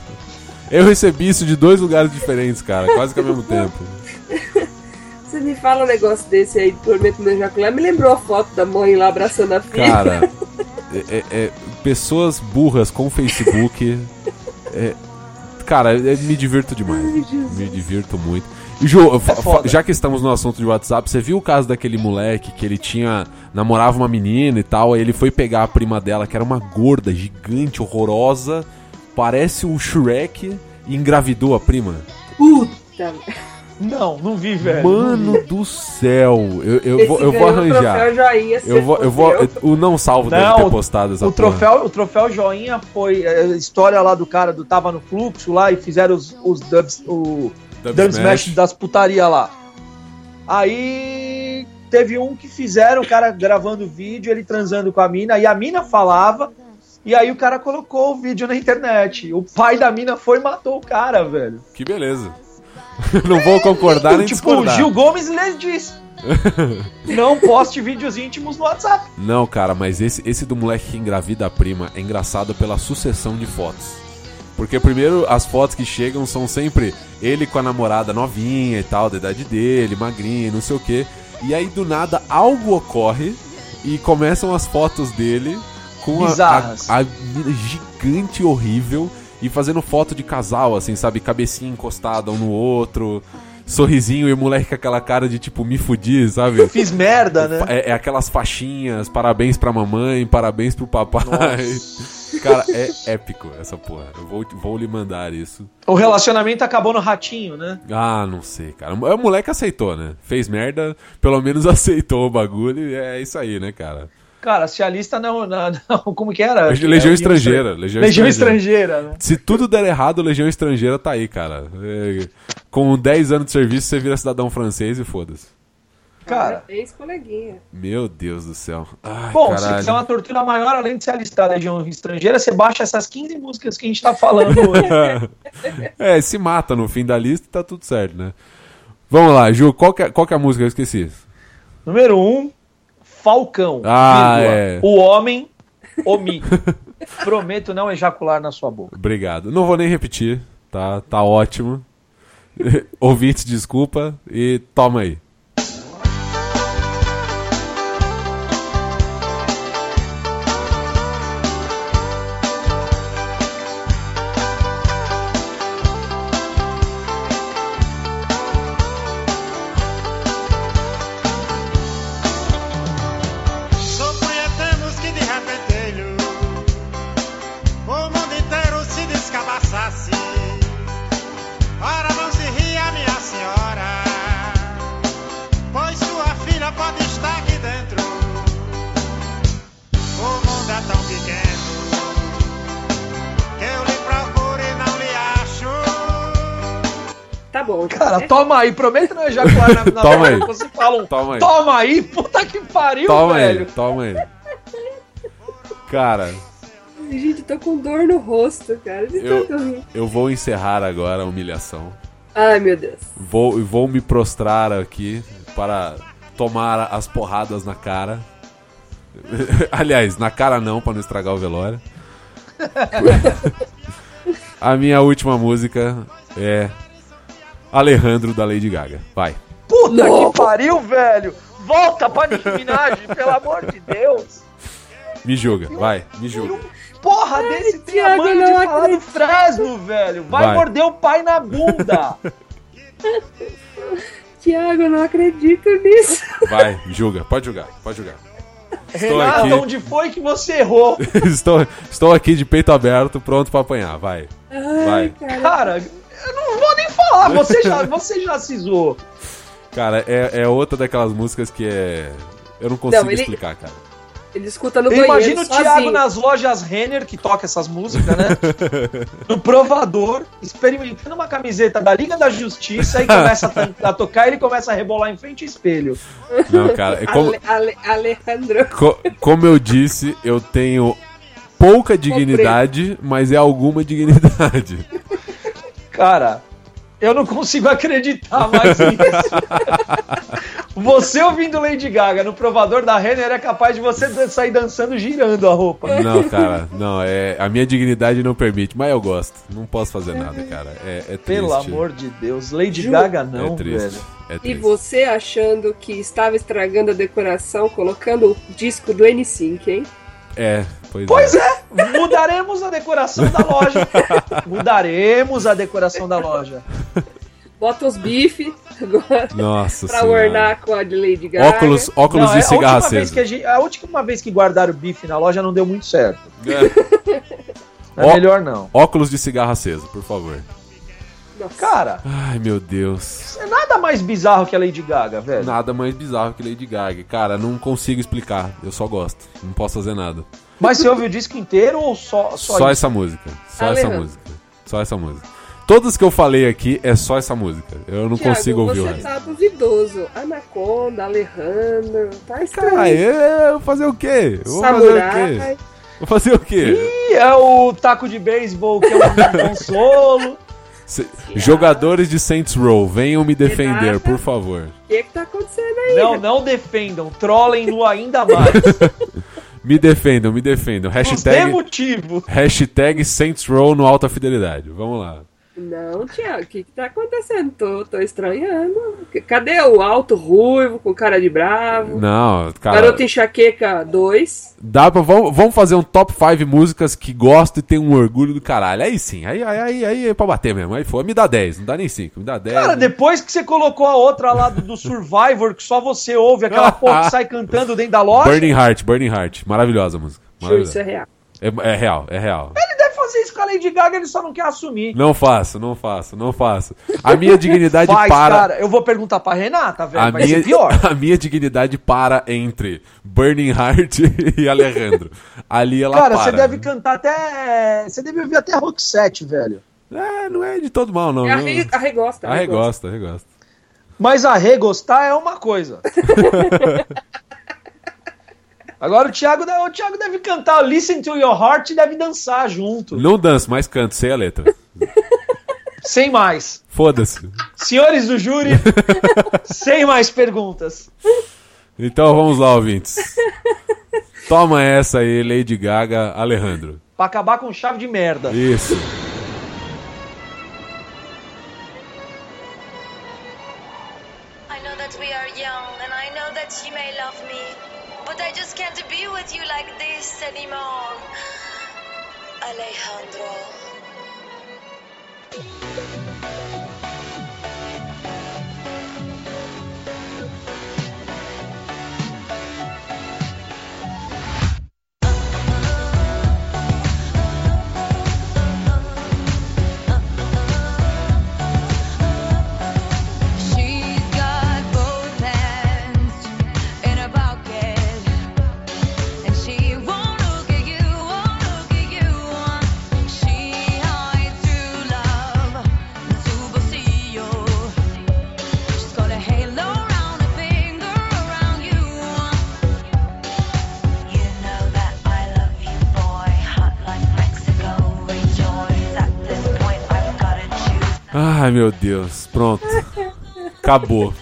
[SPEAKER 1] Eu recebi isso de dois lugares diferentes, cara, quase que ao mesmo tempo.
[SPEAKER 2] Você me fala um negócio desse aí, prometo não ejacular. Me lembrou a foto da mãe lá abraçando a filha.
[SPEAKER 1] Cara, é- é- é- pessoas burras com Facebook. é, cara, é- me divirto demais. Me divirto muito. E, Ju, fa- fa-
[SPEAKER 3] foda.
[SPEAKER 1] já que estamos no assunto de WhatsApp, você viu o caso daquele moleque que ele tinha. namorava uma menina e tal, aí ele foi pegar a prima dela, que era uma gorda, gigante, horrorosa, parece o Shrek, e engravidou a prima?
[SPEAKER 2] Puta!
[SPEAKER 3] Não, não vi, velho.
[SPEAKER 1] Mano do céu, eu, eu
[SPEAKER 2] Esse
[SPEAKER 1] vou, eu vou
[SPEAKER 2] ganhou o
[SPEAKER 1] arranjar.
[SPEAKER 2] Troféu joinha, se
[SPEAKER 1] Eu vou, eu vou,
[SPEAKER 2] fudeu.
[SPEAKER 1] o não salvo deve
[SPEAKER 3] Não,
[SPEAKER 1] ter postado essa
[SPEAKER 3] O
[SPEAKER 1] porra.
[SPEAKER 3] troféu, o troféu joinha foi é, a história lá do cara do Tava no Fluxo lá e fizeram os, os dubs, o
[SPEAKER 1] Dub
[SPEAKER 3] dub
[SPEAKER 1] Smash.
[SPEAKER 3] smash das putaria lá. Aí teve um que fizeram o cara gravando vídeo, ele transando com a mina, e a mina falava E aí o cara colocou o vídeo na internet. O pai da mina foi e matou o cara, velho.
[SPEAKER 1] Que beleza. Não vou concordar
[SPEAKER 3] Então,
[SPEAKER 1] nem
[SPEAKER 3] tipo, o
[SPEAKER 1] discordar.
[SPEAKER 3] Gil Gomes lhe disse. Não poste vídeos íntimos no WhatsApp.
[SPEAKER 1] Não, cara, mas esse, esse do moleque que engravida a prima é engraçado pela sucessão de fotos. Porque primeiro as fotos que chegam são sempre ele com a namorada novinha e tal, da idade dele, magrinha, não sei o quê. E aí do nada algo ocorre e começam as fotos dele com a,
[SPEAKER 3] Bizarras.
[SPEAKER 1] a- a mina gigante horrível e fazendo foto de casal, assim, sabe? Cabecinha encostada um no outro, sorrisinho e o moleque com aquela cara de tipo, me fudi, sabe?
[SPEAKER 3] Fiz merda, né?
[SPEAKER 1] É, é aquelas faixinhas, parabéns pra mamãe, parabéns pro papai. Cara, é épico essa porra. Eu vou, vou lhe mandar isso.
[SPEAKER 3] O relacionamento acabou no ratinho, né?
[SPEAKER 1] Ah, não sei, cara. O moleque aceitou, né? Fez merda, pelo menos aceitou o bagulho e é isso aí, né, cara?
[SPEAKER 3] Cara, se a lista não, na- não- Como que era?
[SPEAKER 1] Legião
[SPEAKER 3] É, o-
[SPEAKER 1] Estrangeira, Legião
[SPEAKER 3] Legião
[SPEAKER 1] Estrangeira.
[SPEAKER 3] estrangeira, né?
[SPEAKER 1] Se tudo der errado, Legião Estrangeira tá aí, cara. É, Com 10 anos de serviço, você vira cidadão francês e foda-se.
[SPEAKER 3] Cara.
[SPEAKER 2] Parabéns, coleguinha.
[SPEAKER 1] Meu Deus do céu. Ai,
[SPEAKER 3] Bom, se
[SPEAKER 1] Ah, caralho.
[SPEAKER 3] quiser uma tortura maior, além de se alistar na Legião Estrangeira, você baixa essas 15 músicas que a gente tá falando hoje.
[SPEAKER 1] É, se mata no fim da lista, tá tudo certo, né? Vamos lá, Ju, qual que é, qual que é a música? Eu esqueci.
[SPEAKER 3] Número 1, um, Falcão.
[SPEAKER 1] Ah,
[SPEAKER 3] vírgula.
[SPEAKER 1] é.
[SPEAKER 3] O homem omite. Prometo não ejacular na sua boca.
[SPEAKER 1] Obrigado. Não vou nem repetir, tá? Tá ótimo. Ouvinte, desculpa e toma aí.
[SPEAKER 7] Só conhecemos que de repentelho o mundo inteiro se descabaçasse. Ora, não se ria, minha senhora, pois sua filha pode estar aqui dentro. O mundo é tão pequeno que eu lhe procuro e não lhe acho.
[SPEAKER 2] Tá bom.
[SPEAKER 3] Cara, toma aí, prometo não ejacular na, na
[SPEAKER 1] Toma
[SPEAKER 3] boca.
[SPEAKER 1] aí.
[SPEAKER 3] Você fala um
[SPEAKER 1] Toma aí.
[SPEAKER 3] toma aí, puta que pariu,
[SPEAKER 1] toma
[SPEAKER 3] velho.
[SPEAKER 1] aí, toma aí. Cara,
[SPEAKER 2] É, Gente, tô com dor no rosto, cara. é De
[SPEAKER 1] Eu-
[SPEAKER 2] tanto rir.
[SPEAKER 1] eu vou encerrar agora a humilhação.
[SPEAKER 2] Ai, meu Deus.
[SPEAKER 1] Vou, vou me prostrar aqui para tomar as porradas na cara. Aliás, na cara não, para não estragar o velório. A minha última música é Alejandro da Lady Gaga. Vai.
[SPEAKER 3] Puta que pariu, velho. Volta pra Nicki Minaj, pelo amor de Deus.
[SPEAKER 1] Me julga, vai, me julga.
[SPEAKER 3] Porra, desse
[SPEAKER 2] Thiago,
[SPEAKER 3] diamante de
[SPEAKER 2] não
[SPEAKER 3] falar do
[SPEAKER 2] acredito.
[SPEAKER 3] Fresno, velho. Vai,
[SPEAKER 1] Vai.
[SPEAKER 3] morder o pai na bunda.
[SPEAKER 2] Tiago, eu não acredito nisso.
[SPEAKER 1] Vai, julga, pode julgar, pode julgar. Estou
[SPEAKER 3] Renato,
[SPEAKER 1] aqui,
[SPEAKER 3] onde foi que você errou?
[SPEAKER 1] estou, estou aqui de peito aberto, pronto para apanhar, vai. Vai.
[SPEAKER 3] Cara, eu não vou nem falar. Você já, você já se zoou.
[SPEAKER 1] Cara, é, é outra daquelas músicas que é. Eu não consigo
[SPEAKER 2] Não, ele-
[SPEAKER 1] explicar, cara.
[SPEAKER 2] Ele escuta no
[SPEAKER 3] Eu
[SPEAKER 2] banheiro assim.
[SPEAKER 3] imagino o Thiago
[SPEAKER 2] sozinho.
[SPEAKER 3] nas lojas Renner, que toca essas músicas, né? No provador, experimentando uma camiseta da Liga da Justiça e começa a, tan- a tocar e ele começa a rebolar em frente ao espelho.
[SPEAKER 1] Não, cara, é como,
[SPEAKER 2] Ale- Ale- Alejandro.
[SPEAKER 1] co- como eu disse, eu tenho pouca dignidade, mas é alguma dignidade.
[SPEAKER 3] Cara, eu não consigo acreditar mais nisso. Você ouvindo Lady Gaga no provador da Renner é capaz de você dan- sair dançando girando a roupa.
[SPEAKER 1] Não, cara, não, é. A minha dignidade não permite, mas eu gosto. Não posso fazer nada, cara. É, é triste.
[SPEAKER 3] Pelo amor de Deus, Lady
[SPEAKER 2] Ju-
[SPEAKER 3] Gaga
[SPEAKER 1] é
[SPEAKER 3] não,
[SPEAKER 1] triste.
[SPEAKER 3] velho.
[SPEAKER 1] É
[SPEAKER 2] E
[SPEAKER 1] triste.
[SPEAKER 2] você achando que estava estragando a decoração colocando o disco do N5, hein?
[SPEAKER 1] É, pois,
[SPEAKER 3] Pois é, mudaremos a decoração da loja. Mudaremos a decoração da loja.
[SPEAKER 2] Bota os bife agora
[SPEAKER 1] Nossa
[SPEAKER 2] é, pra
[SPEAKER 1] senhora.
[SPEAKER 2] ornar com a de Lady Gaga.
[SPEAKER 1] Óculos, óculos
[SPEAKER 3] Não,
[SPEAKER 1] de
[SPEAKER 3] é, a,
[SPEAKER 1] cigarro
[SPEAKER 3] última vez
[SPEAKER 1] aceso.
[SPEAKER 3] que a, gente- a última vez que guardaram o bife na loja não deu muito certo.
[SPEAKER 1] É,
[SPEAKER 3] É
[SPEAKER 1] Ó-
[SPEAKER 3] melhor não.
[SPEAKER 1] óculos de cigarro aceso, por favor.
[SPEAKER 2] Nossa.
[SPEAKER 3] Cara,
[SPEAKER 1] Ai, meu Deus.
[SPEAKER 3] é nada mais bizarro que a Lady Gaga, velho.
[SPEAKER 1] Nada mais bizarro que Lady Gaga. Cara, não consigo explicar. Eu só gosto. Não posso fazer nada.
[SPEAKER 3] Mas você ouve o disco inteiro ou só, só,
[SPEAKER 1] Só,
[SPEAKER 3] isso?
[SPEAKER 1] essa música. Só essa
[SPEAKER 2] Alejandro.
[SPEAKER 1] música. Só essa música. Todas que eu falei aqui é só essa música. Eu não
[SPEAKER 2] Thiago,
[SPEAKER 1] consigo ouvir o
[SPEAKER 2] você
[SPEAKER 1] resto.
[SPEAKER 2] tá duvidoso. Anaconda, Alejandro, tá estranho.
[SPEAKER 1] Ah, eu vou fazer o quê? Eu vou fazer o quê?
[SPEAKER 2] Samurai.
[SPEAKER 1] Vou fazer o quê?
[SPEAKER 3] E é o taco de beisebol que é um consolo.
[SPEAKER 1] Se- Jogadores de Saints Row, venham me defender,
[SPEAKER 2] nada.
[SPEAKER 1] por favor.
[SPEAKER 2] O que, que tá acontecendo aí?
[SPEAKER 3] Não, não defendam, trollem-no ainda mais.
[SPEAKER 1] Me defendam, me defendam.
[SPEAKER 3] Nos dê
[SPEAKER 1] Hashtag,
[SPEAKER 3] motivo.
[SPEAKER 1] hashtag Saints Row no Alta Fidelidade. Vamos lá.
[SPEAKER 2] Não, Tiago, o que, que tá acontecendo? Tô, tô estranhando. Cadê o alto ruivo com cara de bravo?
[SPEAKER 1] Não, cara.
[SPEAKER 2] Garoto enxaqueca 2.
[SPEAKER 1] Dá pra, vamos, vamos fazer um top 5 músicas que gosto e tenho um orgulho do caralho. Aí sim, aí, aí, aí, aí é pra bater mesmo. Aí foi, me dá 10, não dá nem 5, me dá 10.
[SPEAKER 3] Cara, depois que você colocou a outra lá do do Survivor, que só você ouve, aquela porra que sai cantando dentro da loja,
[SPEAKER 1] Burning Heart, Burning Heart. Maravilhosa a música.
[SPEAKER 2] Isso é
[SPEAKER 1] Maravilhosa.
[SPEAKER 2] real.
[SPEAKER 1] É, é real, é real.
[SPEAKER 3] ele deve fazer isso com a Lady Gaga, ele só não quer assumir.
[SPEAKER 1] Não faço, não faço, não faço. A minha dignidade
[SPEAKER 3] Faz,
[SPEAKER 1] para.
[SPEAKER 3] cara. Eu vou perguntar pra Renata, velho.
[SPEAKER 1] A
[SPEAKER 3] Vai
[SPEAKER 1] minha,
[SPEAKER 3] ser pior.
[SPEAKER 1] a minha dignidade para entre Burning Heart e Alejandro. Ali ela
[SPEAKER 3] Cara,
[SPEAKER 1] para. né?
[SPEAKER 3] você deve cantar até. Você deve ouvir até Rock 7, velho.
[SPEAKER 1] É, não é de todo mal, não.
[SPEAKER 2] É a,
[SPEAKER 1] não.
[SPEAKER 2] re, a regosta. a
[SPEAKER 1] Ah, eu gosto,
[SPEAKER 2] regosta.
[SPEAKER 1] eu gosto.
[SPEAKER 3] Mas a Rê gostar é uma coisa. Agora o Thiago, deve- o Thiago deve cantar Listen to Your Heart e deve dançar junto.
[SPEAKER 1] Não danço, mas canto, sei a letra.
[SPEAKER 3] Sem mais.
[SPEAKER 1] Foda-se.
[SPEAKER 3] Senhores do júri, sem mais perguntas.
[SPEAKER 1] Então vamos lá, ouvintes. Toma essa aí, Lady Gaga, Alejandro.
[SPEAKER 3] Pra acabar com chave de merda.
[SPEAKER 1] Isso.
[SPEAKER 6] I know that we are young and I know that you may love me, but I just can't be with you like this anymore. Alejandro.
[SPEAKER 5] She's got both hands in her pocket, and she won't look at you, won't look at you. She hides true love, superstition. She's got a halo round her finger, around you.
[SPEAKER 6] You know that I love you, boy. Hot like Mexico, rejoice. At this point, I've gotta choose.
[SPEAKER 1] Ai, meu Deus. Pronto. Acabou.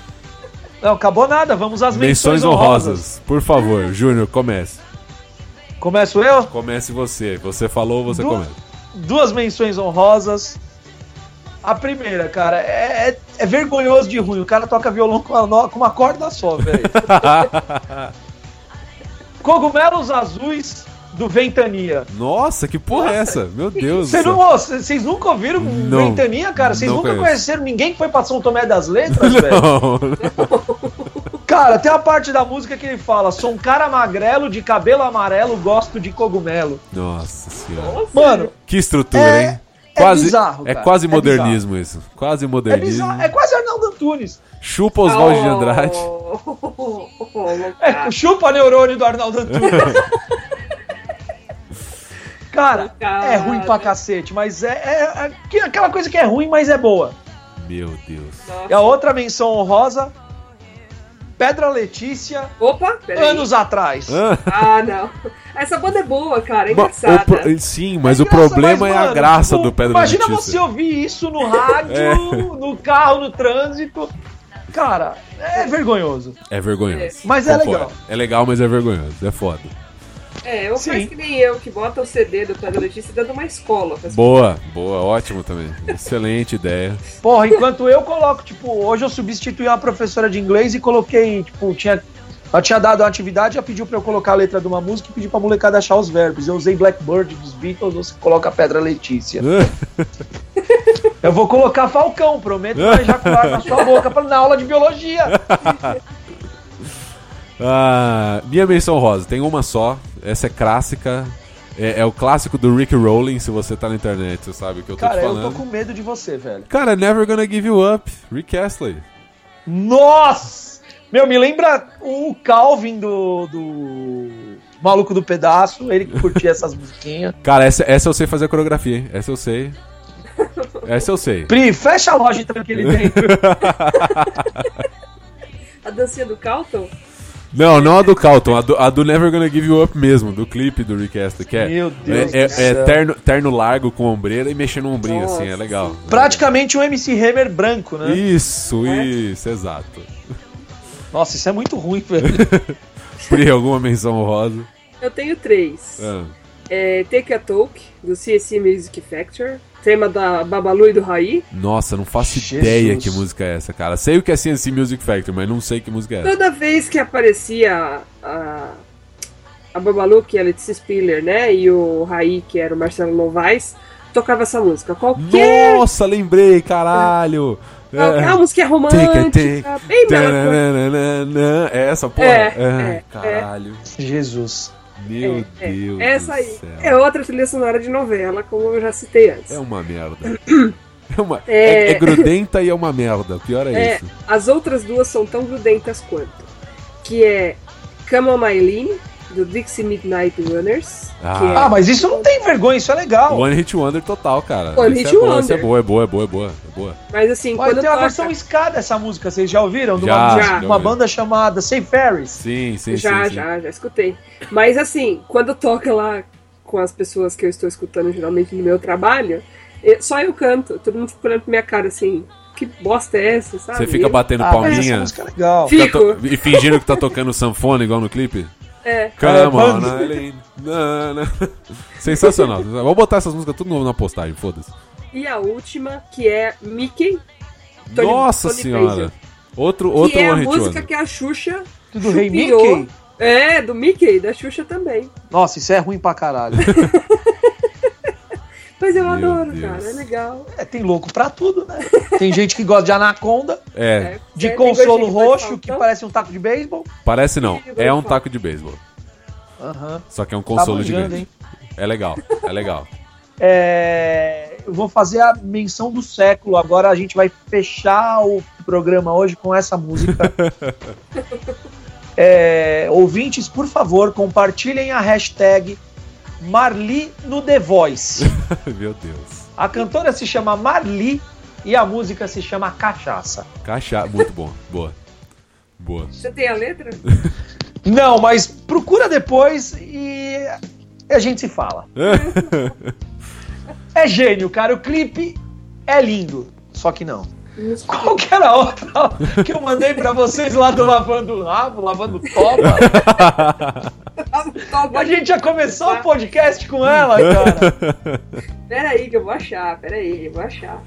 [SPEAKER 3] Não, acabou nada, vamos às menções,
[SPEAKER 1] Menções
[SPEAKER 3] honrosas.
[SPEAKER 1] honrosas. Por favor, Júnior, comece.
[SPEAKER 3] Começo eu?
[SPEAKER 1] Comece você. Você falou, você
[SPEAKER 3] Du-
[SPEAKER 1] começa.
[SPEAKER 3] Duas menções honrosas. A primeira, cara, é, é- é vergonhoso de ruim. O cara toca violão com, a no- com uma corda só, velho. Cogumelos azuis do Ventania.
[SPEAKER 1] Nossa, que porra é essa? Meu Deus. do
[SPEAKER 3] Vocês
[SPEAKER 1] céu.
[SPEAKER 3] não- ô, cê- vocês nunca ouviram
[SPEAKER 1] Não.
[SPEAKER 3] Ventania, cara? Vocês
[SPEAKER 1] Não
[SPEAKER 3] nunca
[SPEAKER 1] conheço.
[SPEAKER 3] conheceram ninguém que foi pra São Tomé das Letras, velho?
[SPEAKER 1] Não,
[SPEAKER 3] Cara, tem uma parte da música que ele fala: sou um cara magrelo, de cabelo amarelo, gosto de cogumelo.
[SPEAKER 1] Nossa senhora.
[SPEAKER 2] Nossa,
[SPEAKER 3] Mano,
[SPEAKER 1] Que estrutura,
[SPEAKER 3] É-
[SPEAKER 1] hein?
[SPEAKER 3] é bizarro,
[SPEAKER 1] é
[SPEAKER 3] cara.
[SPEAKER 1] quase
[SPEAKER 3] É
[SPEAKER 1] modernismo isso. Quase
[SPEAKER 3] é
[SPEAKER 1] modernismo.
[SPEAKER 3] bizarro. É quase Arnaldo Antunes.
[SPEAKER 1] Chupa Oswald de Andrade.
[SPEAKER 2] Oh, oh, oh, oh, oh,
[SPEAKER 3] É, chupa neurônio do Arnaldo Antunes. Cara, é ruim pra cacete, mas é, é- é que- aquela coisa que é ruim, mas é boa.
[SPEAKER 1] Meu Deus.
[SPEAKER 3] E a outra menção honrosa: Pedra Letícia,
[SPEAKER 2] Opa, peraí.
[SPEAKER 3] anos atrás.
[SPEAKER 1] Ah,
[SPEAKER 2] Ah, não. Essa banda é boa, cara. É
[SPEAKER 1] ma-
[SPEAKER 2] engraçada.
[SPEAKER 1] o pro- Sim, mas
[SPEAKER 3] É
[SPEAKER 1] o
[SPEAKER 3] graça,
[SPEAKER 1] problema
[SPEAKER 3] mas,
[SPEAKER 1] é a
[SPEAKER 3] mano,
[SPEAKER 1] graça
[SPEAKER 3] o-
[SPEAKER 1] do Pedro
[SPEAKER 3] Imagina
[SPEAKER 1] Letícia.
[SPEAKER 3] você um ouvir isso no rádio,
[SPEAKER 1] É.
[SPEAKER 3] no carro, no trânsito. Cara, é vergonhoso.
[SPEAKER 1] É vergonhoso.
[SPEAKER 3] Mas é
[SPEAKER 1] Concordo.
[SPEAKER 3] legal.
[SPEAKER 1] É legal, mas é vergonhoso. É foda.
[SPEAKER 2] É, eu
[SPEAKER 3] Sim.
[SPEAKER 2] faço que nem eu, que bota o CD do Pedro Letícia dando uma escola.
[SPEAKER 3] assim.
[SPEAKER 2] pra-
[SPEAKER 1] Boa, boa, ótimo também. Excelente ideia.
[SPEAKER 3] Porra, enquanto eu coloco, tipo, hoje eu substituí uma professora de inglês e coloquei, tipo, tinha. Ela tinha dado uma atividade, ela pediu pra eu colocar a letra de uma música e pediu pra molecada achar os verbos. Eu usei Blackbird dos Beatles, você coloca a Pedra Letícia. Eu vou colocar Falcão, prometo que vai ejacular na sua boca pra, na aula de biologia.
[SPEAKER 1] Ah, minha menção rosa, tem uma só. Essa é clássica. É, é o clássico do Rick Rowling. Se você tá na internet, você sabe o que eu tô
[SPEAKER 3] Cara,
[SPEAKER 1] te
[SPEAKER 3] eu
[SPEAKER 1] falando.
[SPEAKER 3] tô com medo de você, velho.
[SPEAKER 1] Cara, Never Gonna Give You Up, Rick Astley.
[SPEAKER 3] Nossa! Meu, me lembra o Calvin do, do Maluco do Pedaço, ele que curtia essas musiquinhas.
[SPEAKER 1] Cara, essa, essa eu sei fazer a coreografia, hein? Essa eu sei. Essa eu sei.
[SPEAKER 3] Pri, fecha a loja então que ele tem.
[SPEAKER 2] A dancinha do Calton?
[SPEAKER 1] Não, não a do Calton, a do, a do Never Gonna Give You Up mesmo, do clipe do Rick Astley, que é,
[SPEAKER 3] Meu Deus
[SPEAKER 1] é, é-
[SPEAKER 3] do céu.
[SPEAKER 1] é terno, terno largo com ombreira e mexendo no ombrinho, assim, é legal.
[SPEAKER 3] Praticamente um MC Hammer branco, né?
[SPEAKER 1] Isso,
[SPEAKER 2] É.
[SPEAKER 1] isso, exato.
[SPEAKER 3] Nossa, isso é muito ruim, velho.
[SPEAKER 1] Pri, alguma menção honrosa?
[SPEAKER 2] Eu tenho três.
[SPEAKER 1] Ah,
[SPEAKER 2] É, Take a Talk, do CSC Music Factor. Tema da Babalu e do Raí.
[SPEAKER 1] Nossa, não faço
[SPEAKER 3] Jesus.
[SPEAKER 1] ideia que música é essa, cara. Sei o que é CNC Music Factory, mas não sei que música é essa.
[SPEAKER 2] Toda vez que aparecia a, a Babalu, que é a Letícia Spiller, né? E o Raí, que era o Marcelo Novaes, tocava essa música. Qualquer.
[SPEAKER 1] Nossa, lembrei, caralho!
[SPEAKER 2] qualquer-
[SPEAKER 1] É.
[SPEAKER 2] Ah, a música é romântica, bem melancólica.
[SPEAKER 1] Tananana. É essa porra?
[SPEAKER 2] É,
[SPEAKER 1] Ai,
[SPEAKER 2] é,
[SPEAKER 1] caralho.
[SPEAKER 3] Jesus.
[SPEAKER 1] Meu
[SPEAKER 2] É,
[SPEAKER 1] Deus.
[SPEAKER 2] Essa
[SPEAKER 1] do
[SPEAKER 2] aí
[SPEAKER 1] céu.
[SPEAKER 2] é outra trilha sonora de novela, como eu já citei antes.
[SPEAKER 1] É uma merda. É, uma, é...
[SPEAKER 2] É.
[SPEAKER 1] é grudenta e é uma merda. O pior é,
[SPEAKER 2] É,
[SPEAKER 1] isso.
[SPEAKER 2] as outras duas são tão grudentas quanto. Que é Come On My Lean, do Dixie Midnight Runners. que é-
[SPEAKER 3] Ah, mas isso não tem vergonha, isso é legal.
[SPEAKER 1] One Hit Wonder total, cara.
[SPEAKER 2] One
[SPEAKER 1] Essa
[SPEAKER 2] Hit
[SPEAKER 1] é boa,
[SPEAKER 2] Wonder.
[SPEAKER 1] essa é boa, é boa, é boa, é boa. É boa.
[SPEAKER 2] Mas assim,
[SPEAKER 3] Olha,
[SPEAKER 2] quando
[SPEAKER 3] tem uma
[SPEAKER 2] toca...
[SPEAKER 3] versão escada essa música, vocês já ouviram? De
[SPEAKER 1] Já,
[SPEAKER 3] uma,
[SPEAKER 2] já.
[SPEAKER 3] de uma banda chamada Safe Ferris.
[SPEAKER 1] Sim, sim,
[SPEAKER 2] já,
[SPEAKER 1] sim. sim.
[SPEAKER 2] já, já escutei. Mas assim, quando toca lá com as pessoas que eu estou escutando geralmente no meu trabalho, eu- só eu canto. Todo mundo fica olhando pra minha cara assim, que bosta é essa, sabe?
[SPEAKER 1] Você fica
[SPEAKER 2] Eu-
[SPEAKER 1] batendo
[SPEAKER 3] Ah, mas essa
[SPEAKER 1] palminha
[SPEAKER 3] música é legal.
[SPEAKER 2] Fica-
[SPEAKER 1] fica to- e fingindo que tá tocando sanfona igual no clipe?
[SPEAKER 2] É.
[SPEAKER 3] É,
[SPEAKER 1] Come on,
[SPEAKER 3] banda.
[SPEAKER 1] Eileen. Na, na. Sensacional. Vou botar essas músicas tudo novo na postagem, foda-se.
[SPEAKER 2] E a última, que é Mickey. Tony-
[SPEAKER 1] Nossa
[SPEAKER 2] Tony
[SPEAKER 1] senhora.
[SPEAKER 2] Fraser.
[SPEAKER 1] Outro,
[SPEAKER 2] Que
[SPEAKER 1] outro
[SPEAKER 2] é a
[SPEAKER 1] One Hit
[SPEAKER 2] música
[SPEAKER 1] Wonder.
[SPEAKER 2] que a Xuxa
[SPEAKER 3] Do Rei
[SPEAKER 2] chupiou.
[SPEAKER 3] Mickey?
[SPEAKER 2] É, do Mickey, da Xuxa também.
[SPEAKER 3] Nossa, isso é ruim pra caralho.
[SPEAKER 2] Mas eu
[SPEAKER 1] Meu
[SPEAKER 2] adoro,
[SPEAKER 1] Deus.
[SPEAKER 2] cara, é legal.
[SPEAKER 3] É, tem louco pra tudo, né? Tem gente que gosta de anaconda,
[SPEAKER 1] É,
[SPEAKER 3] de
[SPEAKER 2] É, tem
[SPEAKER 3] consolo
[SPEAKER 2] gordinho que pode
[SPEAKER 3] roxo, que
[SPEAKER 2] faltar.
[SPEAKER 3] parece um taco de beisebol.
[SPEAKER 1] parece não.
[SPEAKER 2] Que
[SPEAKER 1] É um
[SPEAKER 2] gostoso.
[SPEAKER 1] taco de beisebol.
[SPEAKER 3] Aham.
[SPEAKER 1] Só que é um consolo
[SPEAKER 3] Tá manjando,
[SPEAKER 1] gigante.
[SPEAKER 3] hein?
[SPEAKER 1] É legal, é legal.
[SPEAKER 3] É, eu vou fazer a menção do século. Agora a gente vai fechar o programa hoje com essa música. É, ouvintes, por favor, compartilhem a hashtag Marli no The Voice.
[SPEAKER 1] Meu Deus.
[SPEAKER 3] A cantora se chama Marli e a música se chama Cachaça.
[SPEAKER 1] Cachá, muito bom. Boa. Boa.
[SPEAKER 2] Você tem a letra?
[SPEAKER 3] Não, mas procura depois e a gente se fala. É gênio, cara. O clipe é lindo. Só que não. Qual que era a outra que eu mandei pra vocês lá do Lavando o Rabo, Lavando Toba?
[SPEAKER 2] Toma,
[SPEAKER 3] A gente já começou o podcast com ela, cara.
[SPEAKER 2] Peraí que eu vou achar, peraí, eu vou achar.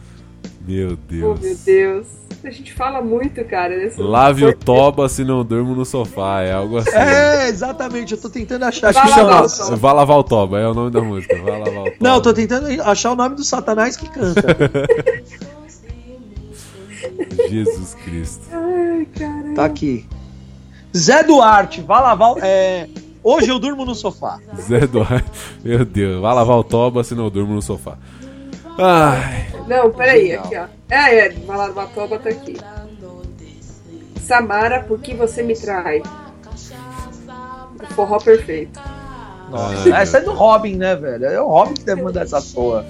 [SPEAKER 1] Meu
[SPEAKER 2] Oh, meu
[SPEAKER 1] Deus.
[SPEAKER 2] Deus. A gente fala muito, cara. né? Nesse
[SPEAKER 1] Lave o toba se não durmo no sofá. É algo assim.
[SPEAKER 3] É, exatamente. Eu tô tentando achar.
[SPEAKER 2] Vai
[SPEAKER 3] Acho que
[SPEAKER 2] lá,
[SPEAKER 3] chama-
[SPEAKER 2] Nelson.
[SPEAKER 1] Vá lavar o toba, é o nome da música. Vá lavar o toba.
[SPEAKER 3] Não, eu tô tentando achar o nome do satanás que canta.
[SPEAKER 1] Jesus Cristo.
[SPEAKER 2] Ai, cara.
[SPEAKER 3] Tá aqui. Zé Duarte, vai lavar. o- É, hoje eu durmo no sofá.
[SPEAKER 1] Zé Eduardo. Meu Deus. Vá lavar o toba se não durmo no sofá. Ai.
[SPEAKER 2] Não, peraí, aqui, ó. É, é, vai lá numa toba, tá aqui. Samara, por que você me trai? O forró perfeito.
[SPEAKER 3] Nossa,
[SPEAKER 1] Ah,
[SPEAKER 3] essa é do Robin, né, velho? É o Robin que deve mandar essa porra.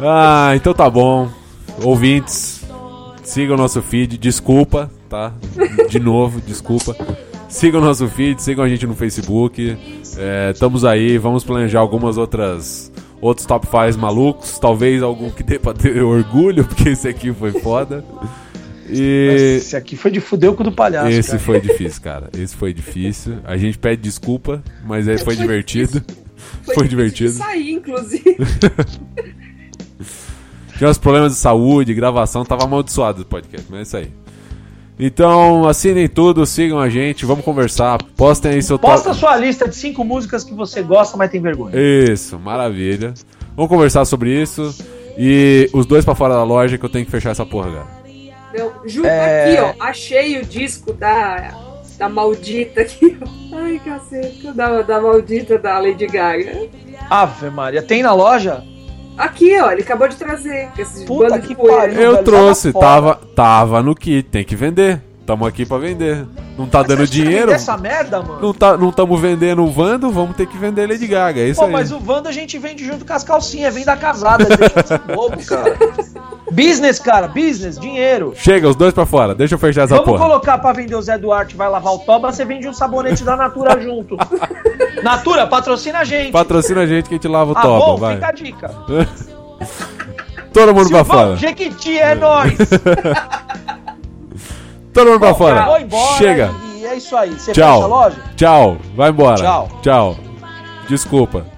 [SPEAKER 1] Ah, então tá bom. Ouvintes, sigam o nosso feed. Desculpa, tá? De novo, desculpa. Sigam o nosso feed, sigam a gente no Facebook. É, estamos aí, vamos planejar algumas outras. Outros top 5 malucos. Talvez algum que dê pra ter orgulho, porque esse aqui foi foda. E.
[SPEAKER 3] Esse aqui foi de fuder o cu do palhaço.
[SPEAKER 1] Esse
[SPEAKER 3] cara.
[SPEAKER 1] foi difícil, cara. Esse foi difícil. A gente pede desculpa, mas aí foi divertido. Foi divertido.
[SPEAKER 2] Saí, inclusive.
[SPEAKER 1] Tinha uns problemas de saúde, gravação, tava amaldiçoado o podcast, mas é isso aí. Então, assinem tudo, sigam a gente, vamos conversar. Postem aí seu
[SPEAKER 3] Posta
[SPEAKER 1] top.
[SPEAKER 3] sua lista de cinco músicas que você gosta, mas tem vergonha.
[SPEAKER 1] Isso, maravilha. Vamos conversar sobre isso. E os dois pra fora da loja que eu tenho que fechar essa porra, cara.
[SPEAKER 2] Não, juro tá
[SPEAKER 3] É.
[SPEAKER 2] aqui, ó. Achei o disco da, da maldita aqui, ó. Ai, caceta. Da, da maldita da Lady Gaga.
[SPEAKER 3] Ave Maria, tem na loja?
[SPEAKER 2] Aqui, ó. Ele acabou de trazer. com Esses
[SPEAKER 3] Puta
[SPEAKER 2] bandos
[SPEAKER 3] que
[SPEAKER 2] de poeira.
[SPEAKER 3] pariu.
[SPEAKER 1] Eu
[SPEAKER 3] velho,
[SPEAKER 1] trouxe,
[SPEAKER 3] tava tá fora.
[SPEAKER 1] tava, tava no kit, tem que vender. Tamo aqui pra vender. Não tá dando dinheiro?
[SPEAKER 3] Essa é merda, mano.
[SPEAKER 1] Não tá, não estamos vendendo o Vando, vamos ter que vender Lady Gaga, é isso
[SPEAKER 3] Pô,
[SPEAKER 1] aí.
[SPEAKER 3] mas o Wanda a gente vende junto com as calcinhas, vem da casada, deixa de ser bobo, um cara. Business, cara, business, dinheiro.
[SPEAKER 1] Chega, os dois pra fora. Deixa eu fechar essa
[SPEAKER 3] Vamos
[SPEAKER 1] porra.
[SPEAKER 3] colocar pra vender o Zé Duarte vai lavar o toba, você vende um sabonete da Natura junto. Natura, patrocina a gente.
[SPEAKER 1] Patrocina a gente que a gente lava o
[SPEAKER 3] ah,
[SPEAKER 1] toba,
[SPEAKER 3] bom,
[SPEAKER 1] vai.
[SPEAKER 3] fica a dica.
[SPEAKER 1] Todo mundo pra
[SPEAKER 3] Silvão,
[SPEAKER 1] fora.
[SPEAKER 3] Jequiti é nóis.
[SPEAKER 1] Todo mundo pra
[SPEAKER 3] Cara, vou
[SPEAKER 1] fora.
[SPEAKER 3] embora
[SPEAKER 1] Chega.
[SPEAKER 3] E é isso aí. Você fecha a
[SPEAKER 1] Tchau.
[SPEAKER 3] loja?
[SPEAKER 1] Tchau. Vai embora.
[SPEAKER 3] Tchau.
[SPEAKER 1] Tchau. Desculpa.